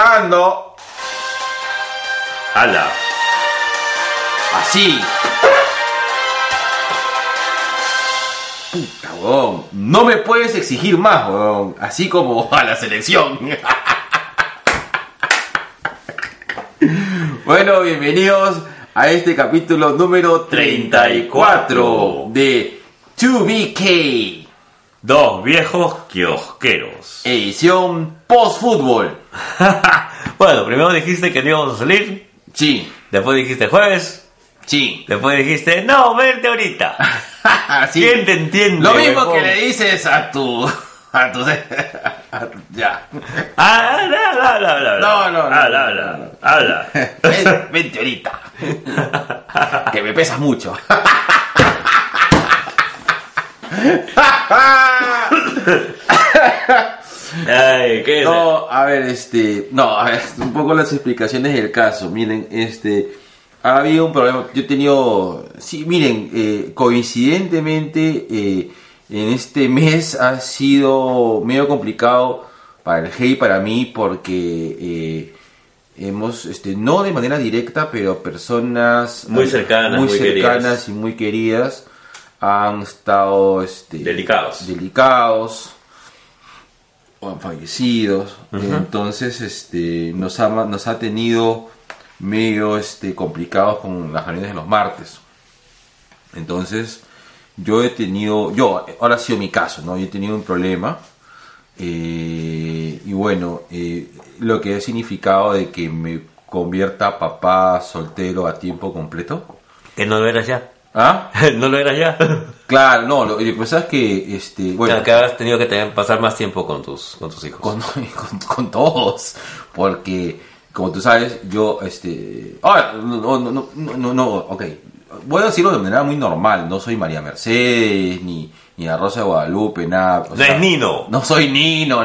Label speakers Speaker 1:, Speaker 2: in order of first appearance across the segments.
Speaker 1: Grabando.
Speaker 2: Ala.
Speaker 1: Así. Puta, weón. No me puedes exigir más, weón. Así como a la selección. bueno, bienvenidos a este capítulo número 34 de 2BK.
Speaker 2: Dos viejos kiosqueros.
Speaker 1: Edición post-fútbol.
Speaker 2: bueno, primero dijiste que no íbamos a salir.
Speaker 1: Sí,
Speaker 2: Después dijiste jueves.
Speaker 1: sí.
Speaker 2: Después dijiste, no, verte ahorita.
Speaker 1: Así.
Speaker 2: ¿Quién te entiende?
Speaker 1: Lo mismo
Speaker 2: huevón?
Speaker 1: que le dices a tu. A tu. a tu- ya.
Speaker 2: Ah, habla, habla, habla, habla.
Speaker 1: No, no, no.
Speaker 2: Habla, habla, habla.
Speaker 1: Ven- Vente ahorita. Que me pesas mucho.
Speaker 2: Ay, qué...
Speaker 1: No, a ver, este. No, a ver, un poco las explicaciones del caso. Miren, este. Ha habido un problema. Yo he tenido. Sí, miren, eh, coincidentemente, eh, en este mes ha sido medio complicado para el Hey y para mí porque. eh, Hemos, este, no de manera directa, pero personas
Speaker 2: Muy cercanas,
Speaker 1: muy
Speaker 2: muy
Speaker 1: cercanas
Speaker 2: queridas.
Speaker 1: y muy queridas han estado este,
Speaker 2: Delicados.
Speaker 1: delicados, o han fallecidos. Entonces, este, nos ha, ma- nos ha tenido medio este, complicados con las reuniones de los martes. Entonces, yo he tenido, yo, ahora ha sido mi caso, ¿no? Yo he tenido un problema. eh, y bueno, eh, lo que ha significado de que me convierta papá soltero a tiempo completo.
Speaker 2: Que no lo eras ya.
Speaker 1: ¿Ah?
Speaker 2: no lo eras ya.
Speaker 1: Claro, no, lo que pasa es que, este, bueno,
Speaker 2: Claro, que has tenido que tener- pasar más tiempo con tus, con tus hijos.
Speaker 1: con, con- con todos, porque como tú sabes, yo, este, ahora, no, no, no, no, no, no, ok, voy a decirlo de manera muy normal, no soy María Mercedes, ni, ni la Rosa de Guadalupe, nada. o
Speaker 2: No
Speaker 1: sea,
Speaker 2: es Nino.
Speaker 1: No soy Nino.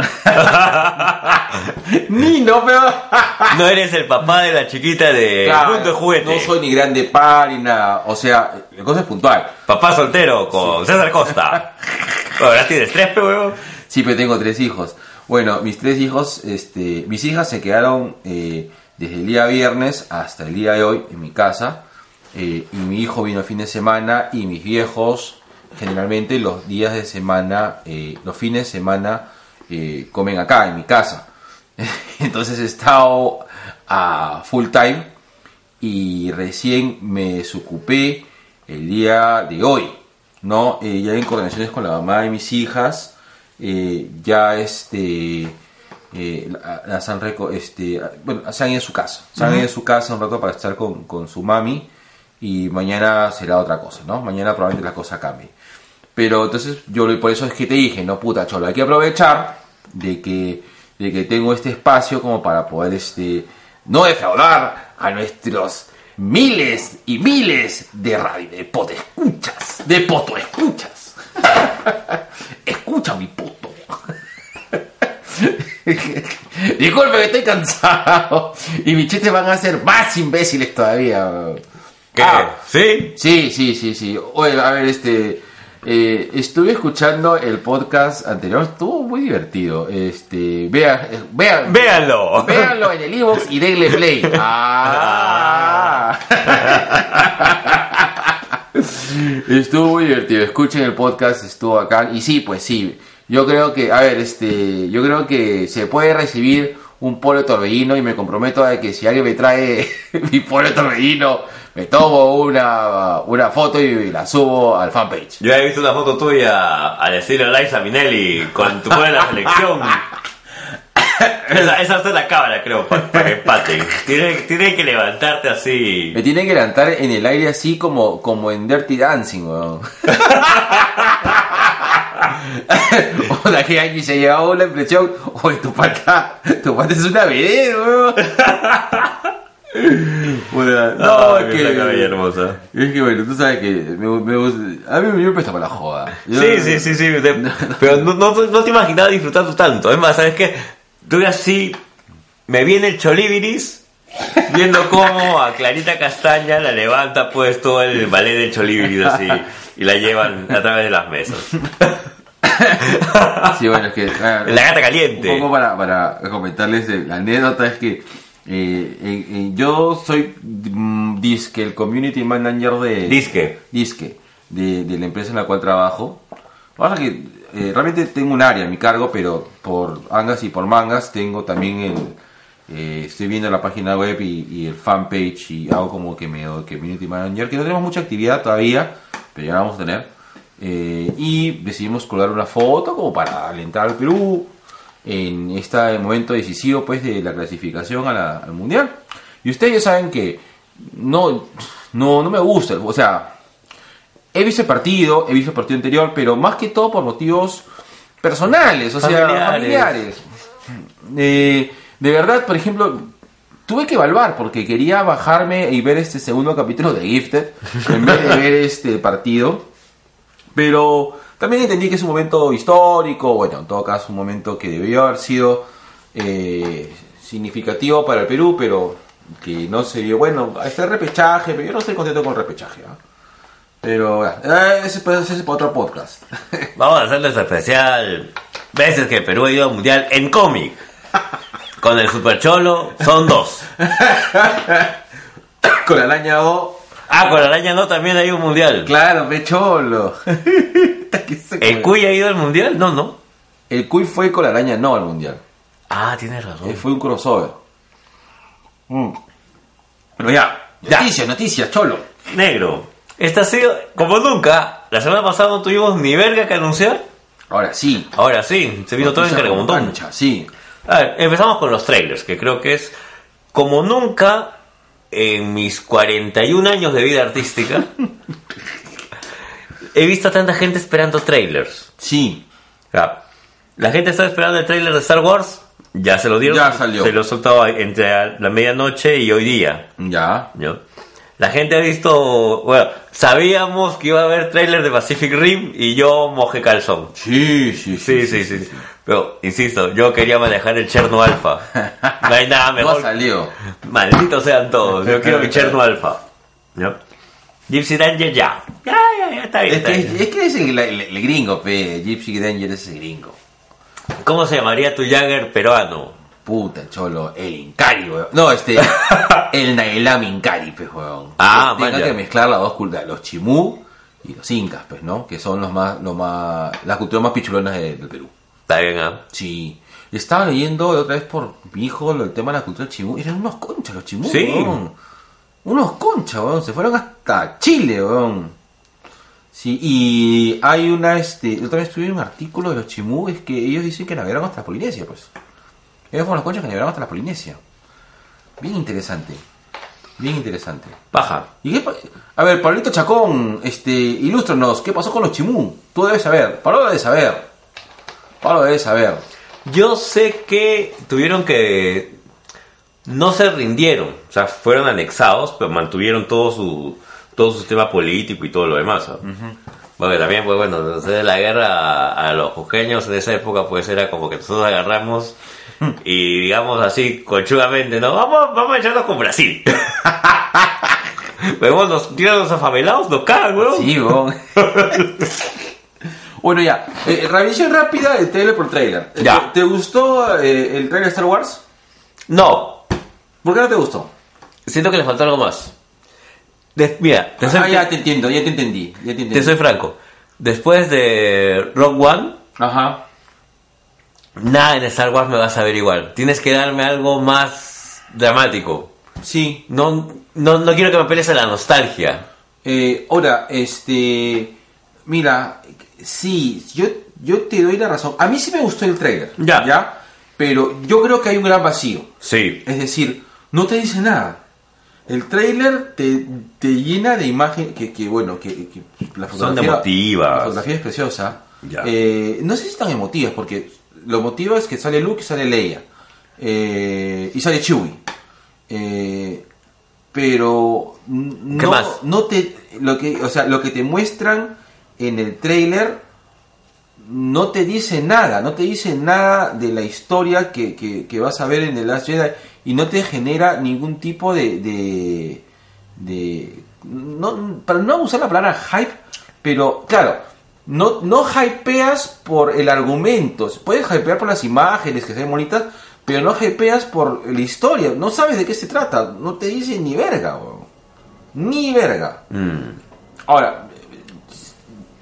Speaker 1: Nino, pero...
Speaker 2: No eres el papá de la chiquita de
Speaker 1: Claro,
Speaker 2: Mundo Eh, de Juguete.
Speaker 1: No soy ni grande par, ni nada, o sea, la cosa es puntual.
Speaker 2: Papá soltero con César Costa. Bueno, Ahora tienes tres, pe, huevón.
Speaker 1: Siempre tengo tres hijos. Bueno, mis tres hijos, este, mis hijas se quedaron eh, desde el día viernes hasta el día de hoy en mi casa. eh, y mi hijo vino el fin de semana y mis viejos generalmente los días de semana, eh, los fines de semana eh, comen acá en mi casa. Entonces he estado a full time y recién me desocupé el día de hoy, ¿no? Eh, ya en coordinaciones con la mamá de mis hijas, eh, ya este, eh, la- las han reco- este, bueno, se han ido a su casa, se han ido a su casa un rato para estar con, con su mami y mañana será otra cosa, ¿no? Mañana probablemente la cosa cambie. Pero entonces yo lo- por eso es que te dije, no puta cholo, hay que aprovechar de que, de que tengo este espacio como para poder este no defraudar a nuestros miles y miles de radio de escuchas, de poto escuchas. Escucha mi puto. Disculpe que estoy cansado y mis chistes van a ser más imbéciles todavía.
Speaker 2: ¿Qué?
Speaker 1: Ah,
Speaker 2: ¿Sí?
Speaker 1: Sí, sí, sí, sí. Oye, a ver, este. eh, estuve escuchando el podcast anterior, estuvo muy divertido. Este, vea, eh, vean,
Speaker 2: Véanlo.
Speaker 1: véanlo en el iBox y denle play. Ah. estuvo muy divertido. Escuchen el podcast, estuvo acá. Y sí, pues sí. Yo creo que, a ver, este, yo creo que se puede recibir un polo torbellino y me comprometo a que si alguien me trae mi polo torbellino, me tomo una, una foto y la subo al fanpage.
Speaker 2: Yo he visto una foto tuya al estilo Liza Minelli con tu juego de la selección. Esa, esa va a ser la cámara, creo, para, que empaten. Tienes, tienes que levantarte así.
Speaker 1: Me tienen que levantar en el aire así como, como en Dirty Dancing, weón. o sea que aquí se llevaba una impresión, oye, tu pata, tu pata es una vedette, weón. bueno, no,
Speaker 2: Ay,
Speaker 1: es
Speaker 2: esa cabella
Speaker 1: que...
Speaker 2: hermosa.
Speaker 1: Es que bueno, tú sabes que me, me gusta- a mí me presta para la joda. Yo-
Speaker 2: Sí, sí, sí, sí. de- pero no, no, no te imaginaba disfrutarlo tanto. Es más, ¿sabes qué? Tú así, me viene el cholibiris viendo cómo a Clarita Castaña la levanta pues todo el ballet del cholibiris así y la llevan a través de las mesas.
Speaker 1: Sí, bueno, es que. ah,
Speaker 2: La gata
Speaker 1: Un
Speaker 2: caliente.
Speaker 1: poco para, para comentarles eh, la anécdota es que eh, en- en- yo soy mm, disque, el community manager de.
Speaker 2: Disque.
Speaker 1: Disque, de, de la empresa en la cual trabajo. Pasa que eh, realmente tengo un área a mi cargo, pero por angas y por mangas tengo también el. eh, estoy viendo la página web y, y el fanpage y hago como que me doy community manager, que no tenemos mucha actividad todavía, pero ya la vamos a tener. Eh, y decidimos colgar una foto como para alentar al Perú en este momento decisivo pues de la clasificación a la- al mundial. Y ustedes saben que no, no, no me gusta, o sea, he visto el partido, he visto el partido anterior, pero más que todo por motivos personales, o sea,
Speaker 2: Familiares.
Speaker 1: familiares. Eh, de verdad, por ejemplo, tuve que evaluar porque quería bajarme y ver este segundo capítulo de Gifted en vez de ver este partido. Pero también entendí que es un momento histórico, bueno, en todo caso un momento que debió haber sido eh, significativo para el Perú, pero que no se vio. Bueno, está el repechaje, pero yo no estoy contento con el repechaje. ¿ah? Pero bueno, eh, ese puede ser para otro podcast.
Speaker 2: Vamos a hacerles especial. Veces que Perú ha ido al mundial en cómic. Con el Super Cholo son dos.
Speaker 1: con la araña O,
Speaker 2: Ah, con la araña no también hay un mundial.
Speaker 1: claro, me cholo.
Speaker 2: ¿El Cuy ha ido al mundial? No, no.
Speaker 1: El Cuy fue con la araña no al mundial.
Speaker 2: Ah, tienes
Speaker 1: Eh,
Speaker 2: razón.
Speaker 1: Fue un crossover. Pero ya,
Speaker 2: Mm. Ya.
Speaker 1: noticias, noticias, cholo.
Speaker 2: Negro. Esta ha sido, como nunca, la semana pasada no tuvimos ni verga que anunciar.
Speaker 1: Ahora sí.
Speaker 2: Ahora sí, se vino todo en
Speaker 1: Noticias con
Speaker 2: cargamontón.
Speaker 1: cancha, sí.
Speaker 2: A ver, empezamos con los trailers, que creo que es como nunca en mis 41 años de vida artística. he visto a tanta gente esperando trailers.
Speaker 1: Sí.
Speaker 2: O sea, la gente estaba esperando el trailer de Star Wars, ya se lo dieron,
Speaker 1: Ya salió.
Speaker 2: se lo soltó entre la medianoche y hoy día.
Speaker 1: Ya.
Speaker 2: ¿no? La gente ha visto, bueno, sabíamos que iba a haber trailer de Pacific Rim y yo mojé calzón.
Speaker 1: Sí, sí,
Speaker 2: Sí, sí, sí. sí. Pero, insisto, yo quería manejar el Cherno Alfa. No hay
Speaker 1: No ha
Speaker 2: nada mejor.
Speaker 1: salido.
Speaker 2: Malditos sean todos. Yo quiero mi Cherno Alfa. ¿No? Gypsy Danger ya. Ya, ya, ya, está bien.
Speaker 1: Es
Speaker 2: está
Speaker 1: que
Speaker 2: bien.
Speaker 1: es, que es el, el- el gringo, pe. Gypsy Danger es el gringo.
Speaker 2: ¿Cómo se llamaría tu Jagger peruano?
Speaker 1: Puta, cholo. El Incari, weón. No, este. el Nailam Incari, pues, weón.
Speaker 2: Ah,
Speaker 1: Tengo
Speaker 2: man, ya.
Speaker 1: que mezclar las dos culturas. Los chimú y los incas, pues, ¿no? Que son los más. Los más las culturas más pichulonas de- del Perú.
Speaker 2: Está bien, ¿ah?
Speaker 1: Sí. Estaba leyendo la otra vez por mi hijo lo- el tema de la cultura chimú. Eran unos conchas los chimú,
Speaker 2: Sí.
Speaker 1: weón. Unos conchas, weón. Se fueron hasta Chile, weón. Sí, y hay una, este, otra vez tuve un artículo de los chimú, es que ellos dicen que navegaron hasta la Polinesia, pues. Ellos fueron los conchas que navegaron hasta la Polinesia. Bien interesante. Bien interesante.
Speaker 2: Paja.
Speaker 1: ¿Y qué pa- A ver, Pablito Chacón, este, ilústranos, ¿qué pasó con los chimú? Tú debes saber, Pablo debe saber. Pablo debe saber.
Speaker 2: Yo sé que tuvieron que. No se rindieron. O sea, fueron anexados, pero mantuvieron todo su, todo su sistema político y todo lo demás. ¿no? Porque también, pues bueno, desde la guerra a, a los jujeños de esa época, pues era como que nosotros agarramos y digamos así, conchugamente, ¿no? Vamos, vamos a echarnos con Brasil. Luego nos tiran los afamelados, nos cagan, weón.
Speaker 1: Sí, weón. bueno, ya. Eh, revisión rápida de trailer por trailer. Eh,
Speaker 2: Ya.
Speaker 1: ¿Te, te gustó eh, el trailer de Star Wars?
Speaker 2: No,
Speaker 1: ¿Por qué no te gustó?
Speaker 2: siento que les faltó algo más. Des- mira, te soy-
Speaker 1: Ah, ya te entiendo, ya te entendí. Ya te entendí.
Speaker 2: Te soy franco. Después de Rock One,
Speaker 1: Ajá.
Speaker 2: nada en Star Wars me vas a ver igual. Tienes que darme algo más dramático.
Speaker 1: Sí.
Speaker 2: No, no, no quiero que me pelees a la nostalgia.
Speaker 1: Eh, ahora, este. Mira, sí, yo, yo te doy la razón. A mí sí me gustó el trailer.
Speaker 2: Ya.
Speaker 1: ¿Ya? Pero yo creo que hay un gran vacío.
Speaker 2: Sí.
Speaker 1: Es decir, no te dice nada. El trailer te, te llena de imágenes que, que, bueno, que, que la
Speaker 2: Son
Speaker 1: fotografía-
Speaker 2: emotivas.
Speaker 1: La fotografía es preciosa.
Speaker 2: Ya.
Speaker 1: Eh, no sé si están emotivas, porque lo motiva es que sale Luke y sale Leia. Eh, y sale Chewie. Eh, pero n- no,
Speaker 2: ¿Qué más?
Speaker 1: no te lo que o sea lo que te muestran en el trailer no te dice nada, no te dice nada de la historia que, que- que vas a ver en The Last Jedi y no te genera ningún tipo de... de, de- no, para no usar la palabra hype, pero claro, no, no hypeas por el argumento. Puedes hypear por las imágenes que se ven bonitas, pero no hypeas por la historia. No sabes de qué se trata. No te dicen ni verga, weón. Ni verga.
Speaker 2: Mm.
Speaker 1: Ahora,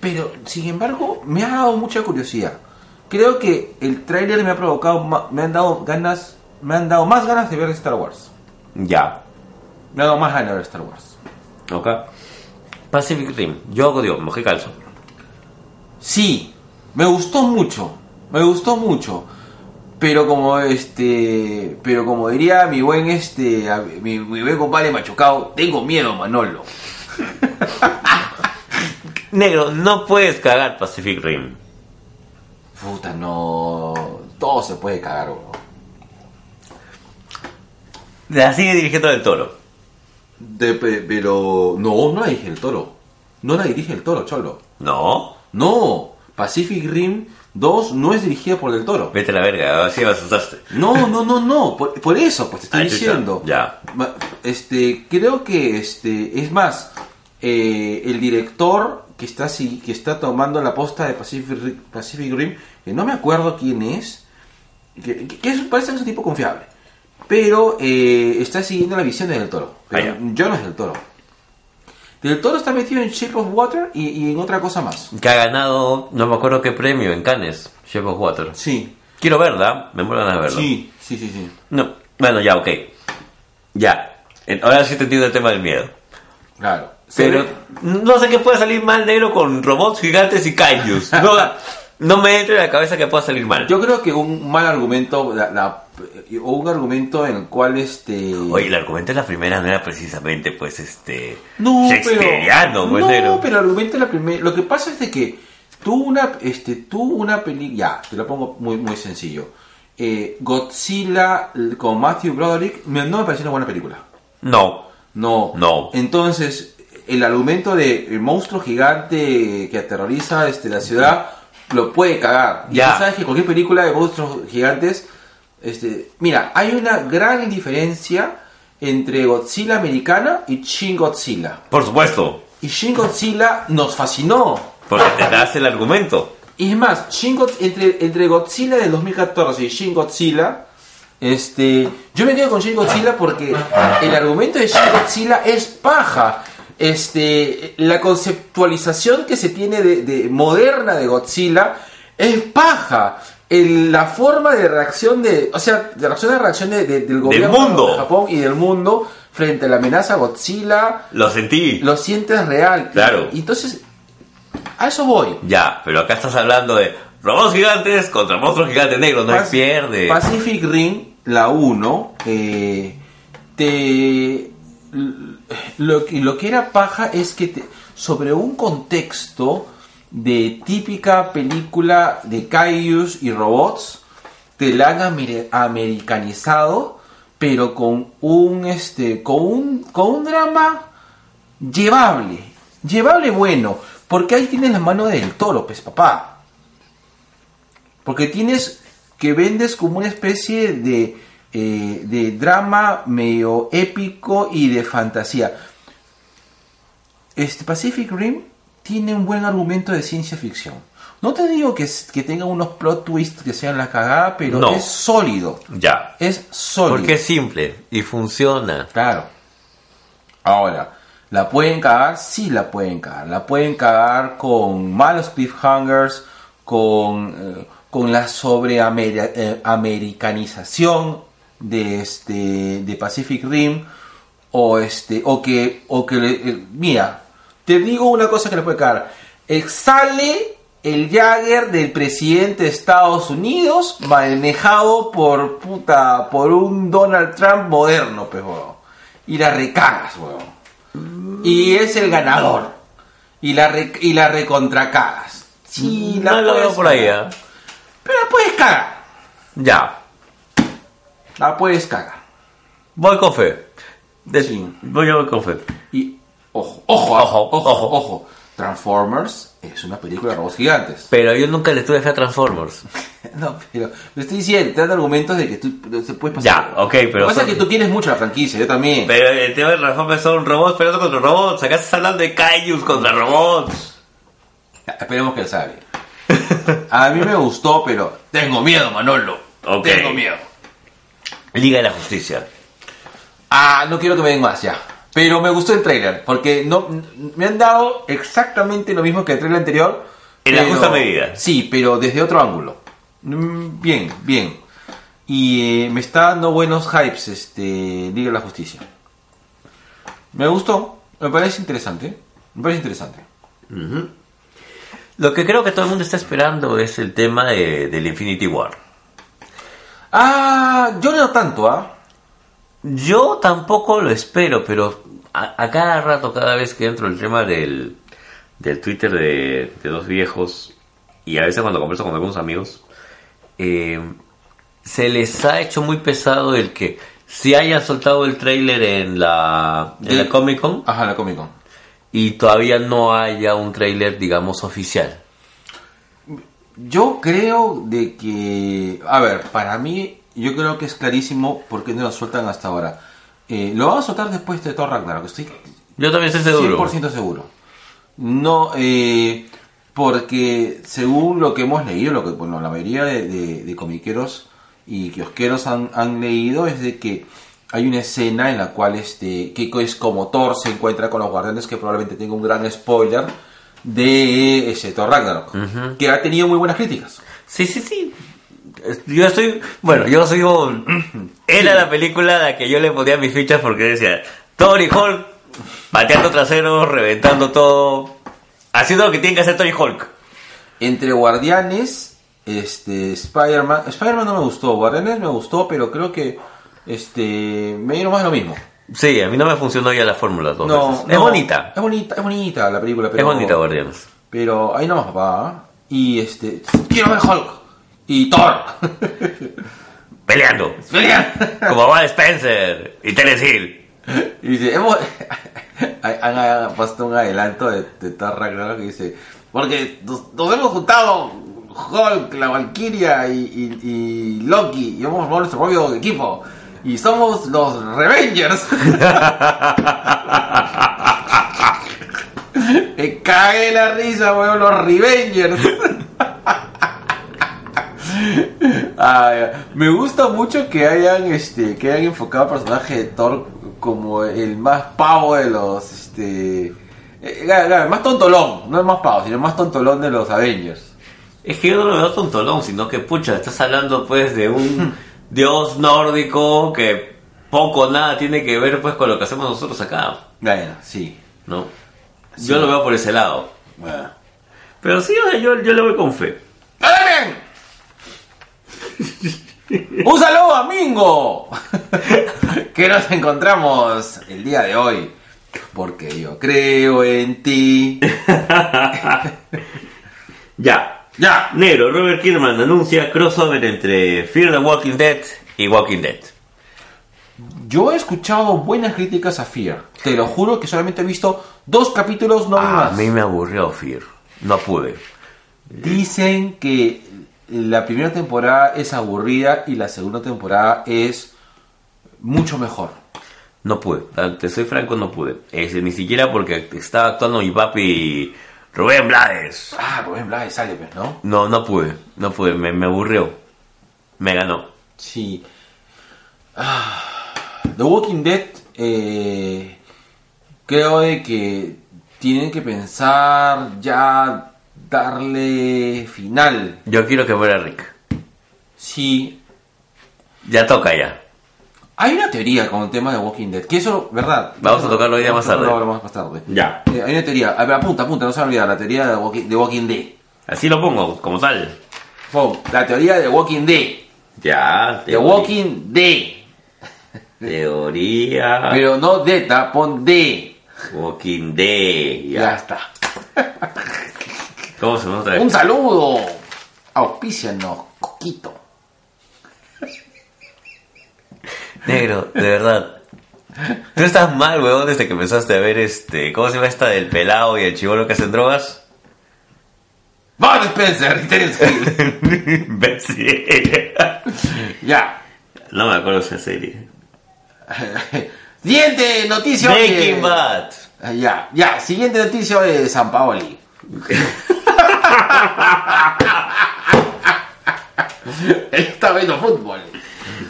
Speaker 1: pero sin embargo, me ha dado mucha curiosidad. Creo que el tráiler me ha provocado, ma- me han dado ganas, me han dado más ganas de ver Star Wars.
Speaker 2: Ya.
Speaker 1: Me ha dado más ganas de ver Star Wars.
Speaker 2: Ok. Pacific Rim. Yo hago Dios, mojé calzo.
Speaker 1: Sí, me gustó mucho, me gustó mucho. Pero como este, pero como diría mi buen este, a- mi, mi buen compadre machucado, tengo miedo, Manolo.
Speaker 2: Negro, no puedes cagar Pacific Rim.
Speaker 1: Puta, no, todo se puede cagar, weón.
Speaker 2: La sigue dirigiendo del toro.
Speaker 1: De- pe- pero no, no la dirige el toro. No la dirige el toro, cholo.
Speaker 2: No.
Speaker 1: No, Pacific Rim 2 no es dirigida por el toro.
Speaker 2: Vete a la verga, así me asustaste.
Speaker 1: No, no, no, no. Por, por eso, pues te estoy
Speaker 2: Ah, chucha,
Speaker 1: diciendo.
Speaker 2: ya.
Speaker 1: Ma- Este, creo que este, es más, eh, el director que está así, que está tomando la posta de Pacific, Ri- Pacific Rim, que no me acuerdo quién es, que, que- que es- parece que es un tipo confiable, pero eh, está siguiendo la visión del toro. Pero
Speaker 2: Ah, ya.
Speaker 1: yo no es del toro. Del toro está metido en Shape of Water y, y en otra cosa más.
Speaker 2: Que ha ganado, no me acuerdo qué premio en Cannes. Shape of Water.
Speaker 1: Sí,
Speaker 2: Quiero verla, me muero ganas de verla.
Speaker 1: sí, sí, sí, sí.
Speaker 2: No, bueno, ya, ok. Ya. En- Ahora sí te entiendo el tema del miedo.
Speaker 1: Claro.
Speaker 2: Pero no sé qué puede salir mal negro con robots gigantes y kaijus. No, no me entra en la cabeza que pueda salir mal.
Speaker 1: Yo creo que un mal argumento, la- la- eh, o un argumento en el cual este.
Speaker 2: Oye, el argumento de la primera no era precisamente, pues, este...
Speaker 1: no,
Speaker 2: Shakespeareano,
Speaker 1: pero,
Speaker 2: pues,
Speaker 1: no,
Speaker 2: negro.
Speaker 1: pero el argumento de la primera. Lo que pasa es de que tú una, este, tú una peli, ya, te lo pongo muy, muy sencillo. Eh, Godzilla con Matthew Broderick me- no me pareció una buena película.
Speaker 2: No.
Speaker 1: No.
Speaker 2: No.
Speaker 1: Entonces, el argumento de el monstruo gigante que aterroriza este, la ciudad lo puede cagar. Y
Speaker 2: Ya.
Speaker 1: tú sabes que cualquier película de monstruos gigantes. Este, mira, hay una gran diferencia entre Godzilla americana y Shin Godzilla.
Speaker 2: Por supuesto.
Speaker 1: Y Shin Godzilla nos fascinó.
Speaker 2: Porque te das el argumento.
Speaker 1: Y es más, Shin Godz- entre, entre Godzilla del 2014 y Shin Godzilla, este, yo me quedo con Shin Godzilla porque el argumento de Shin Godzilla es paja. Este, la conceptualización que se tiene de, de- moderna de Godzilla es paja. El- la forma de reacción de, o sea, de reacción de reacción de- de- del gobierno
Speaker 2: mundo.
Speaker 1: de Japón y del mundo frente a la amenaza Godzilla,
Speaker 2: Lo sentí.
Speaker 1: lo sientes real.
Speaker 2: Claro.
Speaker 1: Y entonces, a eso voy.
Speaker 2: Ya, pero acá estás hablando de robots gigantes contra monstruos gigantes negros. No hay
Speaker 1: Pac-
Speaker 2: pierde.
Speaker 1: Pacific Rim, la 1, eh, te. Lo, que- lo que era paja es que te- sobre un contexto de típica película de kaijus y robots, te la han ameri- americanizado, pero con un, este, con un, con un drama llevable. Llevable bueno, porque ahí tienes la mano del toro, pues papá. Porque tienes que vendes como una especie de, eh, de drama medio épico y de fantasía. Este Pacific Rim tiene un buen argumento de ciencia ficción. No te digo que, es- que tenga unos plot twists que sean la cagada, pero
Speaker 2: No.
Speaker 1: es sólido.
Speaker 2: Ya.
Speaker 1: Es sólido.
Speaker 2: Porque es simple y funciona.
Speaker 1: Claro. Ahora, ¿la pueden cagar? Sí, la pueden cagar. La pueden cagar con malos cliffhangers, con, eh, con la sobreamericanización de, este, de Pacific Rim. O, este, o que, o que le- eh, mira, te digo una cosa que le puede cagar. Exhale el Jagger del presidente de Estados Unidos, manejado por puta, por un Donald Trump moderno, pues, huevón. Y la recagas, huevón. Y es el ganador. Y la, re- y la recontracagas. Sí, la
Speaker 2: Mm, no lo veo
Speaker 1: puedes
Speaker 2: por ahí.
Speaker 1: cagar.
Speaker 2: ¿ah?
Speaker 1: Pero la puedes cagar.
Speaker 2: Ya.
Speaker 1: La puedes cagar.
Speaker 2: Voy con fe. De-
Speaker 1: Sí.
Speaker 2: Voy yo voy con fe.
Speaker 1: Y ojo, ojo, ah,
Speaker 2: Ojo,
Speaker 1: ojo,
Speaker 2: ojo.
Speaker 1: ojo, Transformers es una película de robots gigantes.
Speaker 2: Pero yo nunca le tuve fe a Transformors.
Speaker 1: No, pero me estoy diciendo, te dan argumentos de que tú te puedes pasar.
Speaker 2: Ya, ok, pero
Speaker 1: Lo que pasa
Speaker 2: son-
Speaker 1: es que tú quieres mucho la franquicia, yo también.
Speaker 2: Pero eh, el tema de Transformers son robots peleando contra robots. Acá estás hablando de Kaijus contra robots.
Speaker 1: Esperemos que él sabe. A mí me gustó, pero tengo miedo, Manolo.
Speaker 2: Ok.
Speaker 1: Tengo miedo.
Speaker 2: Liga de la Justicia.
Speaker 1: Ah, no quiero que me den más ya. Pero me gustó el trailer, porque no, me han dado exactamente lo mismo que el trailer anterior.
Speaker 2: En la
Speaker 1: pero-
Speaker 2: justa medida.
Speaker 1: Sí, pero desde otro ángulo. Mm, Bien, bien. Y eh, me está dando buenos hypes, este, Liga de la Justicia. Me gustó, me parece interesante. Me parece interesante.
Speaker 2: Lo que creo que todo el mundo está esperando es el tema de- del Infinity War.
Speaker 1: Ah, yo no tanto, ¿ah?
Speaker 2: Yo tampoco lo espero, pero a, a cada rato, cada vez que entro el tema del, del Twitter de, de dos viejos, y a veces cuando converso con algunos amigos, eh, se les ha hecho muy pesado el que si hayan soltado el trailer en la, en la
Speaker 1: De-
Speaker 2: Comic Con
Speaker 1: Ajá, la Comic Con.
Speaker 2: y todavía no haya un trailer, digamos, oficial.
Speaker 1: Yo creo de que, a ver, para mí, yo creo que es clarísimo por qué no lo sueltan hasta ahora. Eh, lo van a soltar después de Thor Ragnarok, estoy
Speaker 2: Yo también estoy seguro.
Speaker 1: 100% seguro. No, eh, porque según lo que hemos leído, lo que bueno, la mayoría de, de- de comiqueros y kiosqueros han, han leído es de que hay una escena en la cual este Kiko es como Thor se encuentra con los guardianes que probablemente tenga un gran spoiler de ese Thor Ragnarok, que ha tenido muy buenas críticas.
Speaker 2: Sí, sí, sí. Yo estoy. Bueno, yo soy un. Era la película a la que yo le ponía mis fichas porque decía Tony Hulk pateando traseros, reventando todo, haciendo lo que tiene que hacer Tony Hulk.
Speaker 1: Entre Guardianes, este, Spider-Man. Spider-Man no me gustó, Guardianes me gustó, pero creo que este, me dieron más lo mismo.
Speaker 2: Sí, a mí no me funcionó ya la fórmula dos
Speaker 1: No,
Speaker 2: veces. Es
Speaker 1: no.
Speaker 2: bonita.
Speaker 1: Es bonita, es bonita la película, pero.
Speaker 2: Es bonita, Guardianes.
Speaker 1: Pero ahí nomás, papá. ¿ah? Y este. Quiero ver Hulk y Thor.
Speaker 2: Peleando.
Speaker 1: Pelean.
Speaker 2: Como Val Spencer y Terence Hill.
Speaker 1: y dice, hemos. Han han puesto un adelanto de, de Thor Ragnarok que dice. Porque nos, nos hemos juntado Hulk, la Valkyria y, y- y Loki. Y hemos formado nuestro propio equipo. Y somos los Revengers. Me cagué la risa, weón, los Revengers. Ay, me gusta mucho que hayan este que hayan enfocado al personaje de Thor como el más pavo de los este eh, claro, claro, el más tontolón, no el más pavo, sino el más tontolón de los Avengers.
Speaker 2: Es que yo no lo veo tontolón, sino que pucha, estás hablando pues de un dios nórdico que poco o nada tiene que ver pues con lo que hacemos nosotros acá,
Speaker 1: Bueno, sí.
Speaker 2: ¿no? Yo lo veo por ese lado.
Speaker 1: Bueno.
Speaker 2: Pero sí, o sea, yo, yo le voy con fe.
Speaker 1: ¡Adrián! Un saludo a Mingo, que nos encontramos el día de hoy, porque yo creo en ti.
Speaker 2: Ya.
Speaker 1: Ya,
Speaker 2: Negro, Robert Kirkman anuncia crossover entre Fear the Walking Dead y Walking Dead.
Speaker 1: Yo he escuchado buenas críticas a Fear. Te lo juro que solamente he visto dos capítulos, no vi
Speaker 2: Ah, a
Speaker 1: más.
Speaker 2: mí me aburrió Fear. No pude.
Speaker 1: Dicen que la primera temporada es aburrida y la segunda temporada es mucho mejor.
Speaker 2: No pude, Ah, te soy franco, no pude. Este, ni siquiera porque estaba actuando mi papi Rubén Blades.
Speaker 1: Ah, Rubén Blades sale, pues, ¿no?
Speaker 2: No, no pude, no pude, me, me aburrió. Me ganó.
Speaker 1: Sí. Ah, The Walking Dead, eh, creo de que tienen que pensar ya darle final.
Speaker 2: Yo quiero que fuera Rick.
Speaker 1: Sí,
Speaker 2: Ya toca ya.
Speaker 1: Hay una teoría con el tema de Walking Dead, que eso, verdad.
Speaker 2: Vamos a tocarlo hoy día más
Speaker 1: Vamos a
Speaker 2: tarde.
Speaker 1: tocarlo más tarde.
Speaker 2: Ya.
Speaker 1: Eh, hay una teoría, a ver, apunta, apunta, no se van a olvidar, la teoría de Walking, de Walking Dead.
Speaker 2: Así lo pongo, como tal.
Speaker 1: Pum, la teoría de Walking Dead.
Speaker 2: Ya,
Speaker 1: De Walking Dead.
Speaker 2: Teoría.
Speaker 1: Pero no Deta, pon D.
Speaker 2: Walking Dead.
Speaker 1: Ya.
Speaker 2: Ya.
Speaker 1: está.
Speaker 2: ¿Cómo se nos trae?
Speaker 1: Un saludo. Auspícianos, Coquito.
Speaker 2: Negro, de verdad. Tú estás mal, weón, desde que empezaste a ver este. ¿Cómo se llama esta del pelado y el chivolo que hacen drogas?
Speaker 1: Vamos, Spencer. Terence Hill.
Speaker 2: Imbécil.
Speaker 1: ya.
Speaker 2: No me acuerdo esa serie.
Speaker 1: Siguiente noticia.
Speaker 2: Breaking
Speaker 1: oye.
Speaker 2: Bad.
Speaker 1: Ah, Ya, ya. Siguiente noticia de San Paoli. Está viendo fútbol.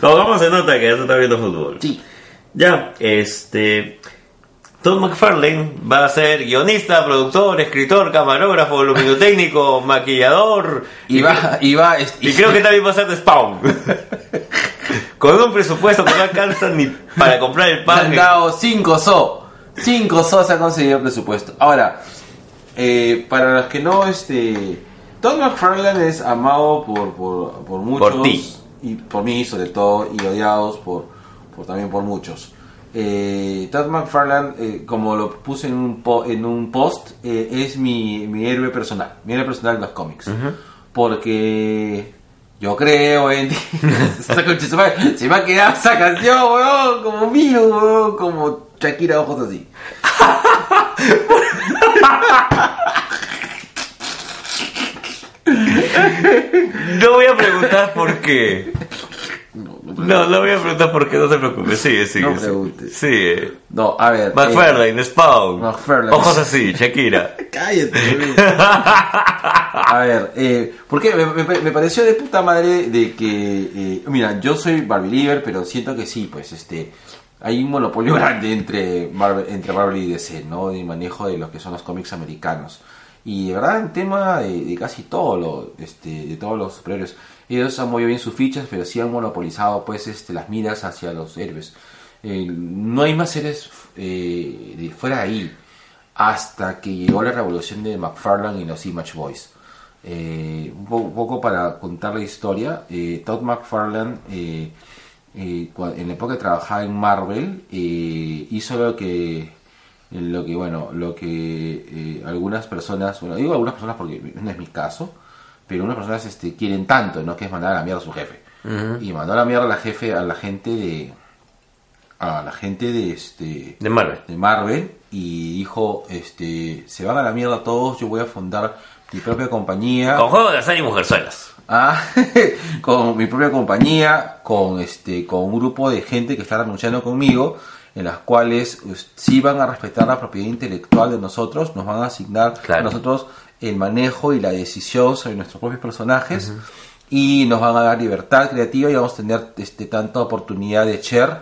Speaker 2: No, ¿cómo se nota que ya se está viendo fútbol?
Speaker 1: Sí.
Speaker 2: Ya, este. Todd McFarlane va a ser guionista, productor, escritor, camarógrafo, luminotécnico, maquillador.
Speaker 1: Y va, y va. es-
Speaker 2: Y creo que también va a ser de Spawn. Con un presupuesto que no alcanza ni para comprar el
Speaker 1: Le han
Speaker 2: pan.
Speaker 1: dado 5 SO. 5 SO se ha conseguido presupuesto. Ahora, eh, para los que no, este. Todd McFarlane es amado por, por, por muchos.
Speaker 2: Por ti.
Speaker 1: Y por mí, sobre todo, y odiados por, por también por muchos. Eh, Todd McFarlane, eh, como lo puse en un, po- en un post, eh, es mi, mi héroe personal. Mi héroe personal en los cómics. Porque yo creo en ti. Esa concha de su madre. Se me ha quedado esa canción, weón, como mío, weón, como Shakira ojos así.
Speaker 2: No voy a preguntar por qué. No, no voy a preguntar por qué, no te preocupes. Sigue, sigue.
Speaker 1: No
Speaker 2: sigue.
Speaker 1: preguntes.
Speaker 2: Sigue.
Speaker 1: No, a ver. eh,
Speaker 2: McFarlane, Spawn.
Speaker 1: McFarlane.
Speaker 2: Ojos así, Shakira.
Speaker 1: Cállate, weón. A ver, eh, porque me, me- me pareció de puta madre de que, eh, mira, yo soy Barbie Lieber, pero siento que sí, pues este, hay un monopolio grande entre Marvel, entre Marvel y DC, ¿no? De manejo de lo que son los cómics americanos. Y de verdad, en tema de, de casi todo lo, este, de todos los superhéroes, ellos han movido bien sus fichas, pero sí han monopolizado, pues, este, las miras hacia los héroes. Eh, no hay más seres eh, de- fuera de ahí hasta que llegó la revolución de McFarlane y los Image Boys. Eh, un, po- un poco para contar la historia, eh, Todd McFarlane, eh, eh, cua- en la época que trabajaba en Marvel, eh, hizo lo que, lo que, bueno, lo que eh, algunas personas, bueno, digo algunas personas porque no es mi caso, pero unas personas este, quieren tanto, ¿no? Que es mandar a la mierda a su jefe. Y mandó a la mierda a la jefe, a la gente de, a la gente de este,
Speaker 2: De Marvel.
Speaker 1: de Marvel y dijo, este, se van a la mierda todos, yo voy a fundar mi propia compañía.
Speaker 2: Con juego de azar y mujerzuelas.
Speaker 1: Ah, con mi propia compañía, con este, con un grupo de gente que está renunciando conmigo, en las cuales us- sí van a respetar la propiedad intelectual de nosotros, nos van a asignar
Speaker 2: Claro.
Speaker 1: a nosotros el manejo y la decisión sobre nuestros propios personajes y nos van a dar libertad creativa y vamos a tener este tanta oportunidad de share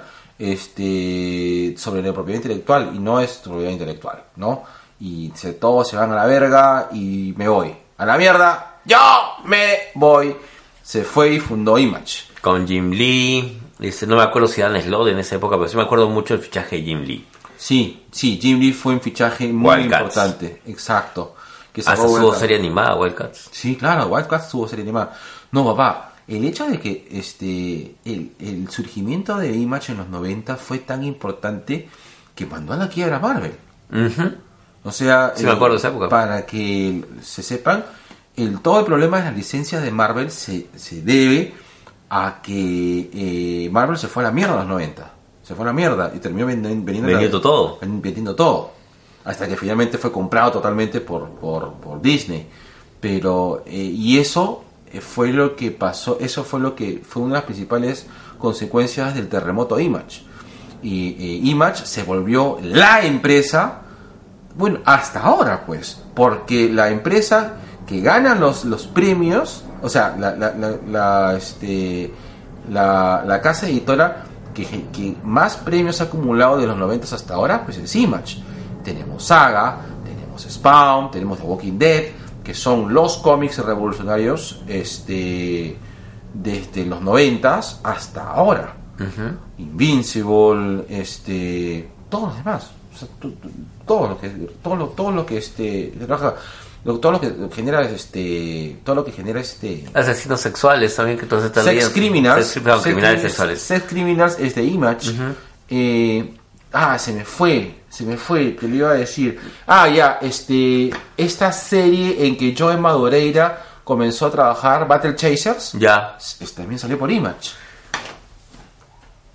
Speaker 1: este sobre la propiedad intelectual y no es tu propiedad intelectual, ¿no? Y se, todos se van a la verga y me voy. A la mierda, yo me voy. Se fue y fundó Image.
Speaker 2: Con Jim Lee. Este, no me acuerdo si Dan Slot en esa época, pero sí me acuerdo mucho del fichaje de Jim Lee.
Speaker 1: Sí, sí, Jim Lee fue un fichaje muy
Speaker 2: Wildcats.
Speaker 1: importante, exacto. Que
Speaker 2: Hasta
Speaker 1: sacó
Speaker 2: Ah, su
Speaker 1: Wildcats.
Speaker 2: serie animada, Wildcats.
Speaker 1: Sí, claro, Wildcats tuvo serie animada. No, papá, el hecho de que este el, el surgimiento de Image en los 90 fue tan importante que mandó a la quiebra a Marvel.
Speaker 2: Ujú.
Speaker 1: O sea, eh,
Speaker 2: Sí, me acuerdo de esa época.
Speaker 1: para que se sepan, el, todo el problema de las licencias de Marvel se, se debe a que eh, Marvel se fue a la mierda en los 90. Se fue a la mierda y terminó vendi- vendiendo, la-
Speaker 2: Vendiendo todo.
Speaker 1: Vendiendo todo. Hasta que finalmente fue comprado totalmente por, por, por Disney. Pero, eh, y eso eh, fue lo que pasó, eso fue lo que fue una de las principales consecuencias del terremoto Image. Y eh, Image se volvió la empresa bueno, hasta ahora, pues, porque la empresa que gana los, los premios, o sea, la, la, la, la, este, la, la casa editora que, que más premios ha acumulado de los 90 hasta ahora, pues es Image. Tenemos Saga, tenemos Spawn, tenemos The Walking Dead, que son los cómics revolucionarios este, desde los 90 hasta ahora. Invincible, este, todos los demás, o sea, tu- tu- todo lo que, todo lo, todo lo que este, trabaja, lo- todo lo que genera este, todo lo que genera este,
Speaker 2: Asesinos sexuales también, que entonces también.
Speaker 1: sex criminals,
Speaker 2: Sex, perdón, criminales
Speaker 1: sex-
Speaker 2: sexuales.
Speaker 1: sex criminals es de Image, Eh, ah, se me fue, se me fue, que le iba a decir, ah, ya, este, esta serie en que Joe Madureira comenzó a trabajar, Battle Chasers,
Speaker 2: Ya.
Speaker 1: es- también salió por Image.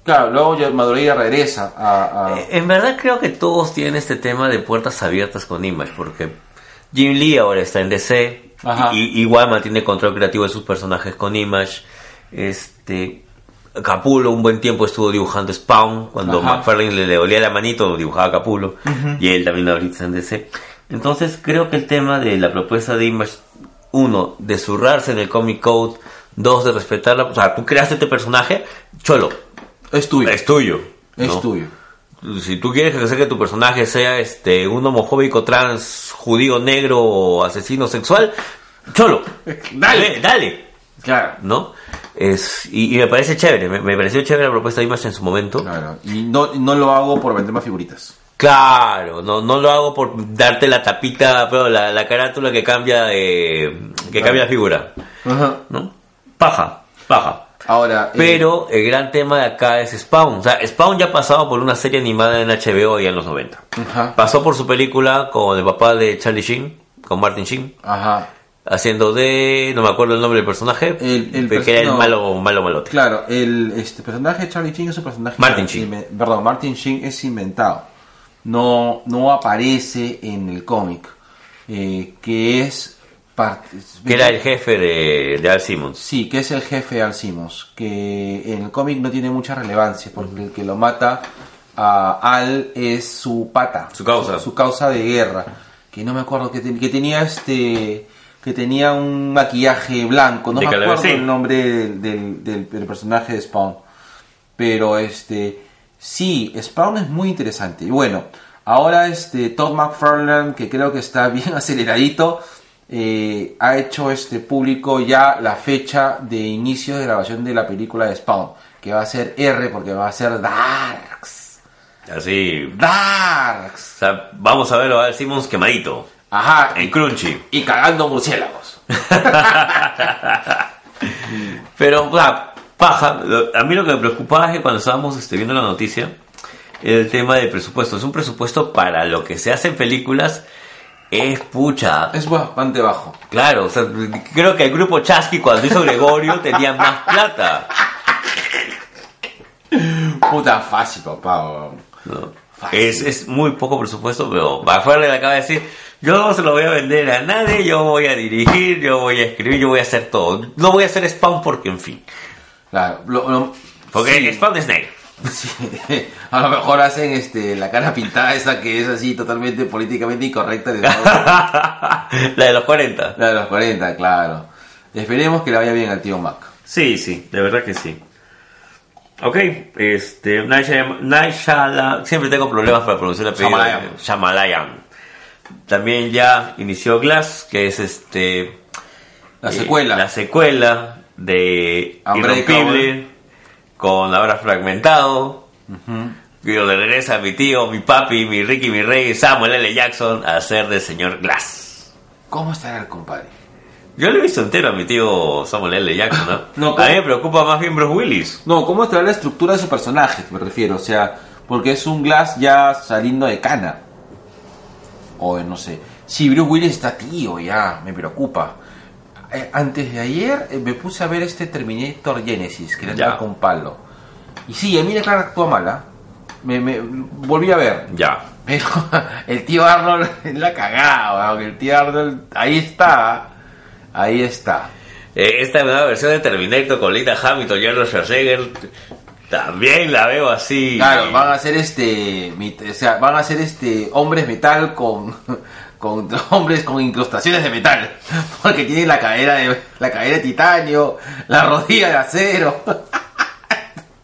Speaker 1: Claro, luego ya Madureira regresa a... a-
Speaker 2: Eh, En verdad creo que todos tienen este tema de puertas abiertas con Image, porque Jim Lee ahora está en DC,
Speaker 1: Ajá.
Speaker 2: y, igual mantiene control creativo de sus personajes con Image. Este Capulo un buen tiempo estuvo dibujando Spawn, cuando
Speaker 1: Ajá.
Speaker 2: McFarlane le, le olía la manito, dibujaba Capulo, y él también ahorita está en DC. Entonces creo que el tema de la propuesta de Image uno, de zurrarse del Comic Code, dos, de respetarla. O sea, tú creaste este personaje, cholo,
Speaker 1: Es tuyo.
Speaker 2: es tuyo.
Speaker 1: Es
Speaker 2: ¿no?
Speaker 1: tuyo.
Speaker 2: Si tú quieres que hacer que tu personaje sea este un homofóbico trans, judío negro o asesino sexual, cholo, dale, dale,
Speaker 1: Claro.
Speaker 2: ¿no? Es, y, y me parece chévere, me, me pareció chévere la propuesta de Image en su momento.
Speaker 1: Claro. Y no, no lo hago por vender más figuritas.
Speaker 2: Claro, no, no lo hago por darte la tapita, pero la, la carátula que cambia de, que cambia la figura,
Speaker 1: Ajá.
Speaker 2: ¿no? Paja, paja.
Speaker 1: Ahora. eh,
Speaker 2: Pero el gran tema de acá es Spawn. O sea, Spawn ya ha pasado por una serie animada en HBO ya en los 90.
Speaker 1: Ajá.
Speaker 2: Pasó por su película con el papá de Charlie Sheen, con Martin Sheen,
Speaker 1: Ajá.
Speaker 2: haciendo de. no me acuerdo el nombre del personaje,
Speaker 1: El- el
Speaker 2: pero que era el
Speaker 1: perso- no.
Speaker 2: malo, malo, malote.
Speaker 1: Claro, el este personaje de Charlie Sheen es un personaje.
Speaker 2: Martin Sheen.
Speaker 1: inven- Perdón, Martin Sheen es inventado. No, no aparece en el cómic. eh, que es. parte-
Speaker 2: Que era el jefe de, de Al Simmons.
Speaker 1: Sí, que es el jefe de Al Simmons, que en el cómic no tiene mucha relevancia, porque el que lo mata a Al es su pata.
Speaker 2: Su causa.
Speaker 1: Su, causa de guerra. Que no me acuerdo, que, ten- que tenía este. Que tenía un maquillaje blanco, no
Speaker 2: De
Speaker 1: me acuerdo
Speaker 2: calavera, sí.
Speaker 1: el nombre del, del- del- del personaje de Spawn. Pero este. Sí, Spawn es muy interesante. Y bueno, ahora este Todd McFarlane, que creo que está bien aceleradito, eh, ha hecho este público ya la fecha de inicio de grabación de la película de Spawn, que va a ser R porque va a ser Darks.
Speaker 2: Así.
Speaker 1: Darks.
Speaker 2: O sea, vamos a ver a Al Simmons quemadito,
Speaker 1: Ajá.
Speaker 2: en
Speaker 1: Y,
Speaker 2: Crunchy.
Speaker 1: y cagando murciélagos.
Speaker 2: Pero, o sea, paja. Lo- A mí lo que me preocupaba es que cuando estábamos este, viendo la noticia, el tema del presupuesto. Es un presupuesto para lo que se hace en películas. Es pucha,
Speaker 1: Es bastante bajo.
Speaker 2: Claro, o sea, creo que el grupo Chasqui cuando hizo Gregorio tenía más plata.
Speaker 1: Puta fácil, papá. weón.
Speaker 2: ¿no?
Speaker 1: Fácil.
Speaker 2: Es, es muy poco presupuesto, pero Bafarle le acaba de decir, yo no se lo voy a vender a nadie, yo voy a dirigir, yo voy a escribir, yo voy a hacer todo. No voy a hacer spam porque, en fin.
Speaker 1: Claro, lo- lo-
Speaker 2: Porque
Speaker 1: sí.
Speaker 2: el spam es negro.
Speaker 1: Sí, a lo mejor hacen este la cara pintada esa que es así totalmente políticamente incorrecta de, todos.
Speaker 2: La de los 40.
Speaker 1: La de los 40, claro. Esperemos que le vaya bien al tío Mac.
Speaker 2: Sí, sí, de verdad que sí. Ok, este, Naishala, siempre tengo problemas para pronunciar el apellido.
Speaker 1: Shyamalan.
Speaker 2: Shamalayan. También ya inició Glass, que es este
Speaker 1: La
Speaker 2: eh,
Speaker 1: secuela.
Speaker 2: La secuela de
Speaker 1: Unbreakable.
Speaker 2: Irrompible con ahora fragmentado. Y donde regresa mi tío, mi papi, mi Ricky, mi rey, Samuel L. Jackson a ser de señor Glass.
Speaker 1: ¿Cómo estará el compadre?
Speaker 2: Yo lo he visto entero a mi tío Samuel L. Jackson, ¿no?
Speaker 1: No,
Speaker 2: a
Speaker 1: ¿cómo?
Speaker 2: mí me preocupa más bien Bruce Willis.
Speaker 1: No, ¿cómo estará la estructura de su personaje? Me refiero, o sea, porque es un Glass ya saliendo de cana. O de no sé. Si Bruce Willis está tío ya, me preocupa. Eh, antes de ayer eh, me puse a ver este Terminator Genesis, que le
Speaker 2: Ya.
Speaker 1: andaba con palo. Y sí, Emilia Clarke actúa mala. Me, me- volví a ver.
Speaker 2: Ya.
Speaker 1: Pero el tío Arnold la cagaba, el tío Arnold ahí está, ahí está.
Speaker 2: Eh, esta nueva versión de Terminator con Linda Hamilton y Arnold Schwarzenegger también la veo así.
Speaker 1: Claro, van a ser este, mit- o sea, van a ser este hombres metal con, con hombres con incrustaciones de metal, porque tienen la cadera de la cadera de titanio, la rodilla de acero.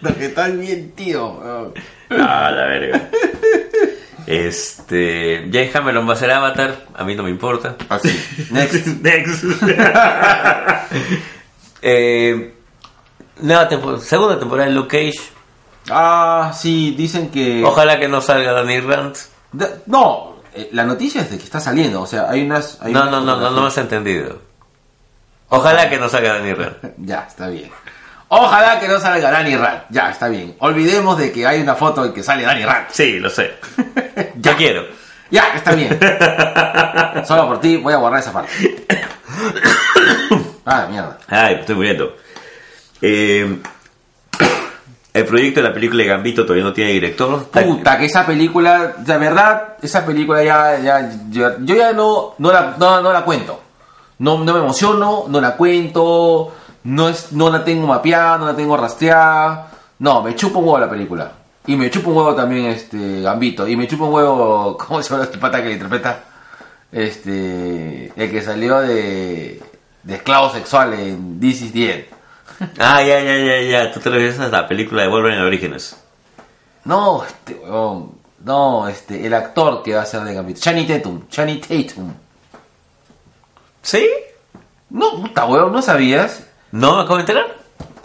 Speaker 1: Lo que están bien, tío.
Speaker 2: Ah, la verga. Este. James Cameron va a ser Avatar. A mí no me importa.
Speaker 1: Así. Next.
Speaker 2: Next. Eh, nueva tempo- segunda temporada de Luke Cage.
Speaker 1: Ah, sí, dicen que
Speaker 2: Ojalá que no salga Danny Rand.
Speaker 1: Da- no, eh, la noticia es de que está saliendo, o sea, hay unas hay
Speaker 2: No,
Speaker 1: unas
Speaker 2: no, no, no, no me has entendido. Ojalá que no salga Danny Rand.
Speaker 1: Ya, está bien. Ojalá que no salga Danny Rand. Ya, está bien. Olvidemos de que hay una foto en que sale Danny Rand.
Speaker 2: Sí, lo sé. Yo quiero.
Speaker 1: Ya, está bien. Solo por ti voy a borrar esa parte. Ah, mierda.
Speaker 2: Ay, estoy muriendo. Eh, el proyecto de la película de Gambito todavía no tiene director.
Speaker 1: Puta, que esa película, de verdad, esa película ya, ya, ya- yo ya no, no la, no, no la cuento. No, no me emociono, no la cuento, no, es, no la tengo mapeada, no la tengo rastreada. No, me chupa un huevo la película. Y me chupa un huevo también este Gambito. Y me chupa un huevo, ¿cómo se llama el pata que le interpreta? Este, el que salió de, de esclavo sexual en This is the End.
Speaker 2: Ah, ya, ya, ya, ya. Tú te refieres a la película de Wolverine Orígenes.
Speaker 1: No, este huevón. No, este, el actor que va a ser de Gambito. Channing Tatum. Channing Tatum.
Speaker 2: ¿Sí?
Speaker 1: No, puta huevón, ¿no sabías?
Speaker 2: No, me acabo de enterar.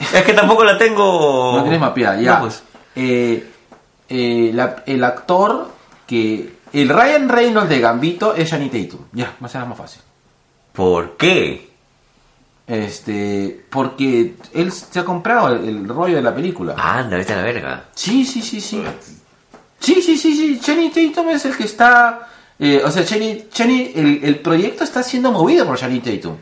Speaker 2: Es que tampoco la tengo.
Speaker 1: No tienes mapeada, ya.
Speaker 2: Oh. No, pues.
Speaker 1: Eh, eh, la- el actor que. El Ryan Reynolds de Gambito es Channing Tatum. Ya, más será más fácil.
Speaker 2: ¿Por qué?
Speaker 1: Este, porque él se ha comprado el, el rollo de la película.
Speaker 2: Anda, vete a la verga.
Speaker 1: Sí, sí, sí, sí. Sí, sí, sí, sí. Channing Tatum es el que está. eh, o sea, Channing, Channing- el, el proyecto está siendo movido por Channing Tatum.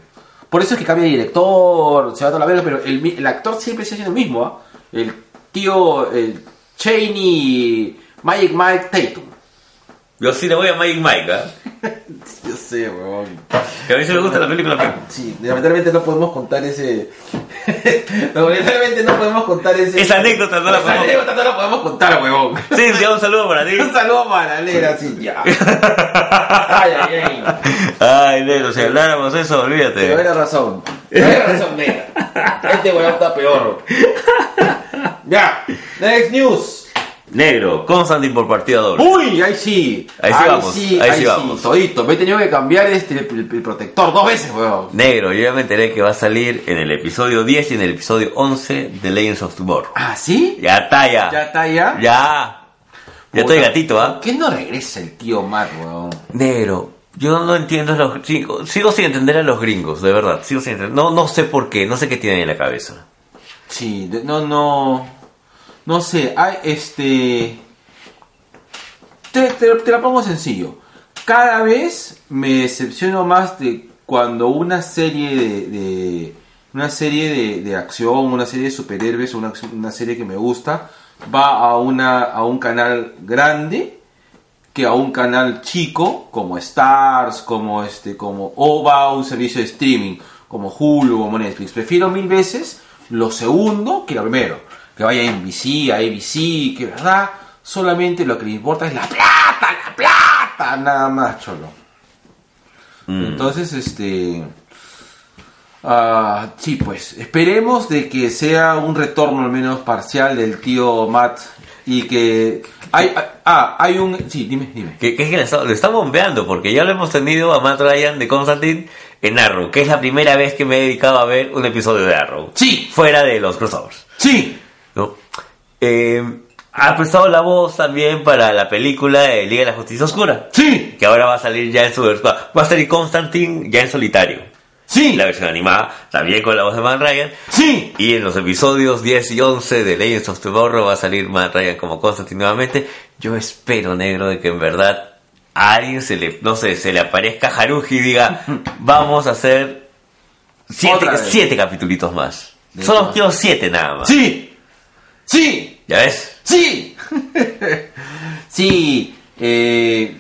Speaker 1: Por eso es que cambia de director, se va a toda la verga, pero el, mi- el actor siempre está siendo el mismo, ¿ah? El tío, el Chaney, Mike Mike Tatum.
Speaker 2: Yo sí le voy a Mike Mike, ¿ah?
Speaker 1: Yo sé, weón.
Speaker 2: Que a mí sí me gusta la película. pero-
Speaker 1: Sí, lamentablemente no podemos contar ese. lamentablemente no podemos contar ese.
Speaker 2: Esa anécdota no la
Speaker 1: Esa
Speaker 2: podemos.
Speaker 1: anécdota no la podemos contar, weón.
Speaker 2: Sí, sí, un saludo para ti.
Speaker 1: Un saludo para Lera, sí, ya. Ay, ay, ay.
Speaker 2: Ay, negro, si habláramos
Speaker 1: Pero
Speaker 2: eso, olvídate.
Speaker 1: era razón. Pero era razón, Lera. Este weón está peor. Ya, next news.
Speaker 2: Negro, Constantine por partida doble.
Speaker 1: Uy, ahí sí.
Speaker 2: Ahí sí vamos, ahí sí vamos.
Speaker 1: Todito, me he tenido que cambiar este, el, el protector dos veces, weón.
Speaker 2: Negro, yo ya me enteré que va a salir en el episodio 10 y en el episodio 11 de Legends of Tomorrow.
Speaker 1: ¿Ah, sí?
Speaker 2: Ya está, ya.
Speaker 1: ¿Ya
Speaker 2: Ya.
Speaker 1: está ya?
Speaker 2: Ya estoy gatito, ¿ah?
Speaker 1: ¿Por qué no regresa el tío Matt, weón?
Speaker 2: Negro, yo no entiendo a los gringos. Sigo sin entender a los gringos, de verdad. Sigo sin entender. No, no sé por qué, no sé qué tienen en la cabeza.
Speaker 1: Sí, de- no, no. No sé, hay este. Te, te- te la pongo sencillo. Cada vez me decepciono más de cuando una serie de. de- una serie de, de acción, una serie de superhéroes, una, acción- una serie que me gusta, va a, una, a un canal grande que a un canal chico como Stars, como este, como OVA, un servicio de streaming, como Hulu, como Netflix. Prefiero mil veces lo segundo que lo primero. Que vaya a NBC, a ABC, que verdad, solamente lo que le importa es la plata, la plata, nada más, cholo. Entonces, este. ah, sí, pues esperemos de que sea un retorno al menos parcial del tío Matt y que hay ah hay un sí dime dime
Speaker 2: Que, que es que le está- le están bombeando, porque ya lo hemos tenido a Matt Ryan de Constantine en Arrow, que es la primera vez que me he dedicado a ver un episodio de Arrow.
Speaker 1: Sí.
Speaker 2: Fuera de los crossovers.
Speaker 1: sí
Speaker 2: ¿no? Eh, ha prestado la voz también para la película de Liga de la Justicia Oscura,
Speaker 1: sí
Speaker 2: que ahora va a salir ya en su versión. Va a salir Constantine ya en solitario.
Speaker 1: sí
Speaker 2: La versión animada, también con la voz de Matt Ryan.
Speaker 1: sí
Speaker 2: Y en los episodios 10 y 11 de Legends of Tomorrow va a salir Matt Ryan como Constantine nuevamente. Yo espero, negro, de que en verdad a alguien se le, no sé, se le aparezca Haruji y diga, vamos a hacer siete,
Speaker 1: Otra vez.
Speaker 2: siete capitulitos más.
Speaker 1: De
Speaker 2: Solo
Speaker 1: acuerdo.
Speaker 2: quiero siete nada más.
Speaker 1: sí sí
Speaker 2: ¿Ya ves?
Speaker 1: sí sí eh,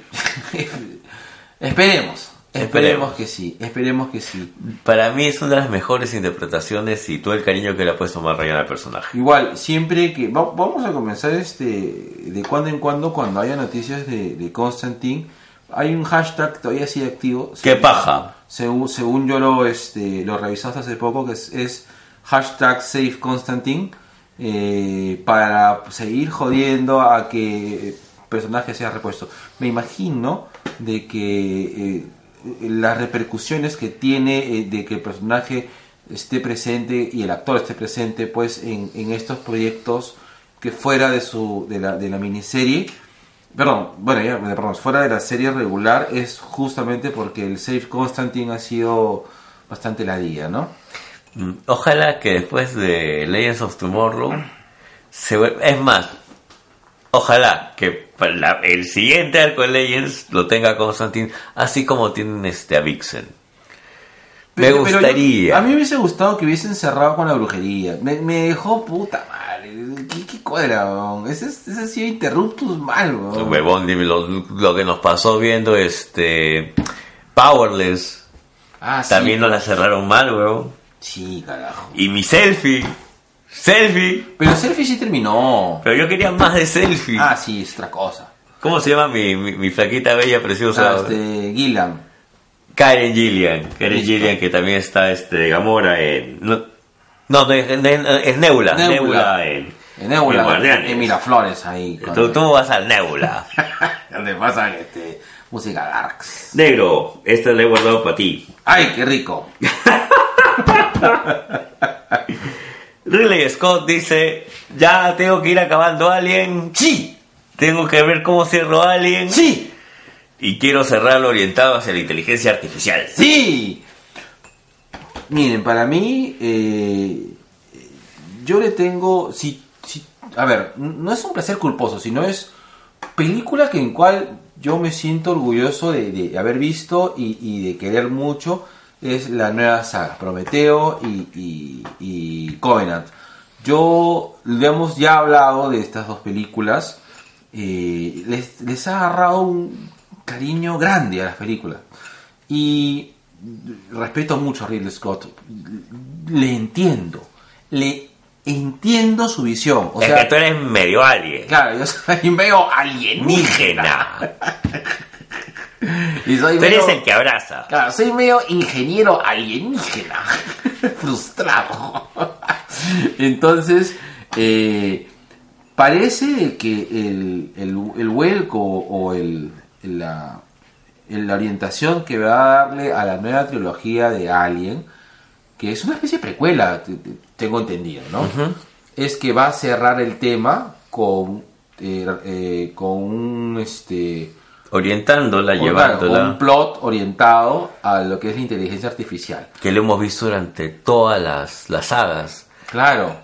Speaker 1: esperemos esperemos que sí esperemos que sí
Speaker 2: Para mí es una de las mejores interpretaciones y todo el cariño que le ha puesto Matt Ryan al personaje.
Speaker 1: Igual, siempre que. va- vamos a comenzar este. De cuando en cuando, cuando haya noticias de, de Constantine. Hay un hashtag todavía sigue activo.
Speaker 2: ¡Qué
Speaker 1: según-
Speaker 2: paja!
Speaker 1: Según, según yo lo, este, lo revisaste hace poco, que es, es hashtag Save Constantine. eh, para seguir jodiendo a que el personaje sea repuesto. Me imagino de que eh, las repercusiones que tiene eh, de que el personaje esté presente y el actor esté presente pues en, en estos proyectos que fuera de su de la, de la miniserie perdón bueno ya perdón fuera de la serie regular es justamente porque el Save Constantine ha sido bastante ladilla no
Speaker 2: Mm, Ojalá que después de Legends of Tomorrow se vuel- es más, ojalá que para la- el siguiente arco de Legends lo tenga Constantine, así como tienen este a Vixen. Me
Speaker 1: Pero- pero yo-
Speaker 2: gustaría.
Speaker 1: a mí me hubiese gustado que hubiesen cerrado con la brujería. Me, me dejó puta madre. ¿Qué, qué cuadra, weón? Ese, es- ese ha sido interruptus mal, weón.
Speaker 2: Huevón, dime lo, lo que nos pasó viendo este Powerless,
Speaker 1: Ah, sí.
Speaker 2: también nos la cerraron mal, huevón.
Speaker 1: Sí, carajo.
Speaker 2: Y mi selfie, selfie,
Speaker 1: Pero Selfie sí terminó.
Speaker 2: pero yo quería más de selfie.
Speaker 1: Ah, sí, es otra cosa. este,
Speaker 2: ¿Cómo se llama mi, mi, mi flaquita bella preciosa?
Speaker 1: Ah, este, Gillan.
Speaker 2: Karen Gillian. Karen Gillian, que también está este, de Gamora en. No, no, no, es, no, es, es Nebula. Nebula, en.
Speaker 1: En Nebula,
Speaker 2: en Guardianes.
Speaker 1: en Miraflores ahí. con-
Speaker 2: Tú, tú vas al Nebula.
Speaker 1: Donde pasan este, música Darks.
Speaker 2: Negro, esta la he guardado para ti.
Speaker 1: ¡Ay, qué rico!
Speaker 2: Ridley Scott dice: Ya tengo que ir acabando Alien.
Speaker 1: ¡Sí!
Speaker 2: Tengo que ver cómo cierro Alien.
Speaker 1: ¡Sí!
Speaker 2: Y quiero cerrarlo orientado hacia la inteligencia artificial.
Speaker 1: ¡Sí! Miren, para mí, eh, yo le tengo. Si, si- a ver, no es un placer culposo, sino es película que en cual yo me siento orgulloso de, de haber visto y, y de querer mucho. Es la nueva saga, Prometeo y, y, y Covenant. Yo, digamos, ya he hablado de estas dos películas. eh, les, les ha agarrado un cariño grande a las películas. Y respeto mucho a Ridley Scott. Le entiendo. Le entiendo su visión. O
Speaker 2: es
Speaker 1: sea,
Speaker 2: que tú eres medio alien.
Speaker 1: claro, yo soy medio alienígena.
Speaker 2: Indígena.
Speaker 1: Y soy
Speaker 2: Tú eres
Speaker 1: medio-
Speaker 2: el que abraza.
Speaker 1: Claro, soy medio ingeniero alienígena. Frustrado. Entonces, eh, parece de que el, el, el vuelco o el, la, la orientación que va a darle a la nueva trilogía de Alien, que es una especie de precuela, te- te- tengo entendido, ¿no? Es que va a cerrar el tema con, eh, eh, con un... Este,
Speaker 2: Orientándola,
Speaker 1: un-
Speaker 2: llevándola.
Speaker 1: Un plot orientado a lo que es la inteligencia artificial.
Speaker 2: que lo hemos visto durante todas las, las sagas.
Speaker 1: Claro.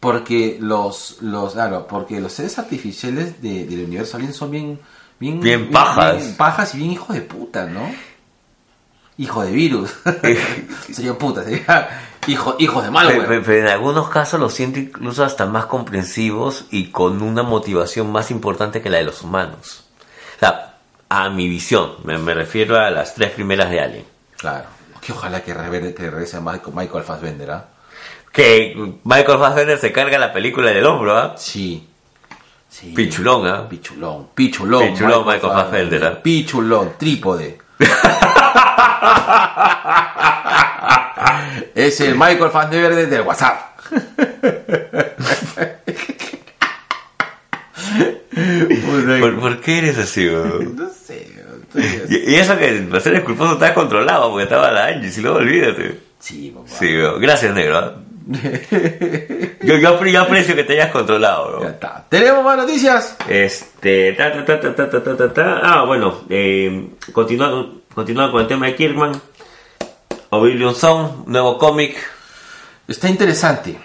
Speaker 1: Porque los, los, claro, porque los seres artificiales de- del universo alien son bien, bien,
Speaker 2: Bien pajas.
Speaker 1: bien pajas y bien hijos de puta, ¿no? Hijo de virus. serían putas, serían hijo, hijos de
Speaker 2: Pero,
Speaker 1: malware.
Speaker 2: en algunos casos lo siento incluso hasta más comprensivos y con una motivación más importante que la de los humanos. O sea, a mi visión, me, me refiero a las tres primeras de Alien.
Speaker 1: Claro. Que ojalá que, rever- que regrese Michael, Michael Fassbender, ¿ah?
Speaker 2: Que Michael Fassbender se carga la película del hombro, ¿ah?
Speaker 1: Sí. sí.
Speaker 2: Pichulón, ¿ah?
Speaker 1: Pichulón, pichulón.
Speaker 2: Pichulón, Michael Fassbender, ¿ah?
Speaker 1: Pichulón, trípode. es el Michael Fassbender del WhatsApp.
Speaker 2: ¿Por, por qué eres así, weón?
Speaker 1: No sé. entonces-
Speaker 2: Y, y eso que para ser el culposo estaba controlado porque estaba la Angie, si luego olvídate.
Speaker 1: Sí, papá.
Speaker 2: Sí, weón. gracias, negro. ¿ah? Yo, yo, apre- yo aprecio que te hayas controlado,
Speaker 1: Ya
Speaker 2: weón.
Speaker 1: está. Tenemos más noticias.
Speaker 2: Este, ta, ta, ta, ta, ta, ta, ta, ta, ta. Ah, bueno, eh, continuando, continuando con el tema de Kirkman. Oblivion Song, nuevo cómic.
Speaker 1: Está interesante.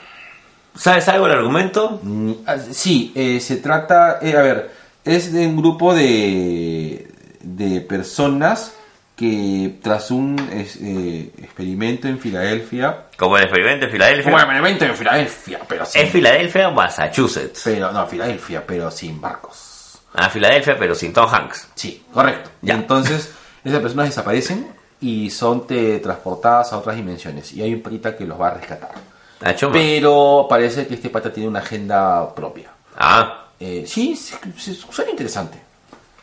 Speaker 2: ¿Sabes algo del argumento?
Speaker 1: Mm, ah, Sí, eh, se trata, eh, a ver, es de un grupo de, de personas que tras un es- eh, experimento en Filadelfia,
Speaker 2: Como el experimento en Filadelfia.
Speaker 1: bueno, experimento en Filadelfia, pero
Speaker 2: es
Speaker 1: sin,
Speaker 2: Filadelfia, Massachusetts.
Speaker 1: pero no, Filadelfia, pero sin barcos.
Speaker 2: Ah, Filadelfia, pero sin Tom Hanks.
Speaker 1: Sí, correcto. Y
Speaker 2: Ya.
Speaker 1: entonces esas personas desaparecen y son te- transportadas a otras dimensiones y hay un patita que los va a rescatar.
Speaker 2: Ah, chuma.
Speaker 1: Pero parece que este pata tiene una agenda propia.
Speaker 2: Ah,
Speaker 1: Eh, sí, sí, sí, suena interesante.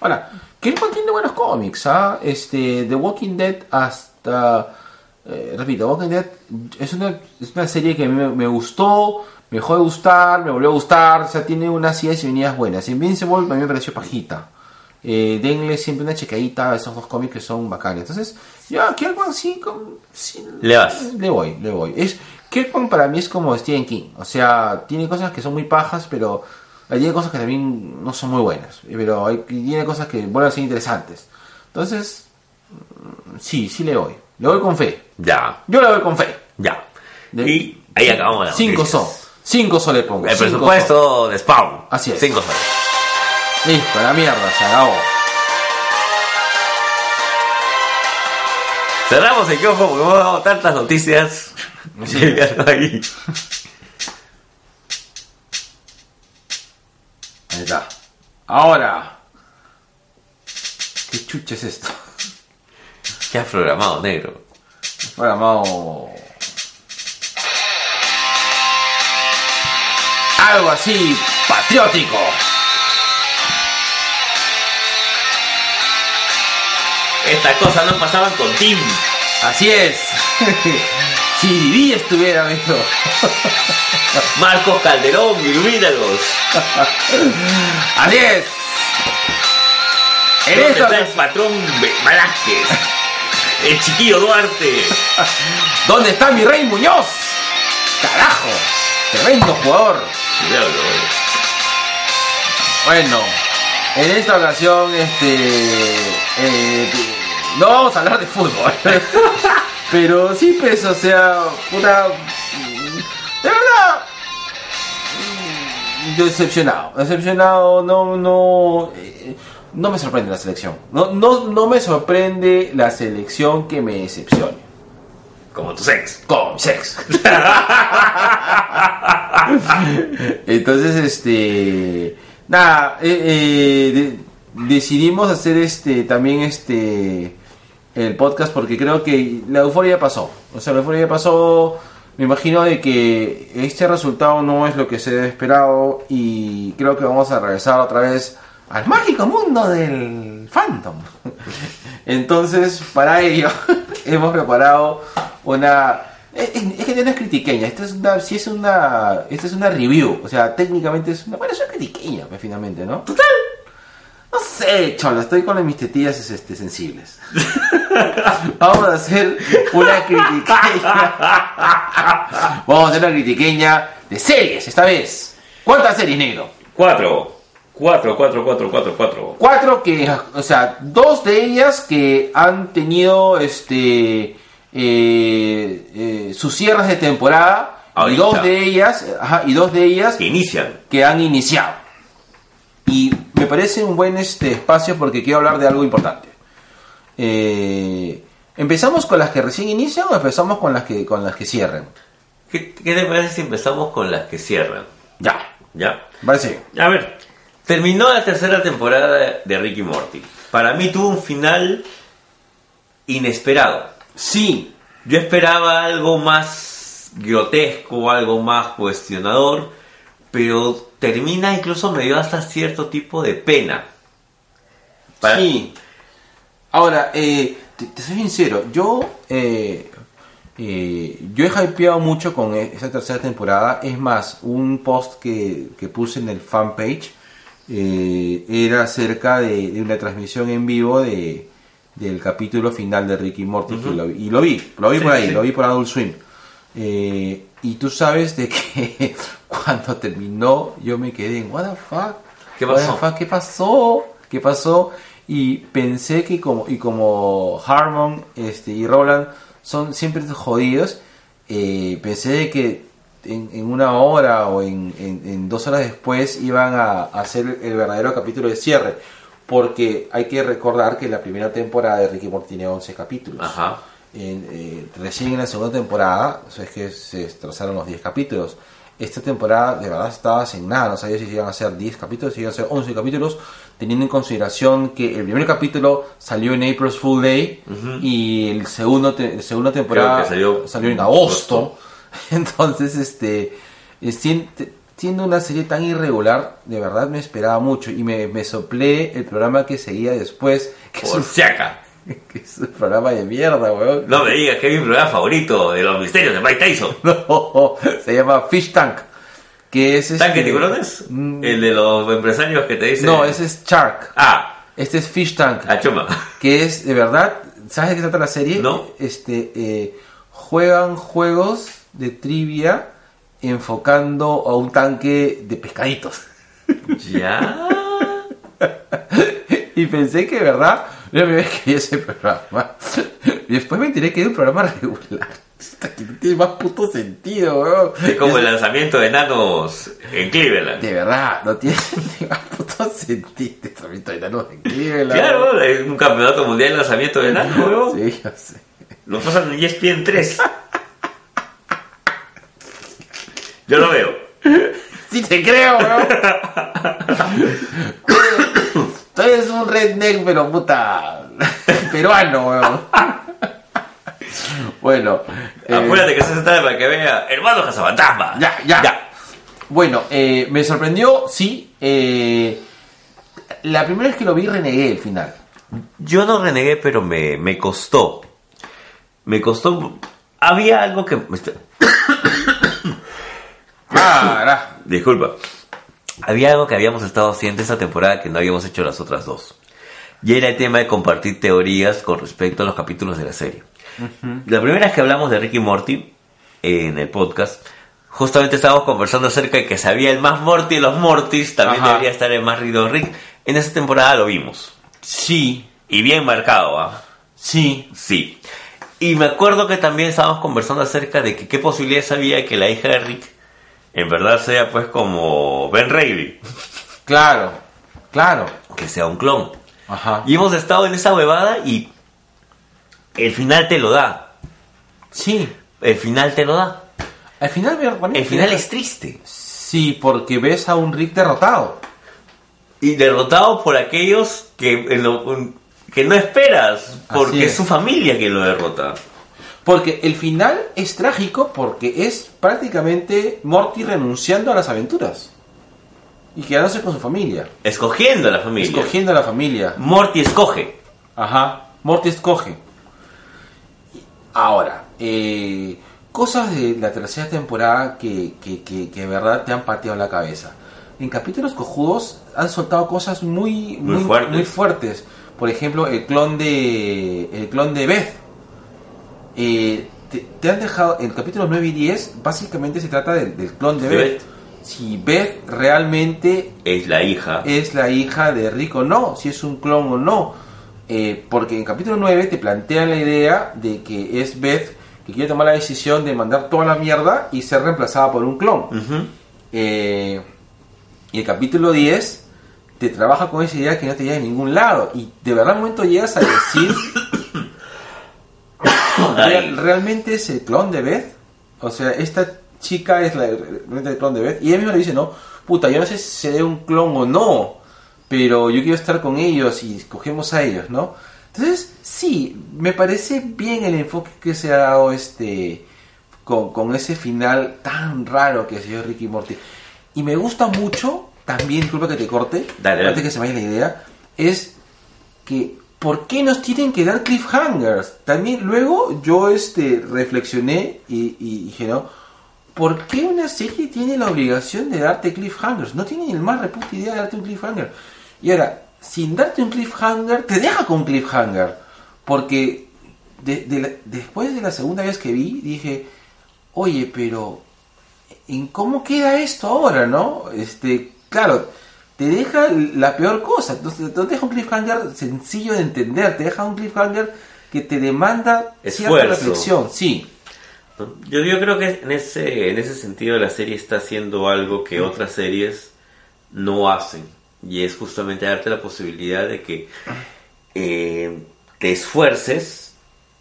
Speaker 1: Ahora, Kirkman tiene buenos cómics, ¿ah? Este, The Walking Dead hasta... eh, repito, Walking Dead es una, es una serie que a mí me, me gustó, me dejó de gustar, me volvió a gustar, o sea, tiene unas ideas y venidas buenas. Invincible también me pareció pajita. Eh, denle siempre una checadita a esos dos cómics que son bacanes. Entonces, ya, Kirkman sí, con- sí-
Speaker 2: Le vas.
Speaker 1: le voy, le voy. Es, Kirkman para mí es como Stephen King. O sea, tiene cosas que son muy pajas, pero eh, tiene cosas que también no son muy buenas. Eh, Pero hay, tiene cosas que vuelven a ser interesantes. Entonces, mm, sí, sí le voy. Le voy con fe.
Speaker 2: ya,
Speaker 1: Yo le voy con fe.
Speaker 2: ya.
Speaker 1: De-
Speaker 2: y ahí acabamos la
Speaker 1: Cinco
Speaker 2: noticias.
Speaker 1: son. Cinco son le pongo.
Speaker 2: El
Speaker 1: Cinco
Speaker 2: presupuesto de Spawn.
Speaker 1: Así es.
Speaker 2: Cinco soles.
Speaker 1: son. Listo, la mierda, se acabó.
Speaker 2: Cerramos el kiosco porque hemos dado tantas noticias. que ya no hay.
Speaker 1: Ahí está. Ahora. ¿Qué chucha es esto?
Speaker 2: ¿Qué has programado, negro?
Speaker 1: Bueno, vamos. Algo así patriótico.
Speaker 2: Es estas cosas no pasaban con Tim.
Speaker 1: Así es. si Didi estuviera, amigo.
Speaker 2: Marcos Calderón, ilumínalos.
Speaker 1: Así es. En
Speaker 2: ¿Dónde
Speaker 1: esta
Speaker 2: está el
Speaker 1: ocasión-
Speaker 2: patrón Be- Velázquez? El chiquillo Duarte.
Speaker 1: ¿Dónde está mi rey Muñoz? Carajo. Tremendo jugador.
Speaker 2: Diablo,
Speaker 1: Bueno, en esta ocasión, este. eh, no vamos a hablar de fútbol. pero sí, pues, o sea, puta. De verdad. mm, Decepcionado. Decepcionado, no, no. eh, No me sorprende la selección. No, no, no me sorprende la selección que me decepcione.
Speaker 2: Como tu ex.
Speaker 1: Con sex. Entonces, este. Nada, eh, eh, de- decidimos hacer este también este. El podcast porque creo que la euforia ya pasó. O sea, la euforia ya pasó. Me imagino de que este resultado no es lo que se había esperado. Y creo que vamos a regresar otra vez al mágico mundo del Phantom. Entonces, para ello, hemos preparado una. Es es que ya no es critiqueña, esta es una, sí es una, esta es una review, o sea, técnicamente es una, bueno, es una critiqueña, pues, finalmente, ¿no? Total, no sé, chola, estoy con mis tetillas es- este, sensibles. Vamos a hacer una critiqueña. Vamos a hacer una critiqueña de series, esta vez. ¿Cuántas series, negro?
Speaker 2: Cuatro. Cuatro, cuatro, cuatro, cuatro, cuatro.
Speaker 1: cuatro que, o sea, dos de ellas que han tenido este eh, eh, sus cierres de temporada y
Speaker 2: Ahorita.
Speaker 1: dos de ellas, ajá, y dos de ellas
Speaker 2: Que inician.
Speaker 1: que han iniciado. Y me parece un buen este espacio porque quiero hablar de algo importante. Eh, empezamos con las que recién inician o empezamos con las que con las que cierren.
Speaker 2: ¿Qué, qué te parece si empezamos con las que cierran?
Speaker 1: Ya,
Speaker 2: ¿Ya?
Speaker 1: me parece. bien.
Speaker 2: A ver, terminó la tercera temporada de Ricky Morty. Para mí tuvo un final inesperado.
Speaker 1: Sí,
Speaker 2: Yo esperaba algo más grotesco, algo más cuestionador, pero termina incluso me dio hasta cierto tipo de pena. Para-
Speaker 1: Sí. Ahora, eh, te, te soy sincero, yo, eh, eh, yo he hypeado mucho con e- esa tercera temporada. Es más, un post que, que puse en el fanpage eh, era acerca de, de una transmisión en vivo de, del capítulo final de Ricky Morty. que lo vi- y lo vi, lo vi
Speaker 2: Sí,
Speaker 1: por ahí,
Speaker 2: sí.
Speaker 1: lo vi por Adult Swim. Eh, y tú sabes de que cuando terminó yo me quedé en what the fuck.
Speaker 2: ¿Qué
Speaker 1: What the
Speaker 2: pasó?
Speaker 1: fuck, ¿qué pasó? ¿Qué pasó? Y pensé que como, y como Harmon este, y Roland son siempre jodidos, eh, pensé de que en, en una hora o en, en- en dos horas después iban a, a hacer el verdadero capítulo de cierre. Porque hay que recordar que la primera temporada de Ricky Morty tiene 11 capítulos.
Speaker 2: Ajá.
Speaker 1: En, eh, recién en la segunda temporada, o sea, es que se destrozaron los 10 capítulos. Esta temporada de verdad estaba sin nada, no sabía si iban a ser 10 capítulos, si iban a ser 11 capítulos, teniendo en consideración que el primer capítulo salió en April's Full Day y el segundo te- la segunda temporada
Speaker 2: que salió-
Speaker 1: en agosto. Entonces, este, eh, sien- te- siendo una serie tan irregular, de verdad me esperaba mucho y me, me soplé el programa que seguía después, que es
Speaker 2: Por
Speaker 1: un
Speaker 2: si acá.
Speaker 1: que es un programa de mierda, weón.
Speaker 2: No me digas que es mi programa favorito de los misterios de Mike Tyson.
Speaker 1: No, se llama Fish Tank. Que es este-
Speaker 2: ¿Tanque tiburones? Eh,
Speaker 1: Mm,
Speaker 2: El de los empresarios que te dicen.
Speaker 1: No, ese es Shark.
Speaker 2: Ah,
Speaker 1: Este es Fish Tank.
Speaker 2: a Chuma.
Speaker 1: Que es, de verdad, ¿sabes de qué trata la serie?
Speaker 2: No.
Speaker 1: Este, eh, juegan juegos de trivia enfocando a un tanque de pescaditos.
Speaker 2: Ya.
Speaker 1: y pensé que, de verdad, yo me vez que vi ese programa. Y después me enteré que era un programa regular. Que no tiene más puto sentido, weón.
Speaker 2: Es como el lanzamiento de enanos en Cleveland.
Speaker 1: De verdad, no tiene ni más puto sentido. Te tramito de enanos en Cleveland.
Speaker 2: Claro, es un campeonato mundial de lanzamiento de enanos, huevón.
Speaker 1: Sí, yo sé.
Speaker 2: Lo pasan en E ESPN 3. Yo lo veo.
Speaker 1: Sí te creo, weón. Tú eres un redneck, pero puta. Peruano, weón. Bueno. eh,
Speaker 2: Apúrate que se tarde para que vea Hermano Cazafantasma.
Speaker 1: Ya, ya. Bueno, eh, me sorprendió, sí. eh, la primera vez que lo vi renegué el final.
Speaker 2: yo no renegué, pero me, me costó. Me costó. Había algo que. me está- Ah,
Speaker 1: Cara.
Speaker 2: Disculpa. Había algo que habíamos estado haciendo esta temporada que no habíamos hecho las otras dos. Y era el tema de compartir teorías con respecto a los capítulos de la serie. La primera vez que hablamos de Ricky Morty eh, en el podcast, justamente estábamos conversando acerca de que sabía el más Morty de los Mortys, también
Speaker 1: Ajá.
Speaker 2: debería estar el más Rido Rick. En esa temporada lo vimos.
Speaker 1: Sí,
Speaker 2: Y bien marcado, ¿ah?
Speaker 1: sí.
Speaker 2: Sí. Y me acuerdo que también estábamos conversando acerca de que qué posibilidades había de que la hija de Rick en verdad sea pues como Ben Reilly,
Speaker 1: Claro, claro.
Speaker 2: que sea un clon.
Speaker 1: Ajá.
Speaker 2: Y hemos estado en esa huevada y el final te lo da.
Speaker 1: Sí.
Speaker 2: El final te lo da.
Speaker 1: Al final me recuerdo
Speaker 2: El
Speaker 1: que-
Speaker 2: final es triste.
Speaker 1: Sí, porque ves a un Rick derrotado.
Speaker 2: Y derrotado por aquellos que, en lo- que no esperas, porque
Speaker 1: es.
Speaker 2: es. su familia que lo derrota.
Speaker 1: Porque el final es trágico porque es prácticamente Morty renunciando a las aventuras. Y quedándose con su familia.
Speaker 2: Escogiendo a la familia.
Speaker 1: Escogiendo a la familia.
Speaker 2: Morty escoge.
Speaker 1: Ajá. Morty escoge. Ahora, eh, cosas de la tercera temporada que, que, que- que de verdad te han pateado la cabeza. En capítulos cojudos han soltado cosas muy,
Speaker 2: Muy fuertes.
Speaker 1: muy fuertes. Por ejemplo, el clon de. el clon de Beth. Eh, te, te han dejado. En capítulos 9 y 10, básicamente se trata del, del clon de
Speaker 2: De
Speaker 1: Beth.
Speaker 2: Beth.
Speaker 1: Si Beth realmente
Speaker 2: Es la hija.
Speaker 1: es la hija de Rick o no, si es un clon o no. Eh, porque en capítulo 9 te plantean la idea de que es Beth que quiere tomar la decisión de mandar toda la mierda y ser reemplazada por un clon.
Speaker 2: Ujú.
Speaker 1: Eh, y el capítulo 10 te trabaja con esa idea que no te llega a ningún lado. Y de verdad, al momento llegas a decir:
Speaker 2: Ay.
Speaker 1: "Real- ¿realmente es el clon de Beth? O sea, esta chica es la, realmente el clon de Beth. Y ella misma le dice: No, puta, yo no sé si seré un clon o no, pero yo quiero estar con ellos y escogemos a ellos, ¿no? Entonces, sí, me parece bien el enfoque que se ha dado este con, con ese final tan raro que se dio Ricky Morty. Y me gusta mucho, también, disculpa que te corte,
Speaker 2: Dale, dale.
Speaker 1: antes que se me vaya la idea, es que ¿por qué nos tienen que dar cliffhangers? También luego yo este reflexioné y, y dije, ¿no? ¿Por qué una serie tiene la obligación de darte cliffhangers? No tiene ni el más reputa idea de darte un cliffhanger. Y ahora, sin darte un cliffhanger, te deja con cliffhanger. Porque de- de la- después de la segunda vez que vi, dije, oye, pero ¿en cómo queda esto ahora, no? Este, claro, te deja la peor cosa. Entonces, te deja un cliffhanger sencillo de entender, te deja un cliffhanger que te demanda cierta
Speaker 2: Esfuerzo.
Speaker 1: reflexión. Sí,
Speaker 2: ¿no? Yo, yo creo que en ese, en ese sentido la serie está haciendo algo que otras series no hacen. Y es justamente darte la posibilidad de que eh, te esfuerces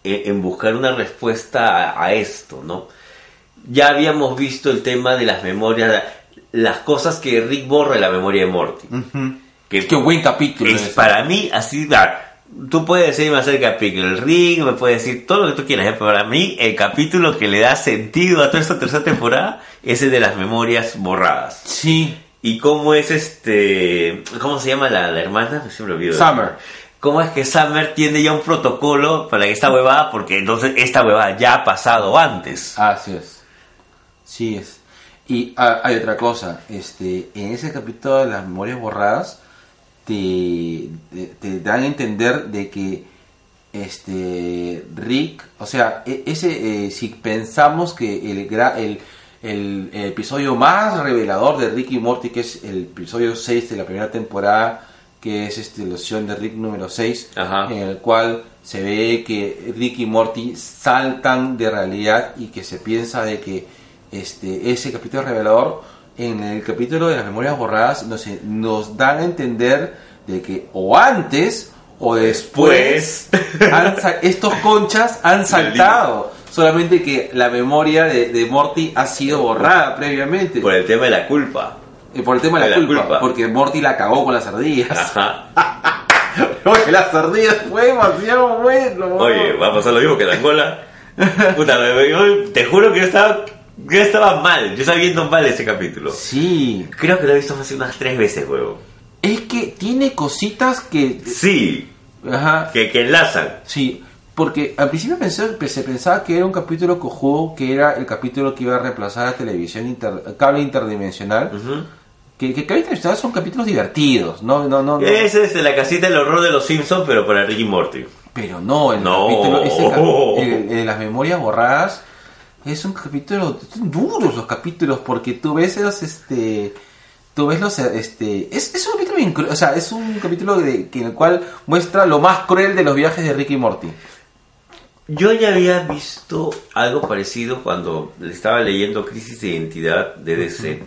Speaker 2: e- en, buscar una respuesta a, a esto, ¿no? Ya habíamos visto el tema de las memorias, la- las cosas que Rick borra de la memoria de Morty. Que-
Speaker 1: qué buen capítulo.
Speaker 2: es
Speaker 1: ese.
Speaker 2: para mí así. ah, tú puedes decirme acerca de Pickle Ring, me puedes decir todo lo que tú quieras. ¿eh? Para mí, el capítulo que le da sentido a toda esta tercera temporada es el de las memorias borradas.
Speaker 1: Sí,
Speaker 2: Y cómo es este. ¿Cómo se llama la, la hermana? Siempre olvido.
Speaker 1: Summer.
Speaker 2: ¿Cómo es que Summer tiene ya un protocolo para esta huevada? Porque entonces esta huevada ya ha pasado antes.
Speaker 1: Así es. Sí es. Y ah, hay otra cosa, este, en ese capítulo de las memorias borradas te, te, te dan a entender de que este Rick, o sea, e- ese eh, si pensamos que el, gra- el, el episodio más revelador de Rick y Morty, que es el episodio 6 de la primera temporada, que es este, la opción de Rick número 6,
Speaker 2: Ajá.
Speaker 1: en el cual se ve que Rick y Morty saltan de realidad y que se piensa de que este, ese capítulo es revelador, en el capítulo de las memorias borradas nos, nos dan a entender de que o antes o después han sa- estos conchas han saltado, solamente que la memoria de, de Morty ha sido borrada previamente
Speaker 2: Por el tema de la culpa.
Speaker 1: Eh, por el tema de la, culpa, porque Morty la cagó con las ardillas.
Speaker 2: Ajá.
Speaker 1: Oye, las ardillas fue demasiado bueno.
Speaker 2: Ah. Oye, va a pasar lo mismo que en Angola. Puta, me- me- yo te juro que yo estaba, yo estaba mal. Yo estaba viendo mal ese capítulo.
Speaker 1: Sí,
Speaker 2: Creo que lo he visto más de unas tres veces, huevo.
Speaker 1: es que tiene cositas que
Speaker 2: Sí.
Speaker 1: Ajá.
Speaker 2: Que, que enlazan.
Speaker 1: Sí, porque al principio pensé, pe- se pensaba que era un capítulo cojudo, que era el capítulo que iba a reemplazar a televisión inter- cable interdimensional.
Speaker 2: Ujú.
Speaker 1: Que, que cable interdimensional son capítulos divertidos, no, no, no. no.
Speaker 2: Es este, la casita del horror de los Simpsons, pero para Ricky Morty.
Speaker 1: Pero no, el
Speaker 2: No.
Speaker 1: capítulo ese cap- el- el de las memorias borradas es un capítulo son duros los capítulos porque tú ves los este tú ves los este es, es un capítulo bien cru- o sea, es un capítulo de, que en el cual muestra lo más cruel de los viajes de Ricky y Morty.
Speaker 2: Yo ya había visto algo parecido cuando le estaba leyendo Crisis de Identidad de DC.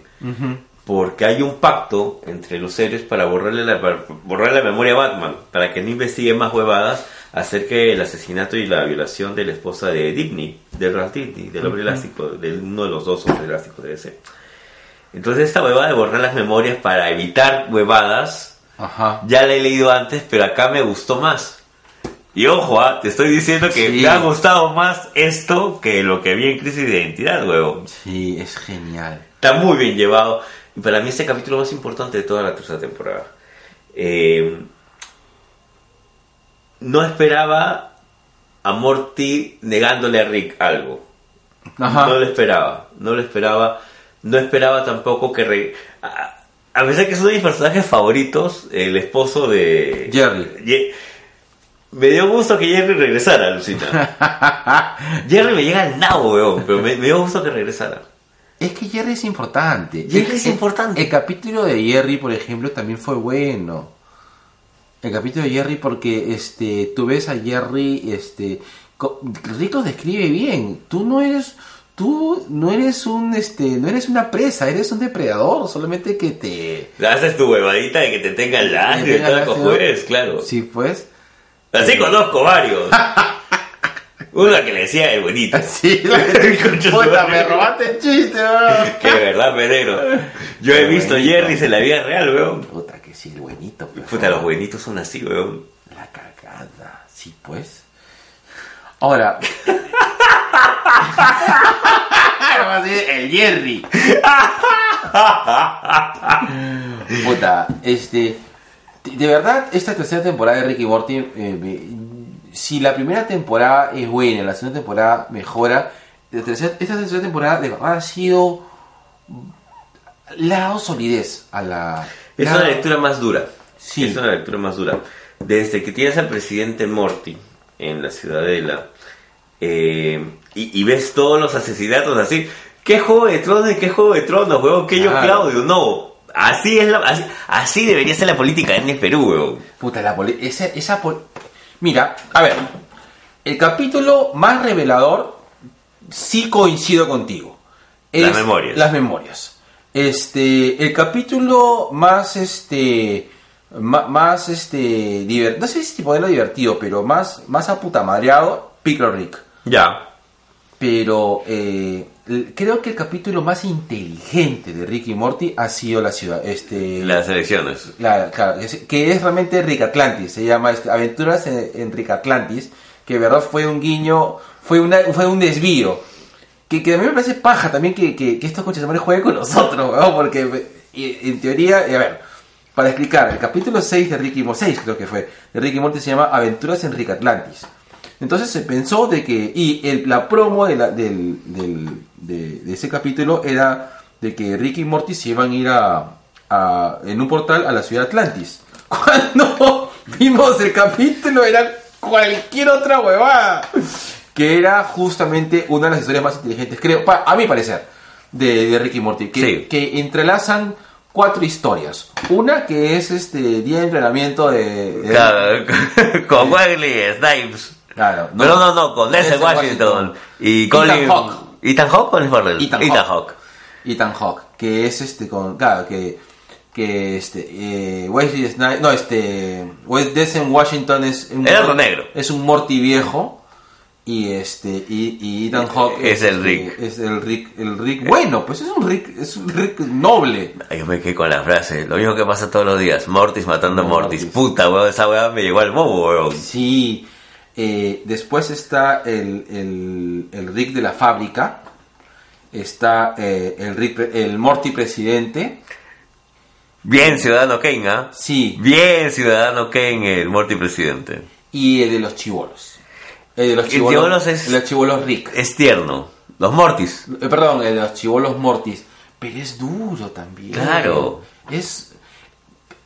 Speaker 2: Porque hay un pacto entre los seres para borrarle la, para borrar la memoria a Batman, para que no investigue más huevadas acerca del asesinato y la violación de la esposa de Digny, del Ras Digny, del hombre elástico, de uno de los dos hombres elásticos de DC. Entonces esta huevada de borrar las memorias para evitar huevadas,
Speaker 1: Ajá.
Speaker 2: ya la he leído antes, pero acá me gustó más. Y ojo, ah, te estoy diciendo que
Speaker 1: Sí.
Speaker 2: me ha gustado más esto que lo que vi en Crisis de Identidad, huevo.
Speaker 1: Sí, es genial.
Speaker 2: Está muy bien llevado. Y para mí este capítulo más importante de toda la tercera temporada. Eh, no esperaba a Morty negándole a Rick algo.
Speaker 1: Ajá.
Speaker 2: No lo esperaba. No lo esperaba. No esperaba tampoco que... re- a, a pesar que es uno de mis personajes favoritos, el esposo de...
Speaker 1: Jerry.
Speaker 2: Ye- me dio gusto que Jerry regresara, Lucita. Jerry me llega al nabo, weón, pero me- me dio gusto que regresara.
Speaker 1: Es que Jerry es importante.
Speaker 2: Jerry
Speaker 1: El-
Speaker 2: es
Speaker 1: el-
Speaker 2: importante.
Speaker 1: El capítulo de Jerry, por ejemplo, también fue bueno. El capítulo de Jerry porque este tú ves a Jerry este co- Rick lo describe bien. Tú no eres tú no eres un este no eres una presa, eres un depredador, solamente que te
Speaker 2: Haces tu huevadita de que Ah, te tenga el
Speaker 1: que
Speaker 2: ángel y
Speaker 1: tenga
Speaker 2: todo
Speaker 1: ácido.
Speaker 2: cojudes, claro.
Speaker 1: Sí, pues.
Speaker 2: Así conozco varios. Una que le decía el bonito.
Speaker 1: Sí, la
Speaker 2: Concha su
Speaker 1: Puta, me
Speaker 2: madre.
Speaker 1: robaste el chiste, weón.
Speaker 2: Que de verdad, Pedero. Yo he
Speaker 1: El
Speaker 2: visto
Speaker 1: buenito.
Speaker 2: Jerry's en la vida real, weón.
Speaker 1: Puta que sí, el buenito. pues.
Speaker 2: Puta, los buenitos son así, weón.
Speaker 1: La cagada, sí pues. Ahora. Va a ser el Jerry. Puta, este. De verdad, esta tercera temporada de Ricky Morty. eh, me- si la primera temporada es buena, la segunda temporada mejora. la tercera- esta tercera temporada de verdad ha sido. Le ha dado solidez a la.
Speaker 2: Es
Speaker 1: la-
Speaker 2: una lectura más dura.
Speaker 1: Sí.
Speaker 2: Es una lectura más dura. Desde que tienes al presidente Morty en la ciudadela eh, y, y ves todos los asesinatos así. ¿Qué juego de tronos? ¿Qué juego de tronos, huevón? ¿Qué yo,
Speaker 1: Claro.
Speaker 2: Claudio? No. Así es la, así, así debería ser la política en el Perú, huevón.
Speaker 1: Puta, la poli- esa, esa pol- Mira, a ver. El capítulo más revelador, sí coincido contigo.
Speaker 2: Las memorias.
Speaker 1: Las memorias. Este, el capítulo más, este, ma- más, este, diver- no sé si ponerlo divertido, pero más, más aputamadreado, Pickle Rick.
Speaker 2: Ya.
Speaker 1: Pero eh, l- creo que el capítulo más inteligente de Rick y Morty ha sido la ciudad, este,
Speaker 2: Las elecciones.
Speaker 1: Claro, claro, que es- que es realmente Rick Atlantis, se llama este, Aventuras en, en Rick Atlantis, que de verdad fue un guiño, fue, una, fue un desvío. Que, que a mí me parece paja también que, que, que estos coches de madre jueguen con nosotros, weón, porque eh, en teoría, eh, a ver, para explicar, el capítulo 6 de Ricky Morty, 6 creo que fue, de Ricky Morty se llama Aventuras en Rick Atlantis. Entonces se pensó de que, y el- la promo de, la- del- del- de- de ese capítulo era de que Ricky y Morty se iban a ir a, a- en un portal a la ciudad Atlantis. Cuando vimos el capítulo era cualquier otra huevada. Que era justamente una de las historias más inteligentes, creo, pa- a mi parecer, de, de Ricky Morty. Que,
Speaker 2: Sí.
Speaker 1: que entrelazan cuatro historias. Una que es este día de entrenamiento de... de-
Speaker 2: Claro, con Wesley Snipes.
Speaker 1: Claro,
Speaker 2: No, no, no, con ese Washington. Y Colin.
Speaker 1: Ethan Hawke.
Speaker 2: ¿Ethan Hawke o Colin Farrell?
Speaker 1: Ethan
Speaker 2: Hawke.
Speaker 1: Hawke. Ethan Hawke, que es este con claro que que este eh, Wesley Snipes, no este Wes Desen Washington es un
Speaker 2: Era lo negro.
Speaker 1: es un Morty viejo y este y, y Ethan Hawke
Speaker 2: Es el
Speaker 1: este,
Speaker 2: Rick.
Speaker 1: es el Rick el Rick bueno pues es un Rick es un Rick noble
Speaker 2: Ay, Yo me quedé con la frase, lo mismo que pasa todos los días, Mortis matando a Mortis.
Speaker 1: Mortis.
Speaker 2: Puta, weón, esa weá me llegó al momo, weón.
Speaker 1: sí eh, después está el, el, el Rick de la fábrica está eh, el Rick pre- el Morty presidente
Speaker 2: Bien, Ciudadano Kane, ¿ah?
Speaker 1: Sí,
Speaker 2: Bien, Ciudadano Kane, el multipresidente.
Speaker 1: y el de los chivolos. El de los
Speaker 2: El
Speaker 1: chibolos-
Speaker 2: chibolos es-
Speaker 1: el de los chibolos Rick.
Speaker 2: Es tierno. Los Mortis.
Speaker 1: Eh, perdón, el de los chivolos Mortis. Pero es duro también.
Speaker 2: Claro.
Speaker 1: Es.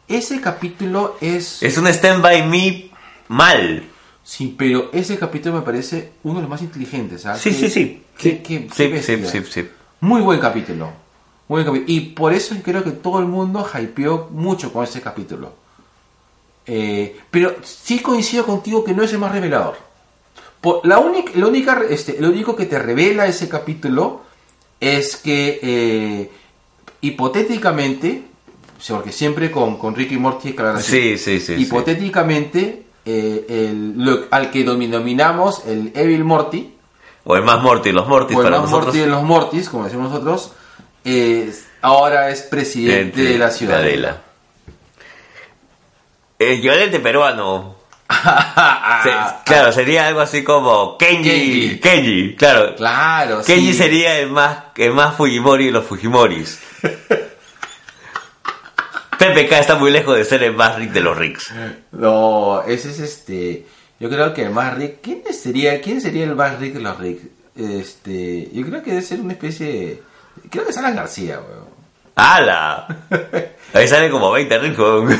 Speaker 1: Ese capítulo es.
Speaker 2: Es un Stand By Me mal.
Speaker 1: Sí, pero ese capítulo me parece uno de los más inteligentes. ¿ah?
Speaker 2: Sí,
Speaker 1: Qué-
Speaker 2: sí, sí.
Speaker 1: qué- qué- qué
Speaker 2: Sí, sí,
Speaker 1: bestia.
Speaker 2: sí, sí.
Speaker 1: Muy buen capítulo. Muy buen capítulo. Y por eso creo que todo el mundo hypeó mucho con ese capítulo. Eh, pero sí coincido contigo que no es el más revelador. Por- la única, la única, re- este, lo único que te revela ese capítulo es que eh, hipotéticamente, o sea, porque siempre con, con Ricky Morty es claro así.
Speaker 2: Sí, sí, sí, sí.
Speaker 1: hipotéticamente, eh, el- lo- al que denominamos el Evil Morty,
Speaker 2: O el más Mortis, los Mortis
Speaker 1: bueno,
Speaker 2: para
Speaker 1: más
Speaker 2: nosotros.
Speaker 1: Morty de los Mortis, como decimos nosotros, es- ahora es presidente de la ciudad.
Speaker 2: Ciudadela. El Yolente peruano. Se- claro, sería algo así como Kenji.
Speaker 1: Kenji.
Speaker 2: Kenji, claro.
Speaker 1: claro,
Speaker 2: Kenji
Speaker 1: sí.
Speaker 2: sería el más, el más Fujimori de los Fujimoris. PPK está muy lejos de ser el más rico de los ricks.
Speaker 1: No, ese es este. Yo creo que el más Rick. ¿Quién sería, quién sería el más Rick de los Rick? Este, yo creo que debe ser una especie de. Creo que es Alan García, weón.
Speaker 2: ¡Hala! Ahí salen como 20 ricos.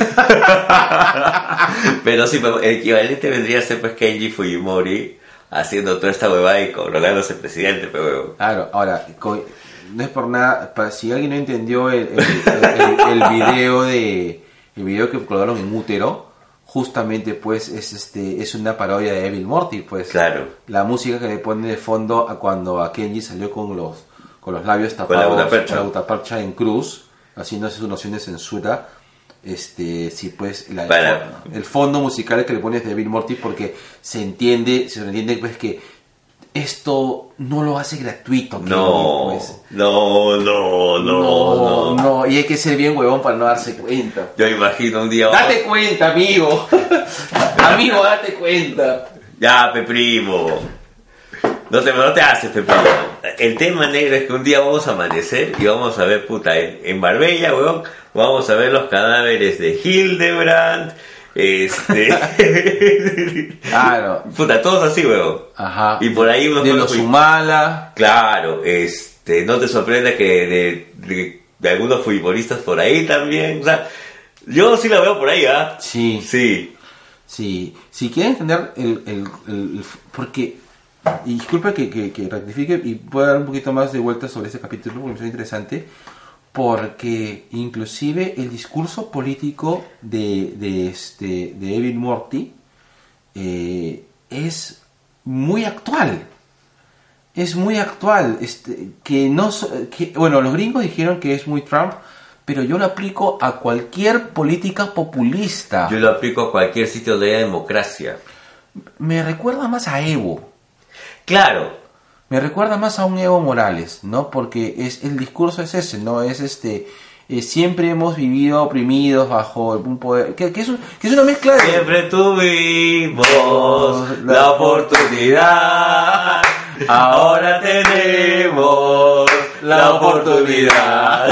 Speaker 2: Pero sí, pero el equivalente vendría a ser pues Kenji Fujimori haciendo toda esta huevada y coronándose presidente, pero huevón.
Speaker 1: Claro, ahora, co- no es por nada, pa- si alguien no entendió el, el- el- el video de el video que colgaron en útero, justamente pues es este es una parodia de Evil Morty, pues
Speaker 2: Claro.
Speaker 1: la música que le pone de fondo a cuando a Kenji salió con los con los labios
Speaker 2: la
Speaker 1: tapados
Speaker 2: gutapercha.
Speaker 1: con la gutapercha en cruz, haciendo su noción de censura. Este, sí, pues la-
Speaker 2: Para-
Speaker 1: el fondo musical que le pones de Bill Morty porque se entiende, se entiende pues que esto no lo hace gratuito. Kenny,
Speaker 2: No,
Speaker 1: pues.
Speaker 2: no, no, no, no,
Speaker 1: no, y hay que ser bien huevón para no darse cuenta.
Speaker 2: Yo imagino un día.
Speaker 1: Date cuenta, amigo. amigo, date cuenta.
Speaker 2: Ya, pe primo. No te, no te haces, pe primo. El tema negro es que un día vamos a amanecer y vamos a ver, puta, en, en Marbella, weón, vamos a ver los cadáveres de Hildebrand. Este.
Speaker 1: Claro.
Speaker 2: puta, todos así, weón.
Speaker 1: Ajá.
Speaker 2: Y por ahí unos
Speaker 1: de los Humala.
Speaker 2: Claro, este, no te sorprenda que de, de- de algunos futbolistas por ahí también. O sea, yo sí la veo por ahí, ¿ah?
Speaker 1: Sí.
Speaker 2: Sí.
Speaker 1: Sí, si quieren entender el, el, el- el- porque, y disculpa que, que, que rectifique y pueda dar un poquito más de vuelta sobre este capítulo porque me parece interesante, porque inclusive el discurso político de, de, este, de Evan Morty eh, es muy actual. Es muy actual. Este, que no, so- que- bueno, los gringos dijeron que es muy Trump, pero yo lo aplico a cualquier política populista.
Speaker 2: Yo lo aplico a cualquier sitio donde haya democracia.
Speaker 1: Me recuerda más a Evo.
Speaker 2: Claro,
Speaker 1: Me recuerda más a un Evo Morales, ¿no? Porque es el discurso es ese, ¿no? Es este. eh, siempre hemos vivido oprimidos bajo un poder. Que, que es, un- que es una mezcla de.
Speaker 2: siempre tuvimos la oportunidad. Ahora tenemos la oportunidad.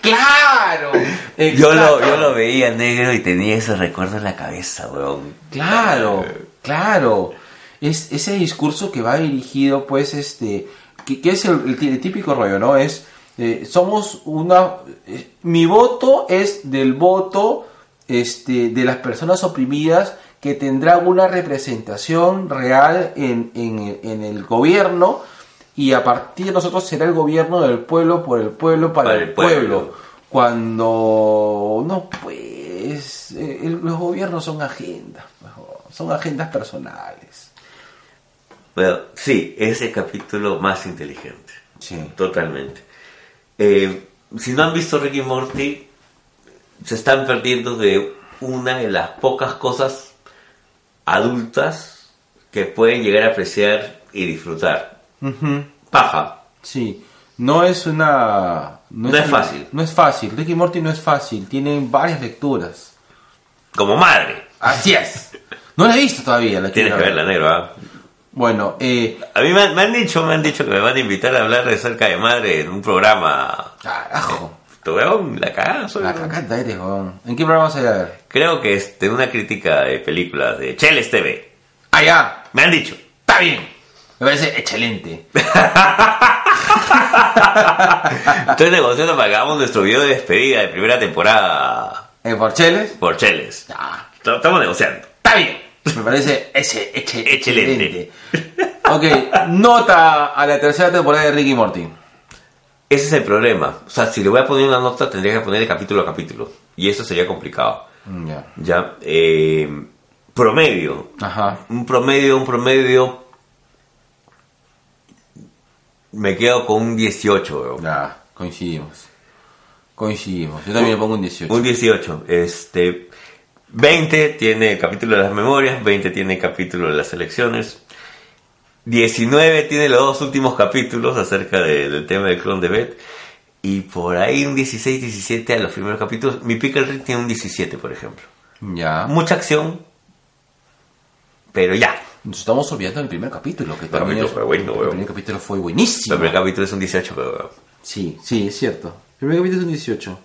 Speaker 1: ¡Claro!
Speaker 2: Yo lo,
Speaker 1: Exacto.
Speaker 2: yo lo veía negro y tenía ese recuerdo en la cabeza, weón.
Speaker 1: Claro, claro. Es ese discurso que va dirigido, pues, este, que, que es el, el tí- el típico rollo, ¿no? Es, eh, somos una, eh, mi voto es del voto, este, de las personas oprimidas que tendrá una representación real en, en- en el gobierno y a partir de nosotros será el gobierno del pueblo por el pueblo para, el pueblo. Cuando no, pues eh, el- los gobiernos son agendas, mejor, son agendas personales.
Speaker 2: Bueno, sí, es el capítulo más inteligente.
Speaker 1: Sí.
Speaker 2: Totalmente. Eh, si no han visto Ricky Morty, se están perdiendo de una de las pocas cosas adultas que pueden llegar a apreciar y disfrutar. Paja.
Speaker 1: Sí, no es una.
Speaker 2: No
Speaker 1: una-
Speaker 2: es fácil.
Speaker 1: No es fácil. Ricky Morty no es fácil, tienen varias lecturas.
Speaker 2: Como madre.
Speaker 1: Así es. No la he visto todavía, la
Speaker 2: Tienes
Speaker 1: quiero ver.
Speaker 2: que verla, negro. ¿ah?
Speaker 1: Bueno, eh,
Speaker 2: A mí me han, me han dicho, me han dicho que me van a invitar a hablar de cerca de madre en un programa
Speaker 1: carajo.
Speaker 2: tu weón, la cagazo.
Speaker 1: La cacata eres, weón. ¿En qué programa se va a ver?
Speaker 2: Creo que este, una crítica de películas de Cheles TV.
Speaker 1: ¡Ah, ya!
Speaker 2: Me han dicho.
Speaker 1: ¡Está bien! Me parece excelente.
Speaker 2: Estoy negociando para que hagamos nuestro video de despedida de primera temporada
Speaker 1: ¿En Porcheles?
Speaker 2: por Cheles.
Speaker 1: Ah,
Speaker 2: T- Estamos negociando.
Speaker 1: ¡Está bien! Me parece ese, eche-
Speaker 2: Excelente.
Speaker 1: excelente. Ok, nota a la tercera temporada de Ricky y Morty.
Speaker 2: Ese es el problema. O sea, si le voy a poner una nota, tendría que ponerle capítulo a capítulo. Y eso sería complicado.
Speaker 1: Mm, Ya.
Speaker 2: Ya, eh, promedio.
Speaker 1: Ajá.
Speaker 2: Un promedio, un promedio. Me quedo con un 18, weón.
Speaker 1: Ya, coincidimos. Coincidimos. Yo también le pongo un 18.
Speaker 2: Un 18. Este, 20 tiene el capítulo de las memorias, 20 tiene el capítulo de las elecciones, 19 tiene los dos últimos capítulos acerca de- del tema del clon de Beth, y por ahí un 16, 17 a los primeros capítulos. Mi Pickle Rick tiene un 17, por ejemplo.
Speaker 1: Ya.
Speaker 2: Mucha acción, pero ya.
Speaker 1: Nos estamos olvidando del primer capítulo. Que también
Speaker 2: capítulo
Speaker 1: es-
Speaker 2: fue bueno,
Speaker 1: El
Speaker 2: weón.
Speaker 1: primer capítulo fue
Speaker 2: El
Speaker 1: buenísimo.
Speaker 2: primer capítulo es un 18, pero.
Speaker 1: Sí, sí, es cierto. El primer capítulo es un 18.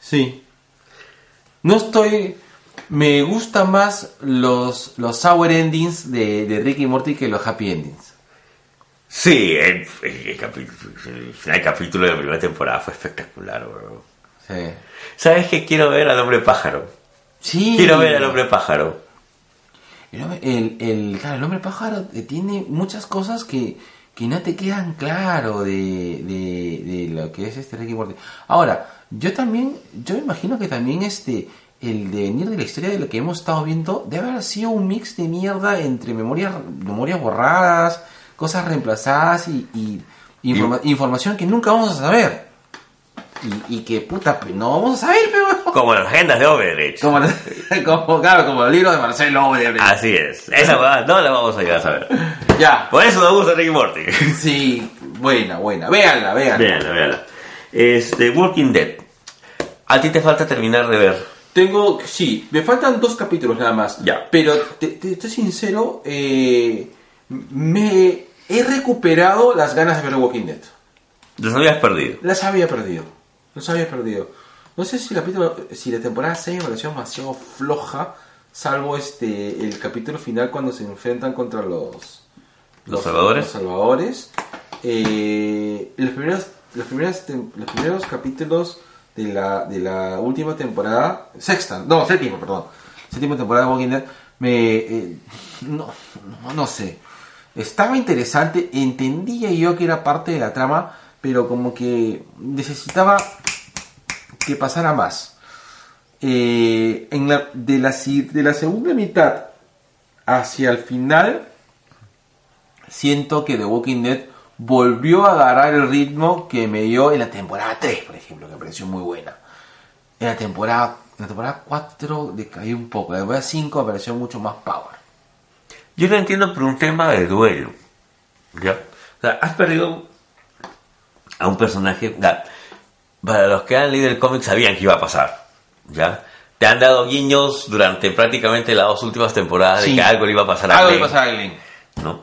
Speaker 1: Sí. No estoy. Me gustan más los, los sour endings de, de Rick y Morty que los happy endings.
Speaker 2: Sí, el, el- el capítulo- el final capítulo de la primera temporada fue espectacular, weón.
Speaker 1: Sí.
Speaker 2: ¿Sabes qué? Quiero ver al hombre pájaro.
Speaker 1: Sí.
Speaker 2: Quiero ver al hombre pájaro.
Speaker 1: El, hombre- el, el- claro, el hombre pájaro eh, tiene muchas cosas que, que no te quedan claro de, de, de lo que es este Ricky Morty. Ahora, yo también, yo me imagino que también este el devenir de la historia de lo que hemos estado viendo debe haber sido un mix de mierda entre memorias, memorias borradas, cosas reemplazadas y, y informa- información que nunca vamos a saber. Y, y que puta, pues, no vamos a saber, pero...
Speaker 2: Como las agendas de Overage.
Speaker 1: Como, como, claro, como el libro de Marcelo. obviamente.
Speaker 2: Así es. Esa verdad no la vamos a llegar a saber.
Speaker 1: Ya,
Speaker 2: Por eso nos gusta Rick y Morty.
Speaker 1: Sí, buena, buena. Véanla, véanla.
Speaker 2: Véanla, véanla. Este, Walking Dead. A ti te falta terminar de ver.
Speaker 1: Tengo, sí, me faltan dos capítulos nada más.
Speaker 2: Ya.
Speaker 1: Pero te, te estoy sincero, eh, me he recuperado las ganas de ver Walking Dead.
Speaker 2: Los habías perdido.
Speaker 1: Las había perdido. Las había perdido. No sé si el capítulo, si la temporada 6 me pareció demasiado floja, salvo este el capítulo final cuando se enfrentan contra los
Speaker 2: ¿Los salvadores?
Speaker 1: los salvadores. Eh, los primeros los primeros tem- los primeros capítulos de la de la última temporada, sexta, no, séptima, perdón. Séptima temporada de Walking Dead me eh, no, no no sé. Estaba interesante, entendía yo que era parte de la trama, pero como que necesitaba que pasara más. Eh, en la- de, la, si- de la segunda mitad hacia el final, siento que The Walking Dead volvió a agarrar el ritmo que me dio en la temporada 3, por ejemplo, que me pareció muy buena. En la temporada, en la temporada 4 decaí un poco, en la temporada 5 me pareció mucho más power.
Speaker 2: Yo lo entiendo por un tema de duelo. ¿Ya? O sea, has perdido a un personaje. ya, Para los que han leído el cómic sabían que iba a pasar. ¿Ya? Te han dado guiños durante prácticamente las dos últimas temporadas
Speaker 1: Sí.
Speaker 2: de que algo le iba a pasar a
Speaker 1: Algo le
Speaker 2: Glenn,
Speaker 1: pasaba a Glenn.
Speaker 2: ¿no?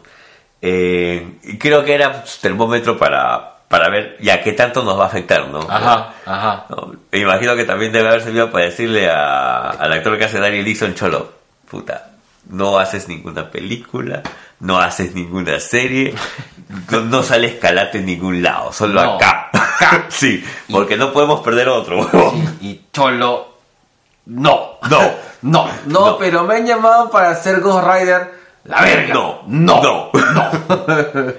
Speaker 2: Eh, y creo que era pues, termómetro para, para ver ya qué tanto nos va a afectar, ¿no?
Speaker 1: Ajá, ajá.
Speaker 2: No, me imagino que también debe haber servido para decirle a- al actor que hace Daniel Dixon Cholo, puta, no haces ninguna película, no haces ninguna serie, no, no sales calate en ningún lado, solo
Speaker 1: No,
Speaker 2: acá. sí, porque no podemos perder otro. huevón.
Speaker 1: Sí, y Cholo, no.
Speaker 2: No.
Speaker 1: No, no,
Speaker 2: No.
Speaker 1: pero me han llamado para hacer Ghost Rider. La verga.
Speaker 2: No,
Speaker 1: no,
Speaker 2: no.
Speaker 1: no,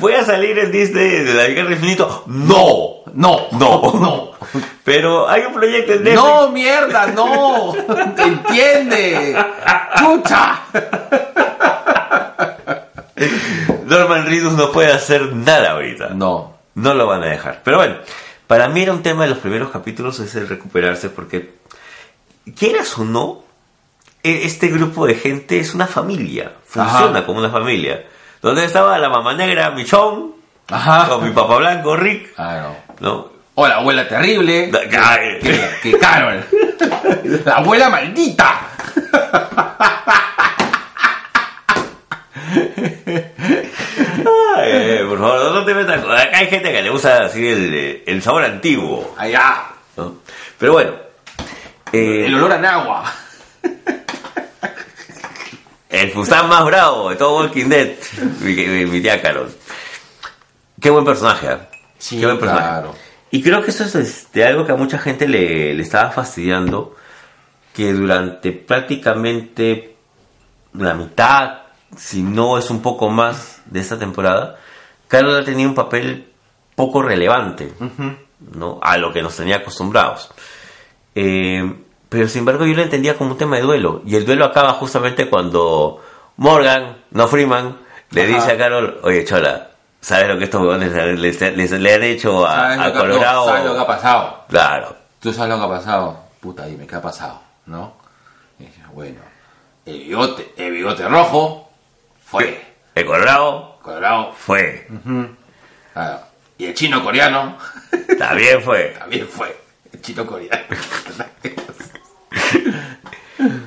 Speaker 2: Voy a salir en Disney de la Guerra del Infinito. No,
Speaker 1: no,
Speaker 2: no,
Speaker 1: no.
Speaker 2: Pero hay un proyecto en Netflix.
Speaker 1: No, mierda, no. ¿Te entiende? Chucha.
Speaker 2: Norman Reedus no puede hacer nada ahorita.
Speaker 1: No.
Speaker 2: No lo van a dejar. Pero bueno, para mí era un tema de los primeros capítulos es el recuperarse porque, quieras o no, e- este grupo de gente es una familia. Funciona
Speaker 1: Ajá.
Speaker 2: como una familia. Donde estaba la mamá negra, Michón,
Speaker 1: Ajá.
Speaker 2: con mi papá blanco, Rick,
Speaker 1: Claro.
Speaker 2: ¿no?
Speaker 1: O la abuela terrible.
Speaker 2: Da- ay. eh,
Speaker 1: Que, que Carol. La abuela maldita.
Speaker 2: Ay, por favor, no te metas. con- Acá hay gente que le gusta así el, eh, el sabor antiguo.
Speaker 1: Allá.
Speaker 2: ¿no? Pero bueno. eh,
Speaker 1: El olor a agua.
Speaker 2: El Fustán más bravo de todo Walking Dead. Mi, mi- mi tía Carol. Qué buen personaje. ¿eh?
Speaker 1: Sí,
Speaker 2: Qué buen personaje.
Speaker 1: claro.
Speaker 2: Y creo que eso es este, algo que a mucha gente le, le estaba fastidiando. Que durante prácticamente la mitad, si no es un poco más, de esta temporada, Carol ha tenido un papel poco relevante. ¿no? a lo que nos tenía acostumbrados. Eh, pero sin embargo yo lo entendía como un tema de duelo. Y el duelo acaba justamente cuando Morgan, no Freeman, le
Speaker 1: Ajá.
Speaker 2: dice a Carol, oye Chola, ¿sabes lo que estos huevones le, le- le- le han hecho
Speaker 1: ¿Sabes
Speaker 2: a, a
Speaker 1: lo que- no,
Speaker 2: Colorado?
Speaker 1: ¿Sabes lo que ha pasado?
Speaker 2: Claro.
Speaker 1: ¿Tú sabes lo que ha pasado? Puta, dime, ¿qué ha pasado? ¿No? Y dije, bueno, el bigote, el bigote rojo fue.
Speaker 2: El Colorado
Speaker 1: Colorado
Speaker 2: fue.
Speaker 1: Claro. Y el chino coreano
Speaker 2: También fue.
Speaker 1: también fue. El chino coreano.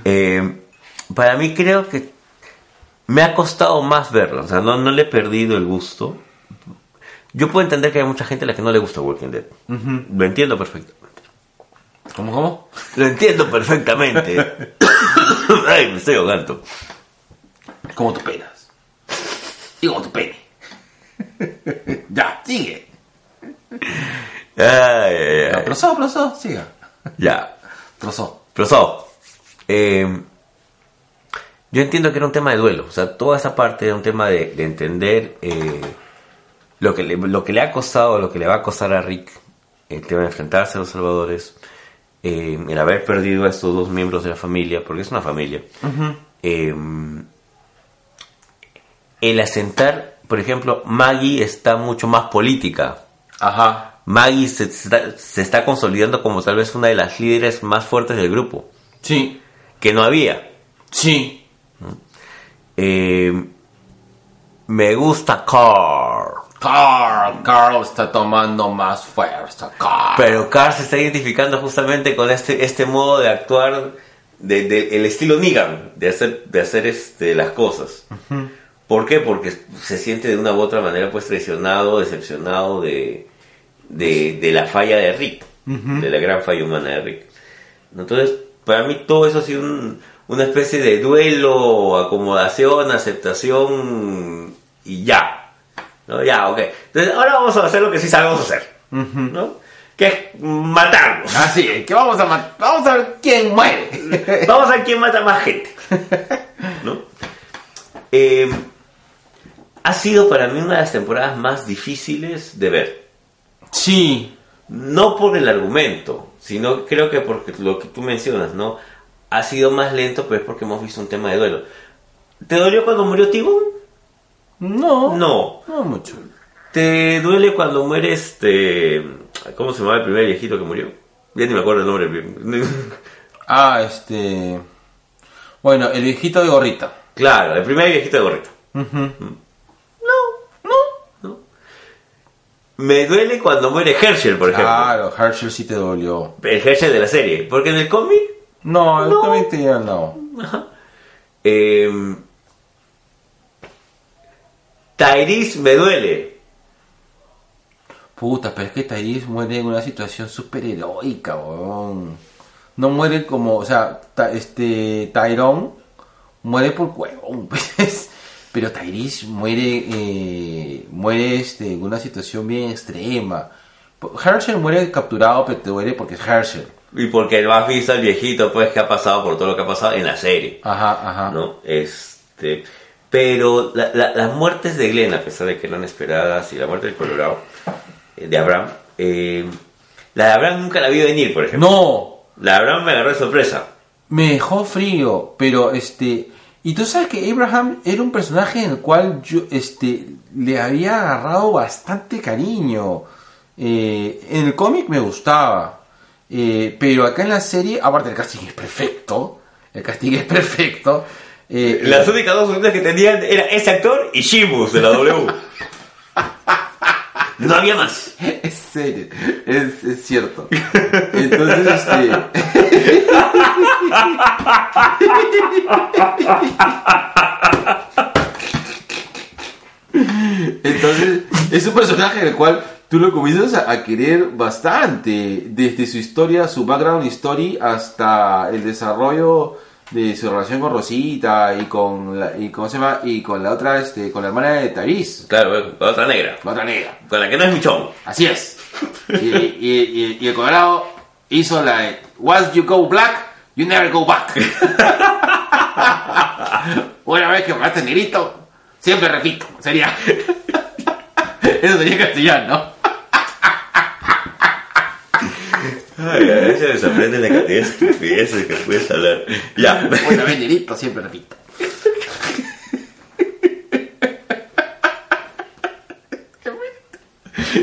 Speaker 2: Eh, para mí creo que me ha costado más verlo. O sea, no, no le he perdido el gusto. Yo puedo entender que hay mucha gente a la que no le gusta Walking Dead. Lo entiendo perfectamente.
Speaker 1: ¿Cómo, cómo?
Speaker 2: Lo entiendo perfectamente. Ay, me estoy ahogando.
Speaker 1: Como tus penas. Y como tu pene. ya, sigue.
Speaker 2: Ay, ay, ay.
Speaker 1: Trozó, trozó, siga.
Speaker 2: Ya.
Speaker 1: Trozó.
Speaker 2: Pero so, eh, yo entiendo que era un tema de duelo. O sea, toda esa parte era un tema de, de entender eh, lo, que le, lo que le ha costado, lo que le va a costar a Rick, el tema de enfrentarse a los salvadores, eh, el haber perdido a estos dos miembros de la familia, porque es una familia. Eh, el asentar, por ejemplo, Maggie está mucho más política.
Speaker 1: Ajá.
Speaker 2: Maggie se, se está, se está consolidando como tal vez una de las líderes más fuertes del grupo,
Speaker 1: Sí.
Speaker 2: que no había.
Speaker 1: Sí.
Speaker 2: Eh, me gusta Carl,
Speaker 1: Carl, Carl está tomando más fuerza. Carl.
Speaker 2: pero Carl se está identificando justamente con este, este modo de actuar, de, de- el estilo Negan, de hacer, de hacer este, las cosas. ¿Por qué? Porque se siente de una u otra manera pues traicionado, decepcionado de, de, de la falla de Rick, de la gran falla humana de Rick. Entonces, para mí todo eso ha sido un- una especie de duelo, acomodación, aceptación y ya. ¿No? Ya, ok. Entonces, ahora vamos a hacer lo que sí sabemos hacer, ¿no? Que es matarnos.
Speaker 1: Así es, que vamos a mat- Vamos a ver quién muere.
Speaker 2: Vamos a ver quién mata más gente. ¿No? Eh, ha sido para mí una de las temporadas más difíciles de ver.
Speaker 1: sí.
Speaker 2: No por el argumento, sino creo que porque lo que tú mencionas, ¿no? Ha sido más lento, pero es porque hemos visto un tema de duelo. ¿Te dolió cuando murió Tibón?
Speaker 1: No.
Speaker 2: No.
Speaker 1: No mucho.
Speaker 2: ¿Te duele cuando muere este. ¿Cómo se llamaba el primer viejito que murió? Ya ni me acuerdo el nombre.
Speaker 1: Ah, este. Bueno, el viejito de gorrita.
Speaker 2: claro, el primer viejito de gorrito.
Speaker 1: No, no.
Speaker 2: ¿no? Me duele cuando muere Herschel, por ejemplo.
Speaker 1: Claro, Herschel sí te dolió.
Speaker 2: El Herschel de la serie. Porque en el cómic,
Speaker 1: No,
Speaker 2: No.
Speaker 1: yo también te digo no.
Speaker 2: eh, Tyrese me duele.
Speaker 1: Puta, pero es que Tyrese muere en una situación súper heroica, weón. No muere como, o sea, ta- este Tyrone muere por huevón, pues. Pero Tyrese muere, eh, muere este, en una situación bien extrema. Herschel muere capturado, pero te duele porque es Herschel.
Speaker 2: Y porque lo has visto al viejito, pues, que ha pasado por todo lo que ha pasado en la serie.
Speaker 1: Ajá, ajá.
Speaker 2: ¿no? Este, pero la- la- las muertes de Glenn, a pesar de que eran esperadas, y la muerte del Colorado, eh, de Abraham, eh, la de Abraham nunca la vi venir, por ejemplo.
Speaker 1: No,
Speaker 2: La de Abraham me agarró de sorpresa.
Speaker 1: Me dejó frío, pero este. Y tú sabes que Abraham era un personaje en el cual yo este, le había agarrado bastante cariño. Eh, en el cómic me gustaba. Eh, pero acá en la serie, aparte el casting es perfecto. El casting es perfecto. eh,
Speaker 2: Las únicas dos opciones que tenían era ese actor y Shimus de la W. no había más.
Speaker 1: Es serio, es, es cierto. Entonces, este. Entonces, Es un personaje del cual tú lo comienzas a, a querer bastante. Desde su historia, su background story, hasta el desarrollo de su relación con Rosita y con la, y cómo se llama y con la otra este con la hermana de Taris
Speaker 2: Claro, la otra negra.
Speaker 1: la otra negra
Speaker 2: Con la que no es michón.
Speaker 1: así es y, y- y- y el Colorado hizo la de, once you go black you never go back una vez que mataste negrito siempre repito sería eso sería en castellano
Speaker 2: Ay, a veces me sorprende la cantidad de estupideces que puedes hablar. Ya.
Speaker 1: una vez negrito siempre repito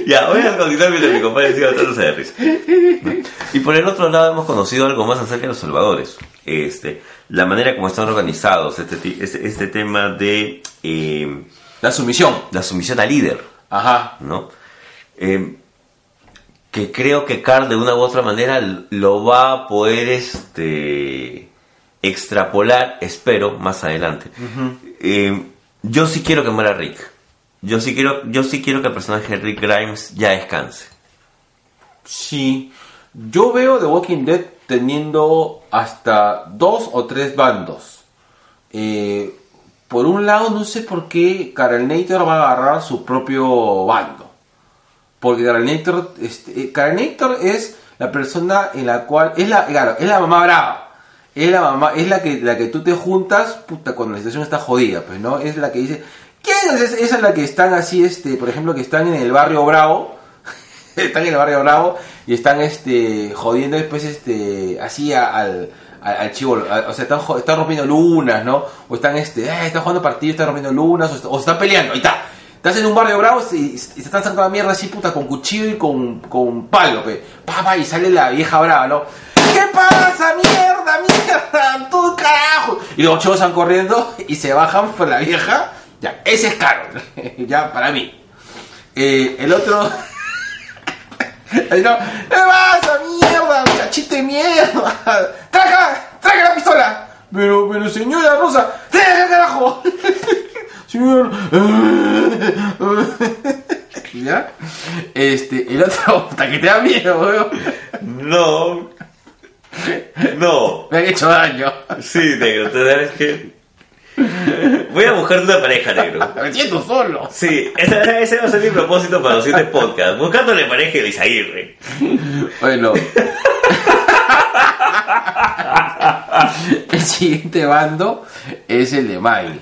Speaker 2: Ya, voy a continuar mientras mi compadre sigue tratándose de risa. Y por el otro lado hemos conocido algo más acerca de los salvadores. Este, la manera como están organizados, este, ti- este, este tema de eh,
Speaker 1: la sumisión
Speaker 2: la sumisión al líder,
Speaker 1: ajá
Speaker 2: ¿no? Eh, que creo que Carl de una u otra manera lo va a poder este, extrapolar, espero, más adelante. Eh, yo sí quiero que muera Rick. Yo sí quiero, yo sí quiero que el personaje de Rick Grimes ya descanse.
Speaker 1: Sí, yo veo The Walking Dead teniendo hasta dos o tres bandos. Eh, por un lado, no sé por qué Caralnator va a agarrar su propio bando. Porque Caralnator, este, eh, Caralnator es la persona en la cual. Es la, claro, es la mamá brava. Es la mamá, es la que, la que tú te juntas, puta, cuando la situación está jodida, pues, ¿no? Es la que dice. ¿Quién es? Es- Esa es la que están así, este, por ejemplo, que están en el barrio bravo están en el barrio Bravo y están este jodiendo después este así a- al, al, al chivo a- o sea están, jo- están rompiendo lunas no o están este eh, están jugando partidos están rompiendo lunas o, est- o están peleando ahí está estás en un barrio Bravo y, y se están sacando la mierda así puta con cuchillo y con, con palo pe. Pa, pa, y sale la vieja brava no ¿Qué pasa? ¡Mierda, mierda! ¡Tú carajo! Y los chivos van corriendo y se bajan por la vieja. Ya, ese es caro. ya, para mí. Eh, el otro. Ahí no, ¿qué pasa, mierda? ¡Cachito de mierda! ¡Traga! ¡Traga la pistola! Pero, pero señora Rosa, ¡traga carajo! Señor. eh". ¿Ya? Este, el otro, hasta que te da miedo, weón.
Speaker 2: No. No.
Speaker 1: Me han hecho daño.
Speaker 2: Sí, negro, te darás que. Voy a buscar una pareja, negro.
Speaker 1: Me siento solo.
Speaker 2: Sí, ese, ese va a ser mi propósito para los siguientes podcasts. Buscándole pareja a Isaguirre.
Speaker 1: Bueno. el siguiente bando es el de Mike,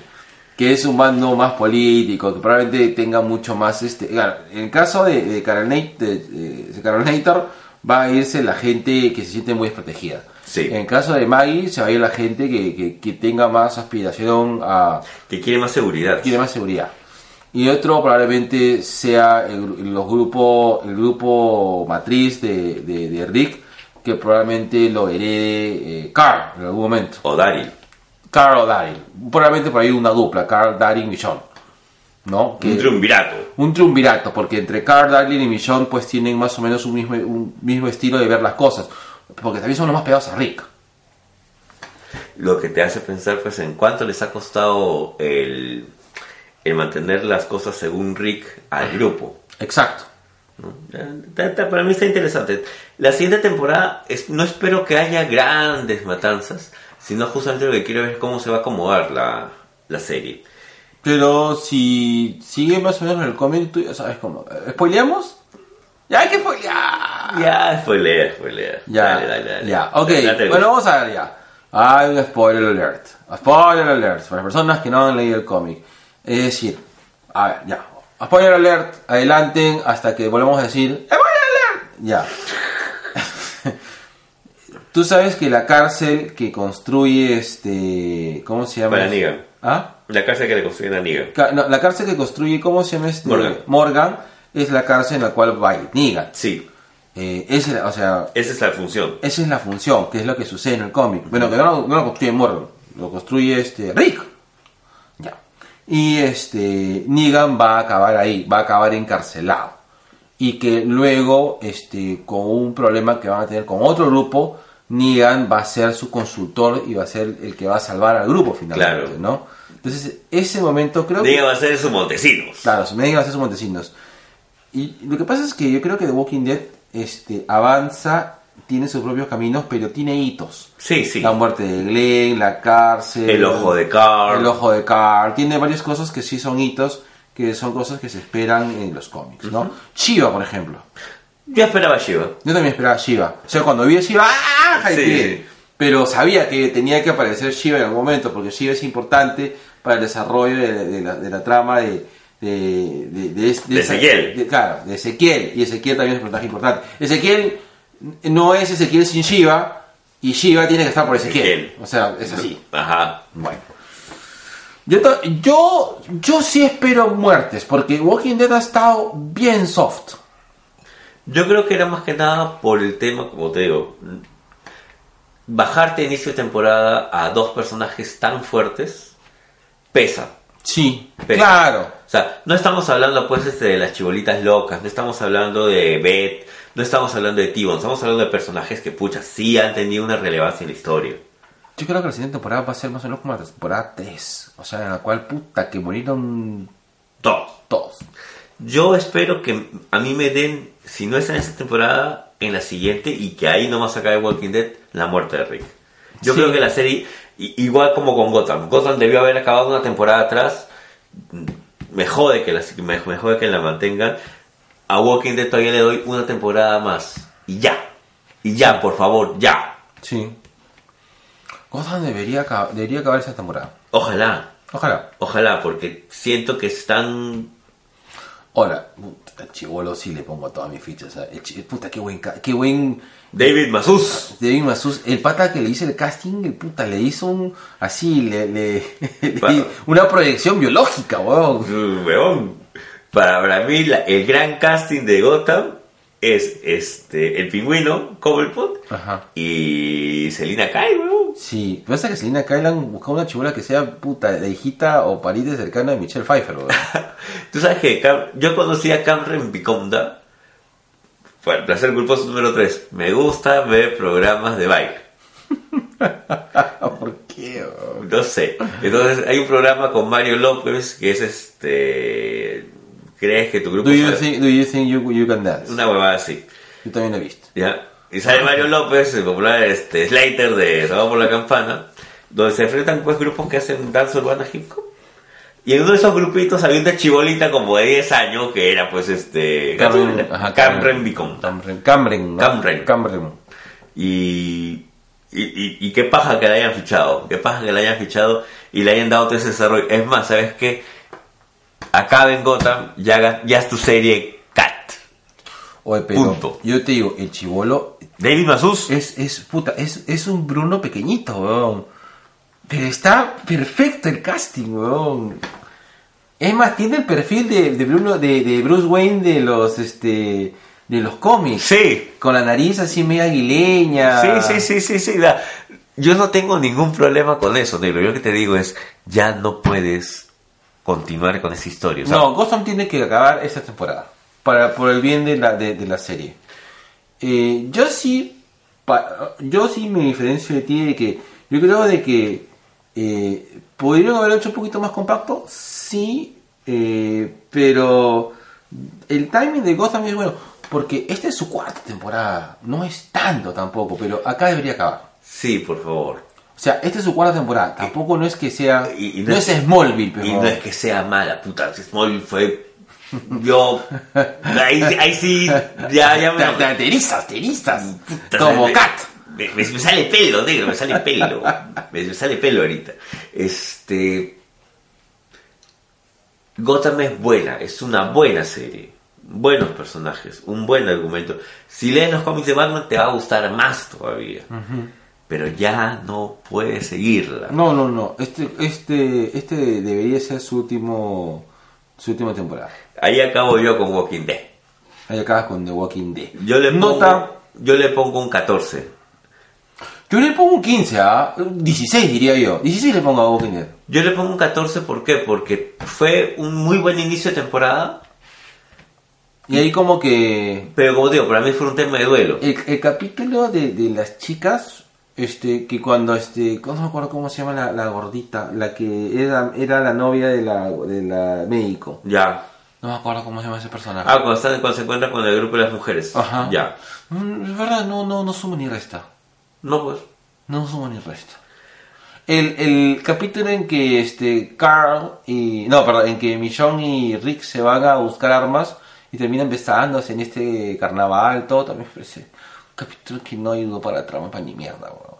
Speaker 1: que es un bando más político, que probablemente tenga mucho más este. claro, en el caso de, de, Carolina- de, de- de Carolinator, va a irse la gente que se siente muy desprotegida.
Speaker 2: Sí.
Speaker 1: En el caso de Maggie, se va a ir la gente que, que- que tenga más aspiración a,
Speaker 2: Que quiere más seguridad.
Speaker 1: tiene más seguridad. Y otro probablemente sea el, gru- los grupo, el grupo matriz de, de- de Rick, que probablemente lo herede eh, Carl en algún momento.
Speaker 2: O Daryl.
Speaker 1: Carl o Daryl. Probablemente por ahí una dupla, Carl, Daryl y Michonne. ¿No? Que-
Speaker 2: Un triunvirato.
Speaker 1: un triunvirato, porque entre Carl, Darling y Michonne pues tienen más o menos un mismo, un mismo estilo de ver las cosas. Porque también son los más pegados a Rick.
Speaker 2: Lo que te hace pensar, pues, en cuánto les ha costado el, el mantener las cosas según Rick al grupo.
Speaker 1: Exacto.
Speaker 2: ¿no? Ta- ta- Para mí está interesante. La siguiente temporada es- no espero que haya grandes matanzas, sino justamente lo que quiero ver es cómo se va a acomodar la, la serie.
Speaker 1: Pero si sigue más o menos el cómic, tú ya sabes cómo. eh, ¿Spoileamos? Ya hay que spoilear.
Speaker 2: Ya, fue leer, fue leer.
Speaker 1: Ah. Ya,
Speaker 2: Dale, dale, dale.
Speaker 1: ya, ok.
Speaker 2: Date el
Speaker 1: bueno,
Speaker 2: gusto.
Speaker 1: vamos a ver ya. Hay un spoiler alert. Spoiler alert para las personas que no han leído el cómic. Es decir, a ver, ya. Spoiler alert, adelanten hasta que volvamos a decir. ¡Spoiler alert! Ya. Tú sabes que la cárcel que construye este. ¿Cómo se llama?
Speaker 2: Para Negan.
Speaker 1: ¿Ah?
Speaker 2: La cárcel que le construyen a Negan.
Speaker 1: Ca- no, la cárcel que construye, ¿cómo se llama este?
Speaker 2: Morgan.
Speaker 1: Morgan, es la cárcel en la cual va Negan.
Speaker 2: Sí,
Speaker 1: Eh, es, la- o sea,
Speaker 2: esa es la función.
Speaker 1: esa es la función, que es lo que sucede en el cómic. Bueno, que no, lo- no lo construye Morgan, lo construye este Rick. Ya. Y este Negan va a acabar ahí, va a acabar encarcelado. Y que luego, este, con un problema que van a tener con otro grupo, Negan va a ser su consultor y va a ser el que va a salvar al grupo finalmente,
Speaker 2: Claro.
Speaker 1: ¿no? Entonces, ese momento creo que...
Speaker 2: Negan va a ser su Montesinos.
Speaker 1: Claro, su Medellín va a ser su Montesinos. Y lo que pasa es que yo creo que The Walking Dead este, avanza, tiene sus propios caminos, pero tiene hitos.
Speaker 2: Sí, sí.
Speaker 1: La muerte de Glenn, la cárcel.
Speaker 2: El ojo de Carl.
Speaker 1: El ojo de Carl. Tiene varias cosas que sí son hitos, que son cosas que se esperan en los cómics, ¿no? Shiva, por ejemplo.
Speaker 2: Yo esperaba Shiva.
Speaker 1: Yo también esperaba Shiva. O sea, cuando vi a Shiva, ¡ah! hypeé!
Speaker 2: Sí.
Speaker 1: Pero sabía que tenía que aparecer Shiva en algún momento, porque Shiva es importante para el desarrollo de, de la, de la trama de. De, de- de es- de
Speaker 2: De
Speaker 1: esa-
Speaker 2: Ezequiel.
Speaker 1: de- claro, de Ezequiel. Y Ezequiel también es un personaje importante. Ezequiel no es Ezequiel sin Shiva, y Shiva tiene que estar por Ezequiel.
Speaker 2: Ezequiel.
Speaker 1: O sea, es así.
Speaker 2: Ajá.
Speaker 1: Bueno. Yo, to- yo, yo sí espero muertes, porque Walking Dead ha estado bien soft.
Speaker 2: Yo creo que era más que nada por el tema, como te digo, bajarte a inicio de temporada a dos personajes tan fuertes pesa.
Speaker 1: Sí,
Speaker 2: Pero-
Speaker 1: claro.
Speaker 2: O sea, no estamos hablando pues este, de las chibolitas locas, no estamos hablando de Beth, no estamos hablando de Tibon, estamos hablando de personajes que pucha sí han tenido una relevancia en la historia.
Speaker 1: Yo creo que la siguiente temporada va a ser más o menos como la temporada 3. O sea, en la cual puta que murieron
Speaker 2: Todos.
Speaker 1: todos.
Speaker 2: Yo espero que a mí me den, si no es en esta temporada, en la siguiente y que ahí nomás acabe Walking Dead, la muerte de Rick. Yo
Speaker 1: Sí.
Speaker 2: creo que la serie, i- igual como con Gotham, Gotham debió haber acabado una temporada atrás. Me jode que la, me, me jode que la mantengan. A Walking Dead todavía le doy una temporada más. Y ya. Y ya, por favor, ya.
Speaker 1: Sí. Gotham debería, acab- debería acabar esa temporada.
Speaker 2: Ojalá.
Speaker 1: Ojalá.
Speaker 2: Ojalá, porque siento que están
Speaker 1: Ahora, puta, chivolo sí le pongo todas mis fichas. ¿sabes? El chi- Puta, qué buen, ca- qué buen
Speaker 2: David Masus.
Speaker 1: David Masus, el pata que le hizo el casting, el puta, le hizo un. Así, le. le- le-
Speaker 2: Claro.
Speaker 1: una proyección biológica, weón.
Speaker 2: Mm, Weón. Para, para mí, la- el gran casting de Gotham es este el pingüino, Cobblepot
Speaker 1: Ajá.
Speaker 2: y Selina Kyle, weón.
Speaker 1: Sí, pasa que Selena Kylan buscaba una chivola que sea puta, la hijita o pariente cercana de Michelle Pfeiffer, weón.
Speaker 2: Tú sabes que Cam- yo conocí a Cameron Biconda. Fue el placer culposo número 3. Me gusta ver programas de bike.
Speaker 1: ¿Por qué, weón?
Speaker 2: No sé. Entonces, hay un programa con Mario López que es este. ¿Crees que tu grupo
Speaker 1: Do you
Speaker 2: sabe?
Speaker 1: think, do you, think you, you can dance?
Speaker 2: Una huevada así.
Speaker 1: Yo también la he visto.
Speaker 2: ¿Ya? Y sale Mario López, el popular este, Slater de Salvado por la Campana, donde se enfrentan pues grupos que hacen danza urbana hip hop. Y en uno de esos grupitos había una chibolita como de 10 años que era pues este...
Speaker 1: Cameron-
Speaker 2: Ajá,
Speaker 1: ajá,
Speaker 2: Cameron Viconta.
Speaker 1: Camren. Camren. ¿no?
Speaker 2: Camren.
Speaker 1: Camren.
Speaker 2: Y, y, y, y qué paja que la hayan fichado, qué paja que la hayan fichado y le hayan dado todo ese desarrollo. Es más, ¿sabes qué? Acá en Gotham ya, hagas- ya es tu serie Cat.
Speaker 1: Oye, pero
Speaker 2: Punto.
Speaker 1: yo te digo, el chivolo
Speaker 2: David Masus.
Speaker 1: es, es puta, es, es un Bruno pequeñito, weón. Pero está perfecto el casting, weón. Es más, tiene el perfil de, de Bruno, de, de Bruce Wayne de los este de los cómics.
Speaker 2: Sí,
Speaker 1: Con la nariz así media aguileña.
Speaker 2: Sí, sí, sí, sí, sí. la- yo no tengo ningún problema con eso, negro. Yo lo que te digo es, ya no puedes continuar con esa historia. o sea,
Speaker 1: no, Gotham tiene que acabar esta temporada. Para, por el bien de la, de, de la serie. Eh, yo sí. pa- yo sí me diferencio de ti de que. Yo creo de que. eh, Podrían haber hecho un poquito más compacto. Sí. eh, pero. El timing de Gotham es bueno. Porque esta es su cuarta temporada. No es tanto tampoco. Pero acá debería acabar.
Speaker 2: Sí, por favor.
Speaker 1: O sea, esta es su cuarta temporada. Tampoco no es que sea.
Speaker 2: Eh, Y- y no
Speaker 1: no,
Speaker 2: es-
Speaker 1: es, Smallville, pero.
Speaker 2: Y no es que sea mala, puta. Si Smallville fue... Yo... Ahí, ahí sí... Ya, ya
Speaker 1: Te, te-
Speaker 2: me...
Speaker 1: te erizas, te erizas.
Speaker 2: puta,
Speaker 1: Como
Speaker 2: me-
Speaker 1: Cat.
Speaker 2: Me, me- me sale pelo, negro, me sale pelo. me, me sale pelo ahorita. Este... Gotham es buena, es una buena serie. Buenos personajes, un buen argumento. Si lees los cómics de Batman te va a gustar más todavía. Pero ya no puedes seguirla.
Speaker 1: No, no, no. Este, este, este debería ser su último, su última temporada.
Speaker 2: Ahí acabo yo con Walking Dead.
Speaker 1: Ahí acabas con The Walking Dead.
Speaker 2: Yo le pongo,
Speaker 1: Nota,
Speaker 2: yo le pongo un 14.
Speaker 1: yo le pongo un 15, ¿ah? 16 diría yo. 16 le pongo a Walking Dead.
Speaker 2: Yo le pongo un 14 ¿por qué? porque fue un muy buen inicio de temporada.
Speaker 1: Y ahí como que
Speaker 2: Pero como digo, para mí fue un tema de duelo.
Speaker 1: el, el capítulo de, de las chicas, este, que cuando este, no me acuerdo cómo se llama la, la gordita, la que era, era la novia de la, de la médico.
Speaker 2: Ya.
Speaker 1: No me acuerdo cómo se llama ese personaje.
Speaker 2: Ah, cuando, están- cuando se encuentran con el grupo de las mujeres.
Speaker 1: Ajá.
Speaker 2: Ya.
Speaker 1: Mm, Es verdad, no, no, no suma ni resta.
Speaker 2: No, pues.
Speaker 1: No suma ni resta. El, el capítulo en que este Carl y. No, perdón, en que Michonne y Rick se van a buscar armas y terminan besándose en este carnaval, todo también me parece. Un capítulo que no ayudó para la trama, pa' ni mierda, weón.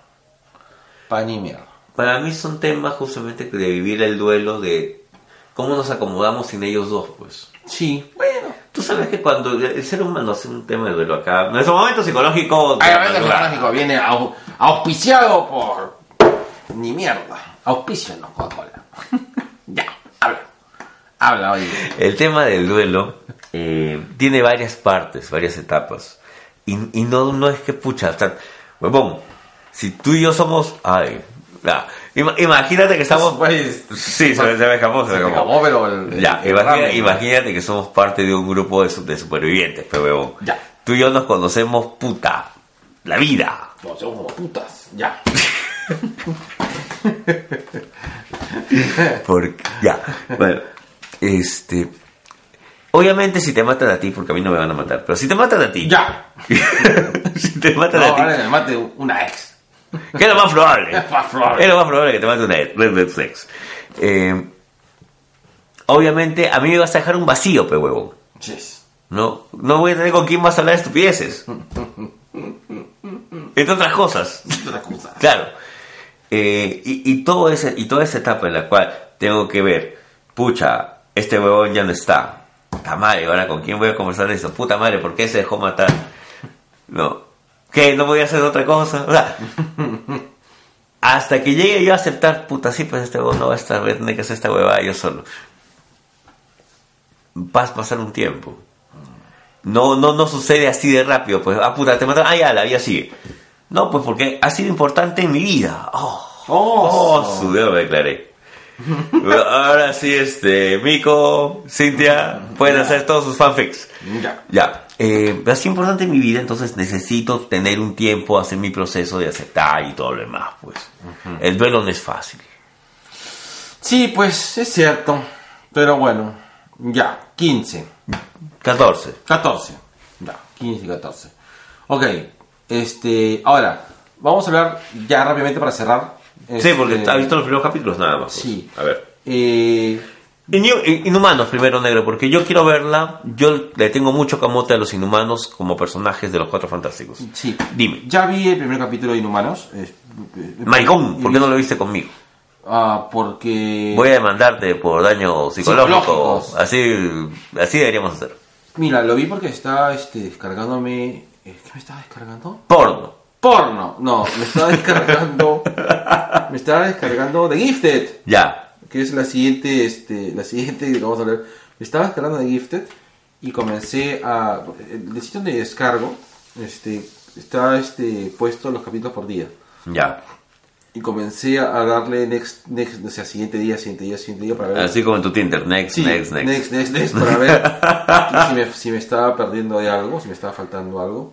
Speaker 1: Pa' ni mierda.
Speaker 2: Para mí son temas justamente de vivir el duelo de cómo nos acomodamos sin ellos dos, pues.
Speaker 1: Sí, bueno.
Speaker 2: Tú sabes que cuando el el ser humano hace un tema de duelo acá, nuestro momento psicológico. de
Speaker 1: Ay,
Speaker 2: la
Speaker 1: momento
Speaker 2: madrugada.
Speaker 1: psicológico viene au- auspiciado por. Ni mierda. Auspicio no, Coca-Cola. ya, habla. Habla, oye.
Speaker 2: El tema del duelo eh, tiene varias partes, varias etapas. Y, y no, no es que pucha, hasta. Huevón, si tú y yo somos. Ay, ya. Ima- imagínate que estamos.
Speaker 1: Pues,
Speaker 2: Sí, se me, se me escapó, se
Speaker 1: Se
Speaker 2: me
Speaker 1: me
Speaker 2: escapó.
Speaker 1: acabó, pero. el-
Speaker 2: Ya,
Speaker 1: el
Speaker 2: imagina-
Speaker 1: ramen.
Speaker 2: imagínate que somos parte de un grupo de, su- de supervivientes, pero huevón.
Speaker 1: Ya.
Speaker 2: Tú y yo nos conocemos, puta. La vida.
Speaker 1: No, somos como putas. Ya.
Speaker 2: Porque, ya. Bueno, este. Obviamente, si te matan a ti, porque a mí no me van a matar, pero si te matan a ti.
Speaker 1: Ya.
Speaker 2: si te
Speaker 1: No,
Speaker 2: matan a ti.
Speaker 1: ahora que me mate una ex.
Speaker 2: Que es lo más probable.
Speaker 1: Es más probable.
Speaker 2: Es lo más probable que te mate una red red flags. Eh, obviamente, a mí me vas a dejar un vacío, pe huevón.
Speaker 1: Yes.
Speaker 2: No, no voy a tener con quién vas a hablar de estupideces. Entre otras cosas.
Speaker 1: Otra cosa.
Speaker 2: Claro. Eh, y, y, todo ese, y toda esa etapa en la cual tengo que ver, pucha, este huevón ya no está. Puta madre, ahora con quién voy a conversar de eso. Puta madre, ¿por qué se dejó matar? No. ¿Qué? ¿No voy a hacer otra cosa? O sea, hasta que llegue yo a aceptar, puta, sí, pues este huevón no va a estar, voy a tener que hacer esta huevada yo solo. Vas a pasar un tiempo. No, no, no sucede así de rápido, pues, ah, puta, te matan, ah, ya, la vida sigue. No, pues porque ha sido importante en mi vida. Oh,
Speaker 1: Oh,
Speaker 2: oh, su dedo me declaré. Ahora sí, este, Mico, Cintia, pueden hacer todos sus fanfics.
Speaker 1: Ya.
Speaker 2: Ya, eh, es importante en mi vida, entonces necesito tener un tiempo, hacer mi proceso de aceptar y todo lo demás, pues. El duelo no es fácil.
Speaker 1: Sí, pues es cierto. Pero bueno. Ya. 15.
Speaker 2: 14.
Speaker 1: 14. Ya, 15 y 14. Ok, este, ahora, vamos a hablar ya rápidamente para cerrar.
Speaker 2: Sí, porque
Speaker 1: Este,
Speaker 2: has visto los primeros capítulos nada más. pues.
Speaker 1: Sí.
Speaker 2: A ver.
Speaker 1: eh,
Speaker 2: Inu- Inhumanos primero, negro, porque yo quiero verla. Yo le tengo mucho camote a los inhumanos como personajes de los cuatro fantásticos.
Speaker 1: sí.
Speaker 2: Dime.
Speaker 1: Ya vi el primer capítulo de Inhumanos. es-
Speaker 2: Maricón, ¿por qué no lo viste conmigo?
Speaker 1: Ah, porque...
Speaker 2: Voy a demandarte por daño psicológico.
Speaker 1: Psicológicos.
Speaker 2: Así, así deberíamos hacer.
Speaker 1: Mira, lo vi porque estaba este, descargándome... eh, ¿Qué me estaba descargando?
Speaker 2: Porno.
Speaker 1: Porno. No, me estaba descargando... me estaba descargando The Gifted.
Speaker 2: Ya.
Speaker 1: que es la siguiente, este, la siguiente que vamos a leer. Estaba descargando de Gifted y comencé a. El el sitio de descargo este, está este, puesto los capítulos por día.
Speaker 2: Ya.
Speaker 1: Y comencé a darle next, next, o sea, siguiente día, siguiente día, siguiente día para ver.
Speaker 2: Así como en tu Tinder. Next,
Speaker 1: Sí,
Speaker 2: next, next.
Speaker 1: next, next, next, para ver si, me, si me estaba perdiendo de algo, si me estaba faltando algo.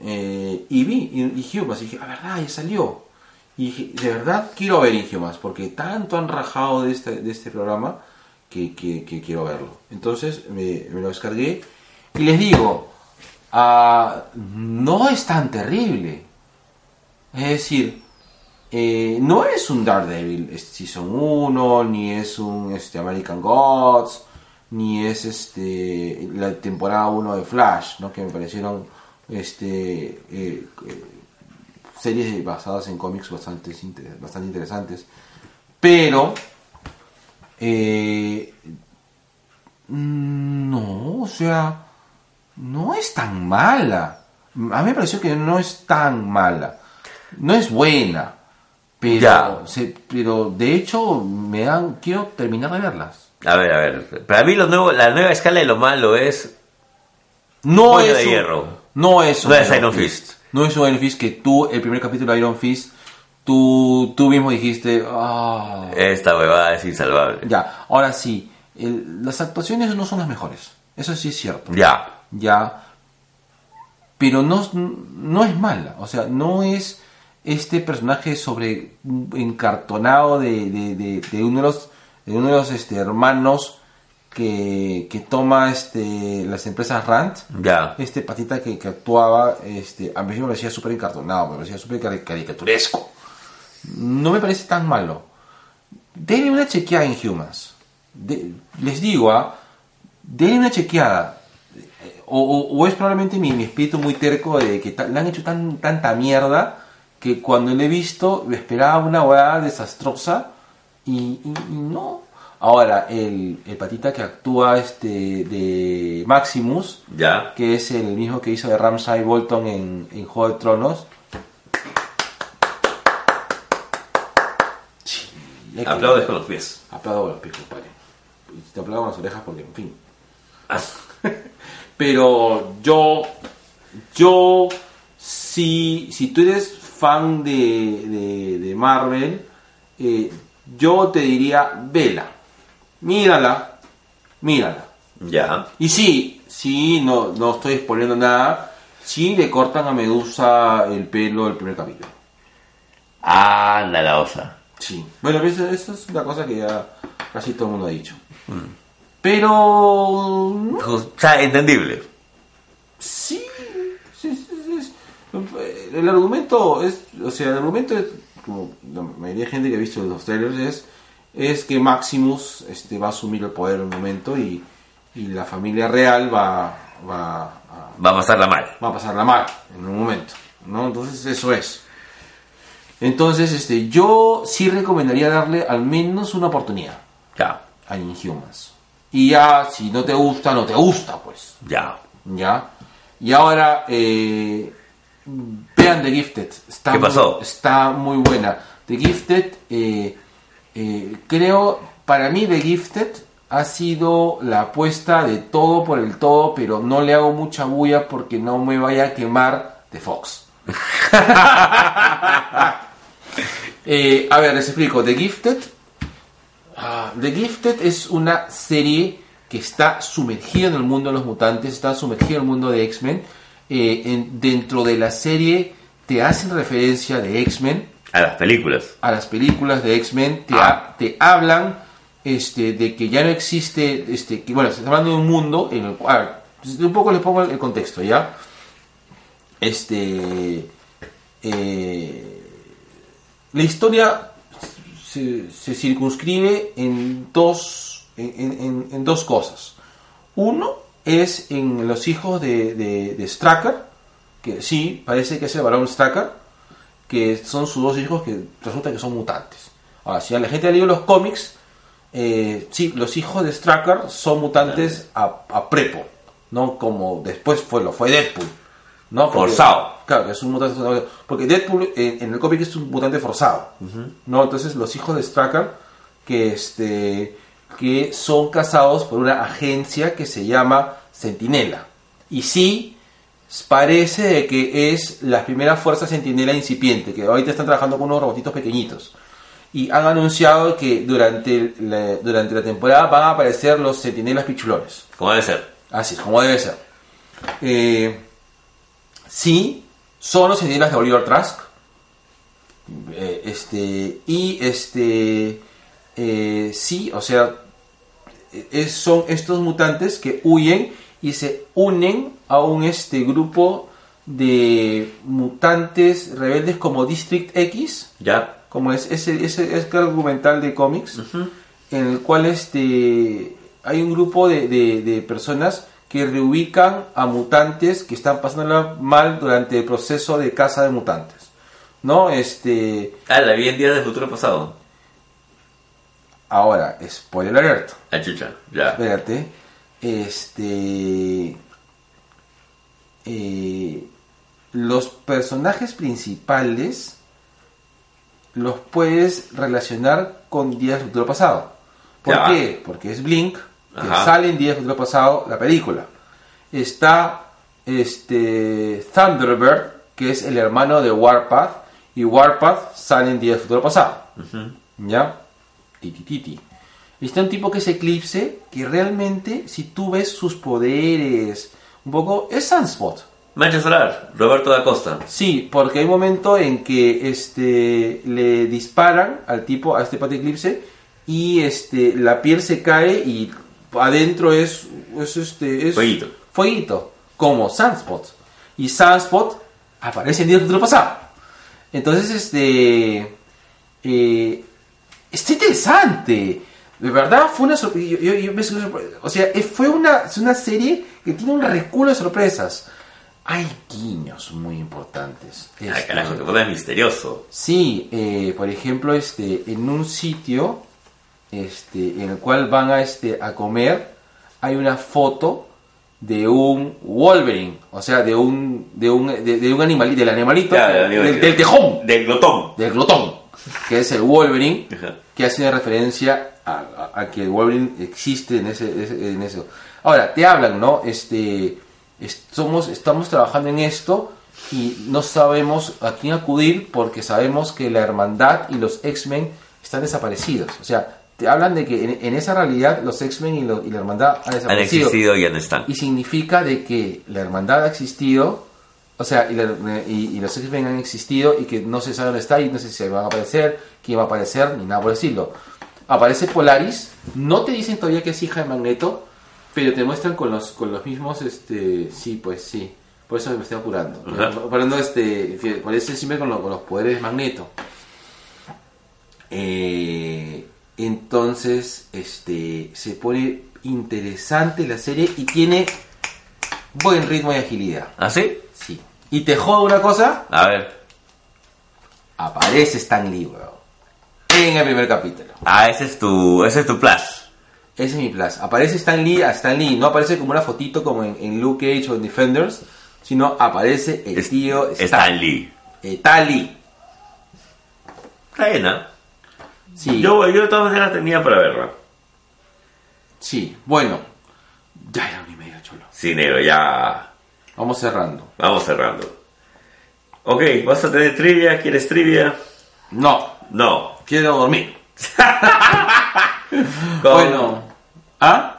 Speaker 1: Eh, y vi In- Inhumans, y dije, ah, verdad, ya salió. Y dije, de verdad quiero ver Inhumans, porque tanto han rajado de este, de este programa que, que- que quiero verlo. Entonces me, me lo descargué y les digo, ah, no es tan terrible. Es decir, eh, no es un Daredevil es Season 1, ni es un este, American Gods, ni es este la temporada 1 de Flash, ¿no? que me parecieron este, eh, eh, series de- basadas en cómics bastante, inter- bastante interesantes. Pero, eh, mm, no, o sea, no es tan mala. A mí me pareció que no es tan mala. No es buena. Pero,
Speaker 2: Ya.
Speaker 1: se- pero de hecho, me dan, quiero terminar de verlas.
Speaker 2: A ver, a ver. Para mí lo nuevo, la nueva escala de lo malo es...
Speaker 1: No
Speaker 2: Puño
Speaker 1: es
Speaker 2: de
Speaker 1: un-
Speaker 2: hierro.
Speaker 1: No es un
Speaker 2: No es Iron Fist.
Speaker 1: No es un Iron Fist que tú, el primer capítulo de Iron Fist, tú, tú mismo dijiste, "Ah".
Speaker 2: Esta huevada es insalvable.
Speaker 1: Ya, ahora sí, el- las actuaciones no son las mejores. Eso sí es cierto.
Speaker 2: Ya.
Speaker 1: ya pero no, no es mala o sea no es este personaje sobre encartonado de, de, de- de uno de los de uno de los este, hermanos que, que toma este, las empresas Rand.
Speaker 2: Ya.
Speaker 1: Este patita que, que actuaba, este, a mí me parecía súper encartonado, me parecía súper cari- caricaturesco. No me parece tan malo. Denle una chequeada en Humans. De- les digo, ah, denle una chequeada. Eh, O, o- o es probablemente mi, mi espíritu muy terco de que ta- le han hecho tan, tanta mierda que cuando le he visto me esperaba una hueá desastrosa y, y- y no. Ahora, el, el patita que actúa este de Maximus,
Speaker 2: Ya.
Speaker 1: que es el mismo que hizo de Ramsay Bolton en, en Juego de Tronos. Sí, hay que-
Speaker 2: Aplaudes con los pies.
Speaker 1: Aplaudo con los pies, compadre. Y Te aplaudo con las orejas porque, en fin. Ah. Pero yo, yo, si, si tú eres fan de, de, de Marvel, eh, yo te diría, vela, mírala, mírala.
Speaker 2: Ya.
Speaker 1: Y sí, sí, no, no estoy exponiendo nada, sí le cortan a Medusa el pelo el primer capítulo.
Speaker 2: Ah, la osa.
Speaker 1: Sí. Bueno, pero eso, eso es una cosa que ya casi todo el mundo ha dicho. Pero... no
Speaker 2: O sea, entendible.
Speaker 1: Sí, sí, sí, sí, es- El argumento es, o sea, el argumento es, como la mayoría de gente que ha visto los trailers es, es que Maximus este, va a asumir el poder en un momento y, y la familia real va, va, a,
Speaker 2: Va a pasarla mal.
Speaker 1: va a pasarla mal en un momento, ¿no? Entonces eso es. Entonces, este, yo sí recomendaría darle al menos una oportunidad
Speaker 2: Ya.
Speaker 1: a Inhumans. Y ya, si no te gusta, no te gusta, pues.
Speaker 2: Ya.
Speaker 1: ¿Ya? Y ahora, eh, vean The Gifted. Está
Speaker 2: ¿Qué
Speaker 1: muy-
Speaker 2: pasó?
Speaker 1: está muy buena. The Gifted, eh, eh, creo, para mí The Gifted ha sido la apuesta de todo por el todo, pero no le hago mucha bulla porque no me vaya a quemar de Fox. Eh, a ver, les explico. The Gifted. ah, The Gifted es una serie que está sumergida en el mundo de los mutantes, está sumergida en el mundo de X-Men. Eh, en- dentro de la serie te hacen referencia de X-Men,
Speaker 2: A las películas.
Speaker 1: a las películas de X-Men, te,
Speaker 2: Ah.
Speaker 1: ha- te hablan este, de que ya no existe, este, que, bueno, se está hablando de un mundo en el cual, a ver, un poco les pongo el, el contexto, ¿ya? Este, eh, la historia se, se circunscribe en dos, en- en- en- en dos cosas. Uno es en los hijos de, de, de Stracker, que sí, parece que es el varón Stracker, que son sus dos hijos que resulta que son mutantes. Ahora, si a la gente ha leído los cómics, eh, sí, los hijos de Stracker son mutantes a, a prepo, ¿no? Como después fue, lo fue Deadpool, ¿no? Porque-
Speaker 2: Forzado.
Speaker 1: Claro, que es un mutante. Porque Deadpool eh, en el cómic es un mutante forzado, ¿no? Entonces, los hijos de Stracker, que este que son casados por una agencia que se llama Sentinela. Y sí, parece de que es la primera fuerza Sentinela incipiente, que ahorita están trabajando con unos robotitos pequeñitos. Y han anunciado que durante la, durante la temporada van a aparecer los Sentinelas pichulones.
Speaker 2: ¿Cómo debe ser?
Speaker 1: Así es, como debe ser. Eh, sí, son los sentinelas de Oliver Trask. Eh, este, y este, eh, sí, o sea, es- son estos mutantes que huyen y se unen a un este grupo de mutantes rebeldes como District X
Speaker 2: Ya.
Speaker 1: como es ese, ese, ese argumental de cómics, en el cual este hay un grupo de, de- de personas que reubican a mutantes que están pasándola mal durante el proceso de caza de mutantes. ¿No? Este.
Speaker 2: Ah, la vi en días del futuro pasado.
Speaker 1: Ahora, spoiler alert.
Speaker 2: La chucha. Ya.
Speaker 1: Espérate. Este. eh, los personajes principales los puedes relacionar con Días del Futuro Pasado. ¿Por
Speaker 2: Ya.
Speaker 1: qué? Porque es Blink, que
Speaker 2: Ajá.
Speaker 1: sale en Días del Futuro Pasado la película. Está este Thunderbird, que es el hermano de Warpath, y Warpath sale en Días del Futuro Pasado. ¿Ya? Titititi. Y Está un tipo que es Eclipse, que realmente, si tú ves sus poderes, un poco, es Sunspot.
Speaker 2: Mancha Solar. Roberto da Costa.
Speaker 1: Sí, porque hay un momento en que este le disparan al tipo, a este pate eclipse, y este la piel se cae y adentro es, es este es
Speaker 2: Fueguito.
Speaker 1: fueguito, como Sunspot. Y Sunspot aparece en Días del Futuro Pasado. Entonces, este. eh, está interesante. De verdad, fue una sorpresa. o sea, eh, fue una, es una serie que tiene un reculo de sorpresas. Hay guiños muy importantes.
Speaker 2: Ay,
Speaker 1: Este,
Speaker 2: carajo, que puta es misterioso.
Speaker 1: Sí, eh, por ejemplo, este, en un sitio este, en el cual van a, este, a comer, hay una foto de un Wolverine, o sea, de un, de un, de, de un animalito, del animalito,
Speaker 2: Ya, del
Speaker 1: del,
Speaker 2: animalito.
Speaker 1: del tejón,
Speaker 2: Del glotón.
Speaker 1: del glotón, que es el Wolverine,
Speaker 2: Ajá.
Speaker 1: que hace una referencia a, a- a que el Wolverine existe en ese, ese- en eso. Ahora, te hablan, ¿no? Este, es- somos, estamos trabajando en esto y no sabemos a quién acudir porque sabemos que la hermandad y los X-Men están desaparecidos. O sea, te hablan de que en, en esa realidad los X-Men y, lo- y la hermandad han
Speaker 2: Han
Speaker 1: desaparecido.
Speaker 2: existido y han estado.
Speaker 1: Y significa de que la hermandad ha existido, o sea, y, la- y- y los X-Men han existido y que no se sabe dónde está y no sé si van a aparecer, quién va a aparecer, ni nada por decirlo. Aparece Polaris, no te dicen todavía que es hija de Magneto, pero te muestran con los, con los mismos, este, sí, pues sí. Por eso me estoy apurando.
Speaker 2: Ajá.
Speaker 1: Apurando, este, fie- parece siempre con, lo- con los poderes de Magneto. Eh, entonces, este, se pone interesante la serie y tiene buen ritmo y agilidad.
Speaker 2: ¿Ah, sí?
Speaker 1: Sí. Y te jodo una cosa,
Speaker 2: A ver.
Speaker 1: aparece Stan Lee, weón. En el primer capítulo.
Speaker 2: Ah, ese es tu. Ese es tu plus.
Speaker 1: Ese es mi plus. Aparece Stan Lee a Stan Lee. No aparece como una fotito como en, en Luke Cage o en Defenders, sino aparece el
Speaker 2: Es-
Speaker 1: tío Stan,
Speaker 2: Stan Lee.
Speaker 1: Eh, Stan Lee.
Speaker 2: Está bien, ¿ah?
Speaker 1: Sí.
Speaker 2: Yo, yo de todas maneras tenía para verla.
Speaker 1: Sí. Bueno. Ya era una y media, cholo.
Speaker 2: Sí, negro, ya.
Speaker 1: Vamos cerrando.
Speaker 2: Vamos cerrando. Ok, ¿vas a tener trivia? ¿Quieres trivia?
Speaker 1: No.
Speaker 2: No.
Speaker 1: Quiero dormir.
Speaker 2: Con-
Speaker 1: Bueno. ¿Ah?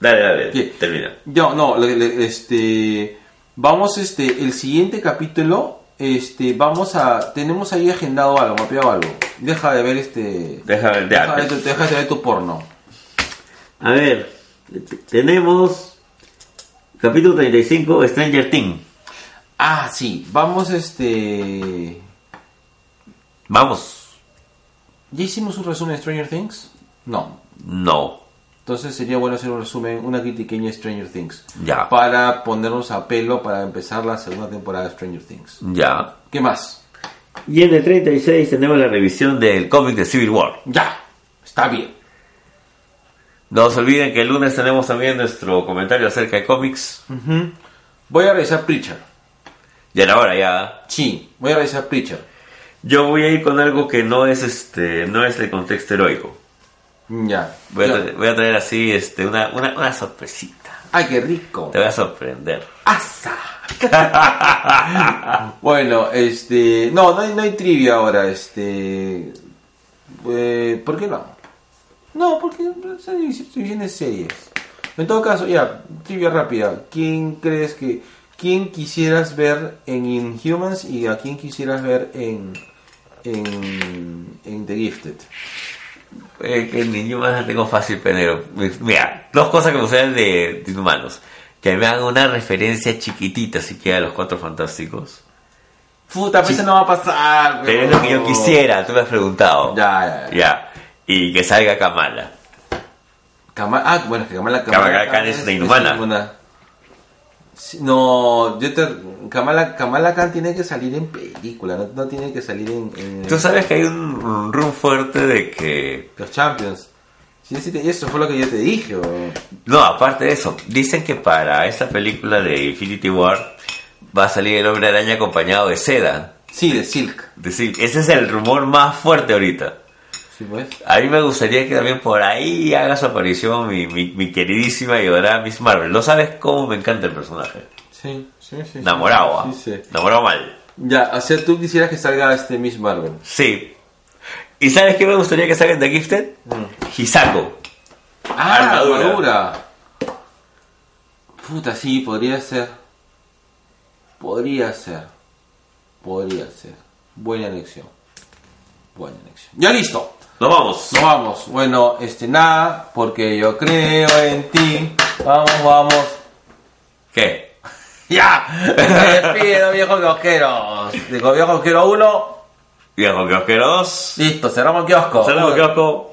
Speaker 2: Dale, dale.
Speaker 1: ¿Qué?
Speaker 2: Termina.
Speaker 1: Yo, no, le- le- este. Vamos, este, el siguiente capítulo. Este, vamos a. Tenemos ahí agendado algo, mapeado algo. Deja de ver este.
Speaker 2: Deja ver de
Speaker 1: Deja de,
Speaker 2: antes.
Speaker 1: ver tu- deja de ver tu porno.
Speaker 2: A ver, t- tenemos capítulo 35, Stranger Things.
Speaker 1: Ah, sí. Vamos, este.
Speaker 2: Vamos.
Speaker 1: ¿Ya hicimos un resumen de Stranger Things? No.
Speaker 2: No.
Speaker 1: Entonces sería bueno hacer un resumen, una critiqueña de Stranger Things.
Speaker 2: Ya.
Speaker 1: Para ponernos a pelo para empezar la segunda temporada de Stranger Things.
Speaker 2: Ya.
Speaker 1: ¿Qué más?
Speaker 2: Y en el 36 tenemos la revisión del cómic de Civil War.
Speaker 1: Ya. Está bien.
Speaker 2: No se olviden que el lunes tenemos también nuestro comentario acerca de cómics.
Speaker 1: Voy a revisar Preacher.
Speaker 2: Ya era hora ya.
Speaker 1: Sí, voy a revisar Preacher.
Speaker 2: Yo voy a ir con algo que no es este, no es de contexto heroico.
Speaker 1: Ya.
Speaker 2: Voy a,
Speaker 1: Ya.
Speaker 2: tra- voy a traer así este, una, una, una sorpresita.
Speaker 1: Ay, qué rico.
Speaker 2: Te voy a sorprender.
Speaker 1: ¡Asa! bueno, este. No, no hay, no hay trivia ahora, este. eh, ¿Por qué no? No, porque son divisiones series. En todo caso, ya, trivia rápida. ¿Quién crees que. ¿Quién quisieras ver en Inhumans y a quién quisieras ver en. en. en The Gifted?
Speaker 2: Eh, que niño más la tengo fácil, penero. Mira, dos cosas que me gustan de, de Inhumanos. Que me hagan una referencia chiquitita siquiera a los Cuatro Fantásticos.
Speaker 1: Puta, pues eso no va a pasar,
Speaker 2: Pero es lo que yo
Speaker 1: weón.
Speaker 2: quisiera, tú me has preguntado.
Speaker 1: Ah, Ya, ya, ya.
Speaker 2: Ya. Y que salga Kamala.
Speaker 1: Kama- ah, bueno, es que Kamala
Speaker 2: Kamala Khan es la inhumana.
Speaker 1: Sí, No, yo te, Kamala, Kamala Khan tiene que salir en película, no, no tiene que salir en, en
Speaker 2: Tú sabes que hay un room fuerte de que...
Speaker 1: los Champions. Sí, sí, te- eso fue lo que yo te dije. o-
Speaker 2: No, aparte de eso, dicen que para esta película de Infinity War va a salir el hombre araña acompañado de seda.
Speaker 1: Sí, de Silk.
Speaker 2: Es Decir, ese es el rumor más fuerte ahorita.
Speaker 1: Sí, pues.
Speaker 2: A mí me gustaría que también por ahí haga su aparición mi, mi, mi queridísima y adorada Miss Marvel. No sabes cómo me encanta el personaje.
Speaker 1: Sí, sí, sí. sí.
Speaker 2: Enamorado, ¿ah?
Speaker 1: Sí, sí.
Speaker 2: enamorado mal.
Speaker 1: Ya, o sea, tú quisieras que salga este Miss Marvel.
Speaker 2: Sí. ¿Y sabes qué me gustaría que salga en The Gifted?
Speaker 1: Mm.
Speaker 2: Hisako.
Speaker 1: Ah,
Speaker 2: Armadura.
Speaker 1: armadura. Puta, sí, podría ser. Podría ser. Podría ser. Buena elección. Buena elección. Ya listo.
Speaker 2: Nos vamos.
Speaker 1: Nos vamos. Bueno, este nada, porque yo creo en ti. Vamos, vamos.
Speaker 2: ¿Qué?
Speaker 1: ¡Ya! Me despido, viejos kiosqueros. Digo, viejo kiosquero 1.
Speaker 2: Viejo kiosquero 2.
Speaker 1: Listo, cerramos el kiosco.
Speaker 2: Saludos, kiosco.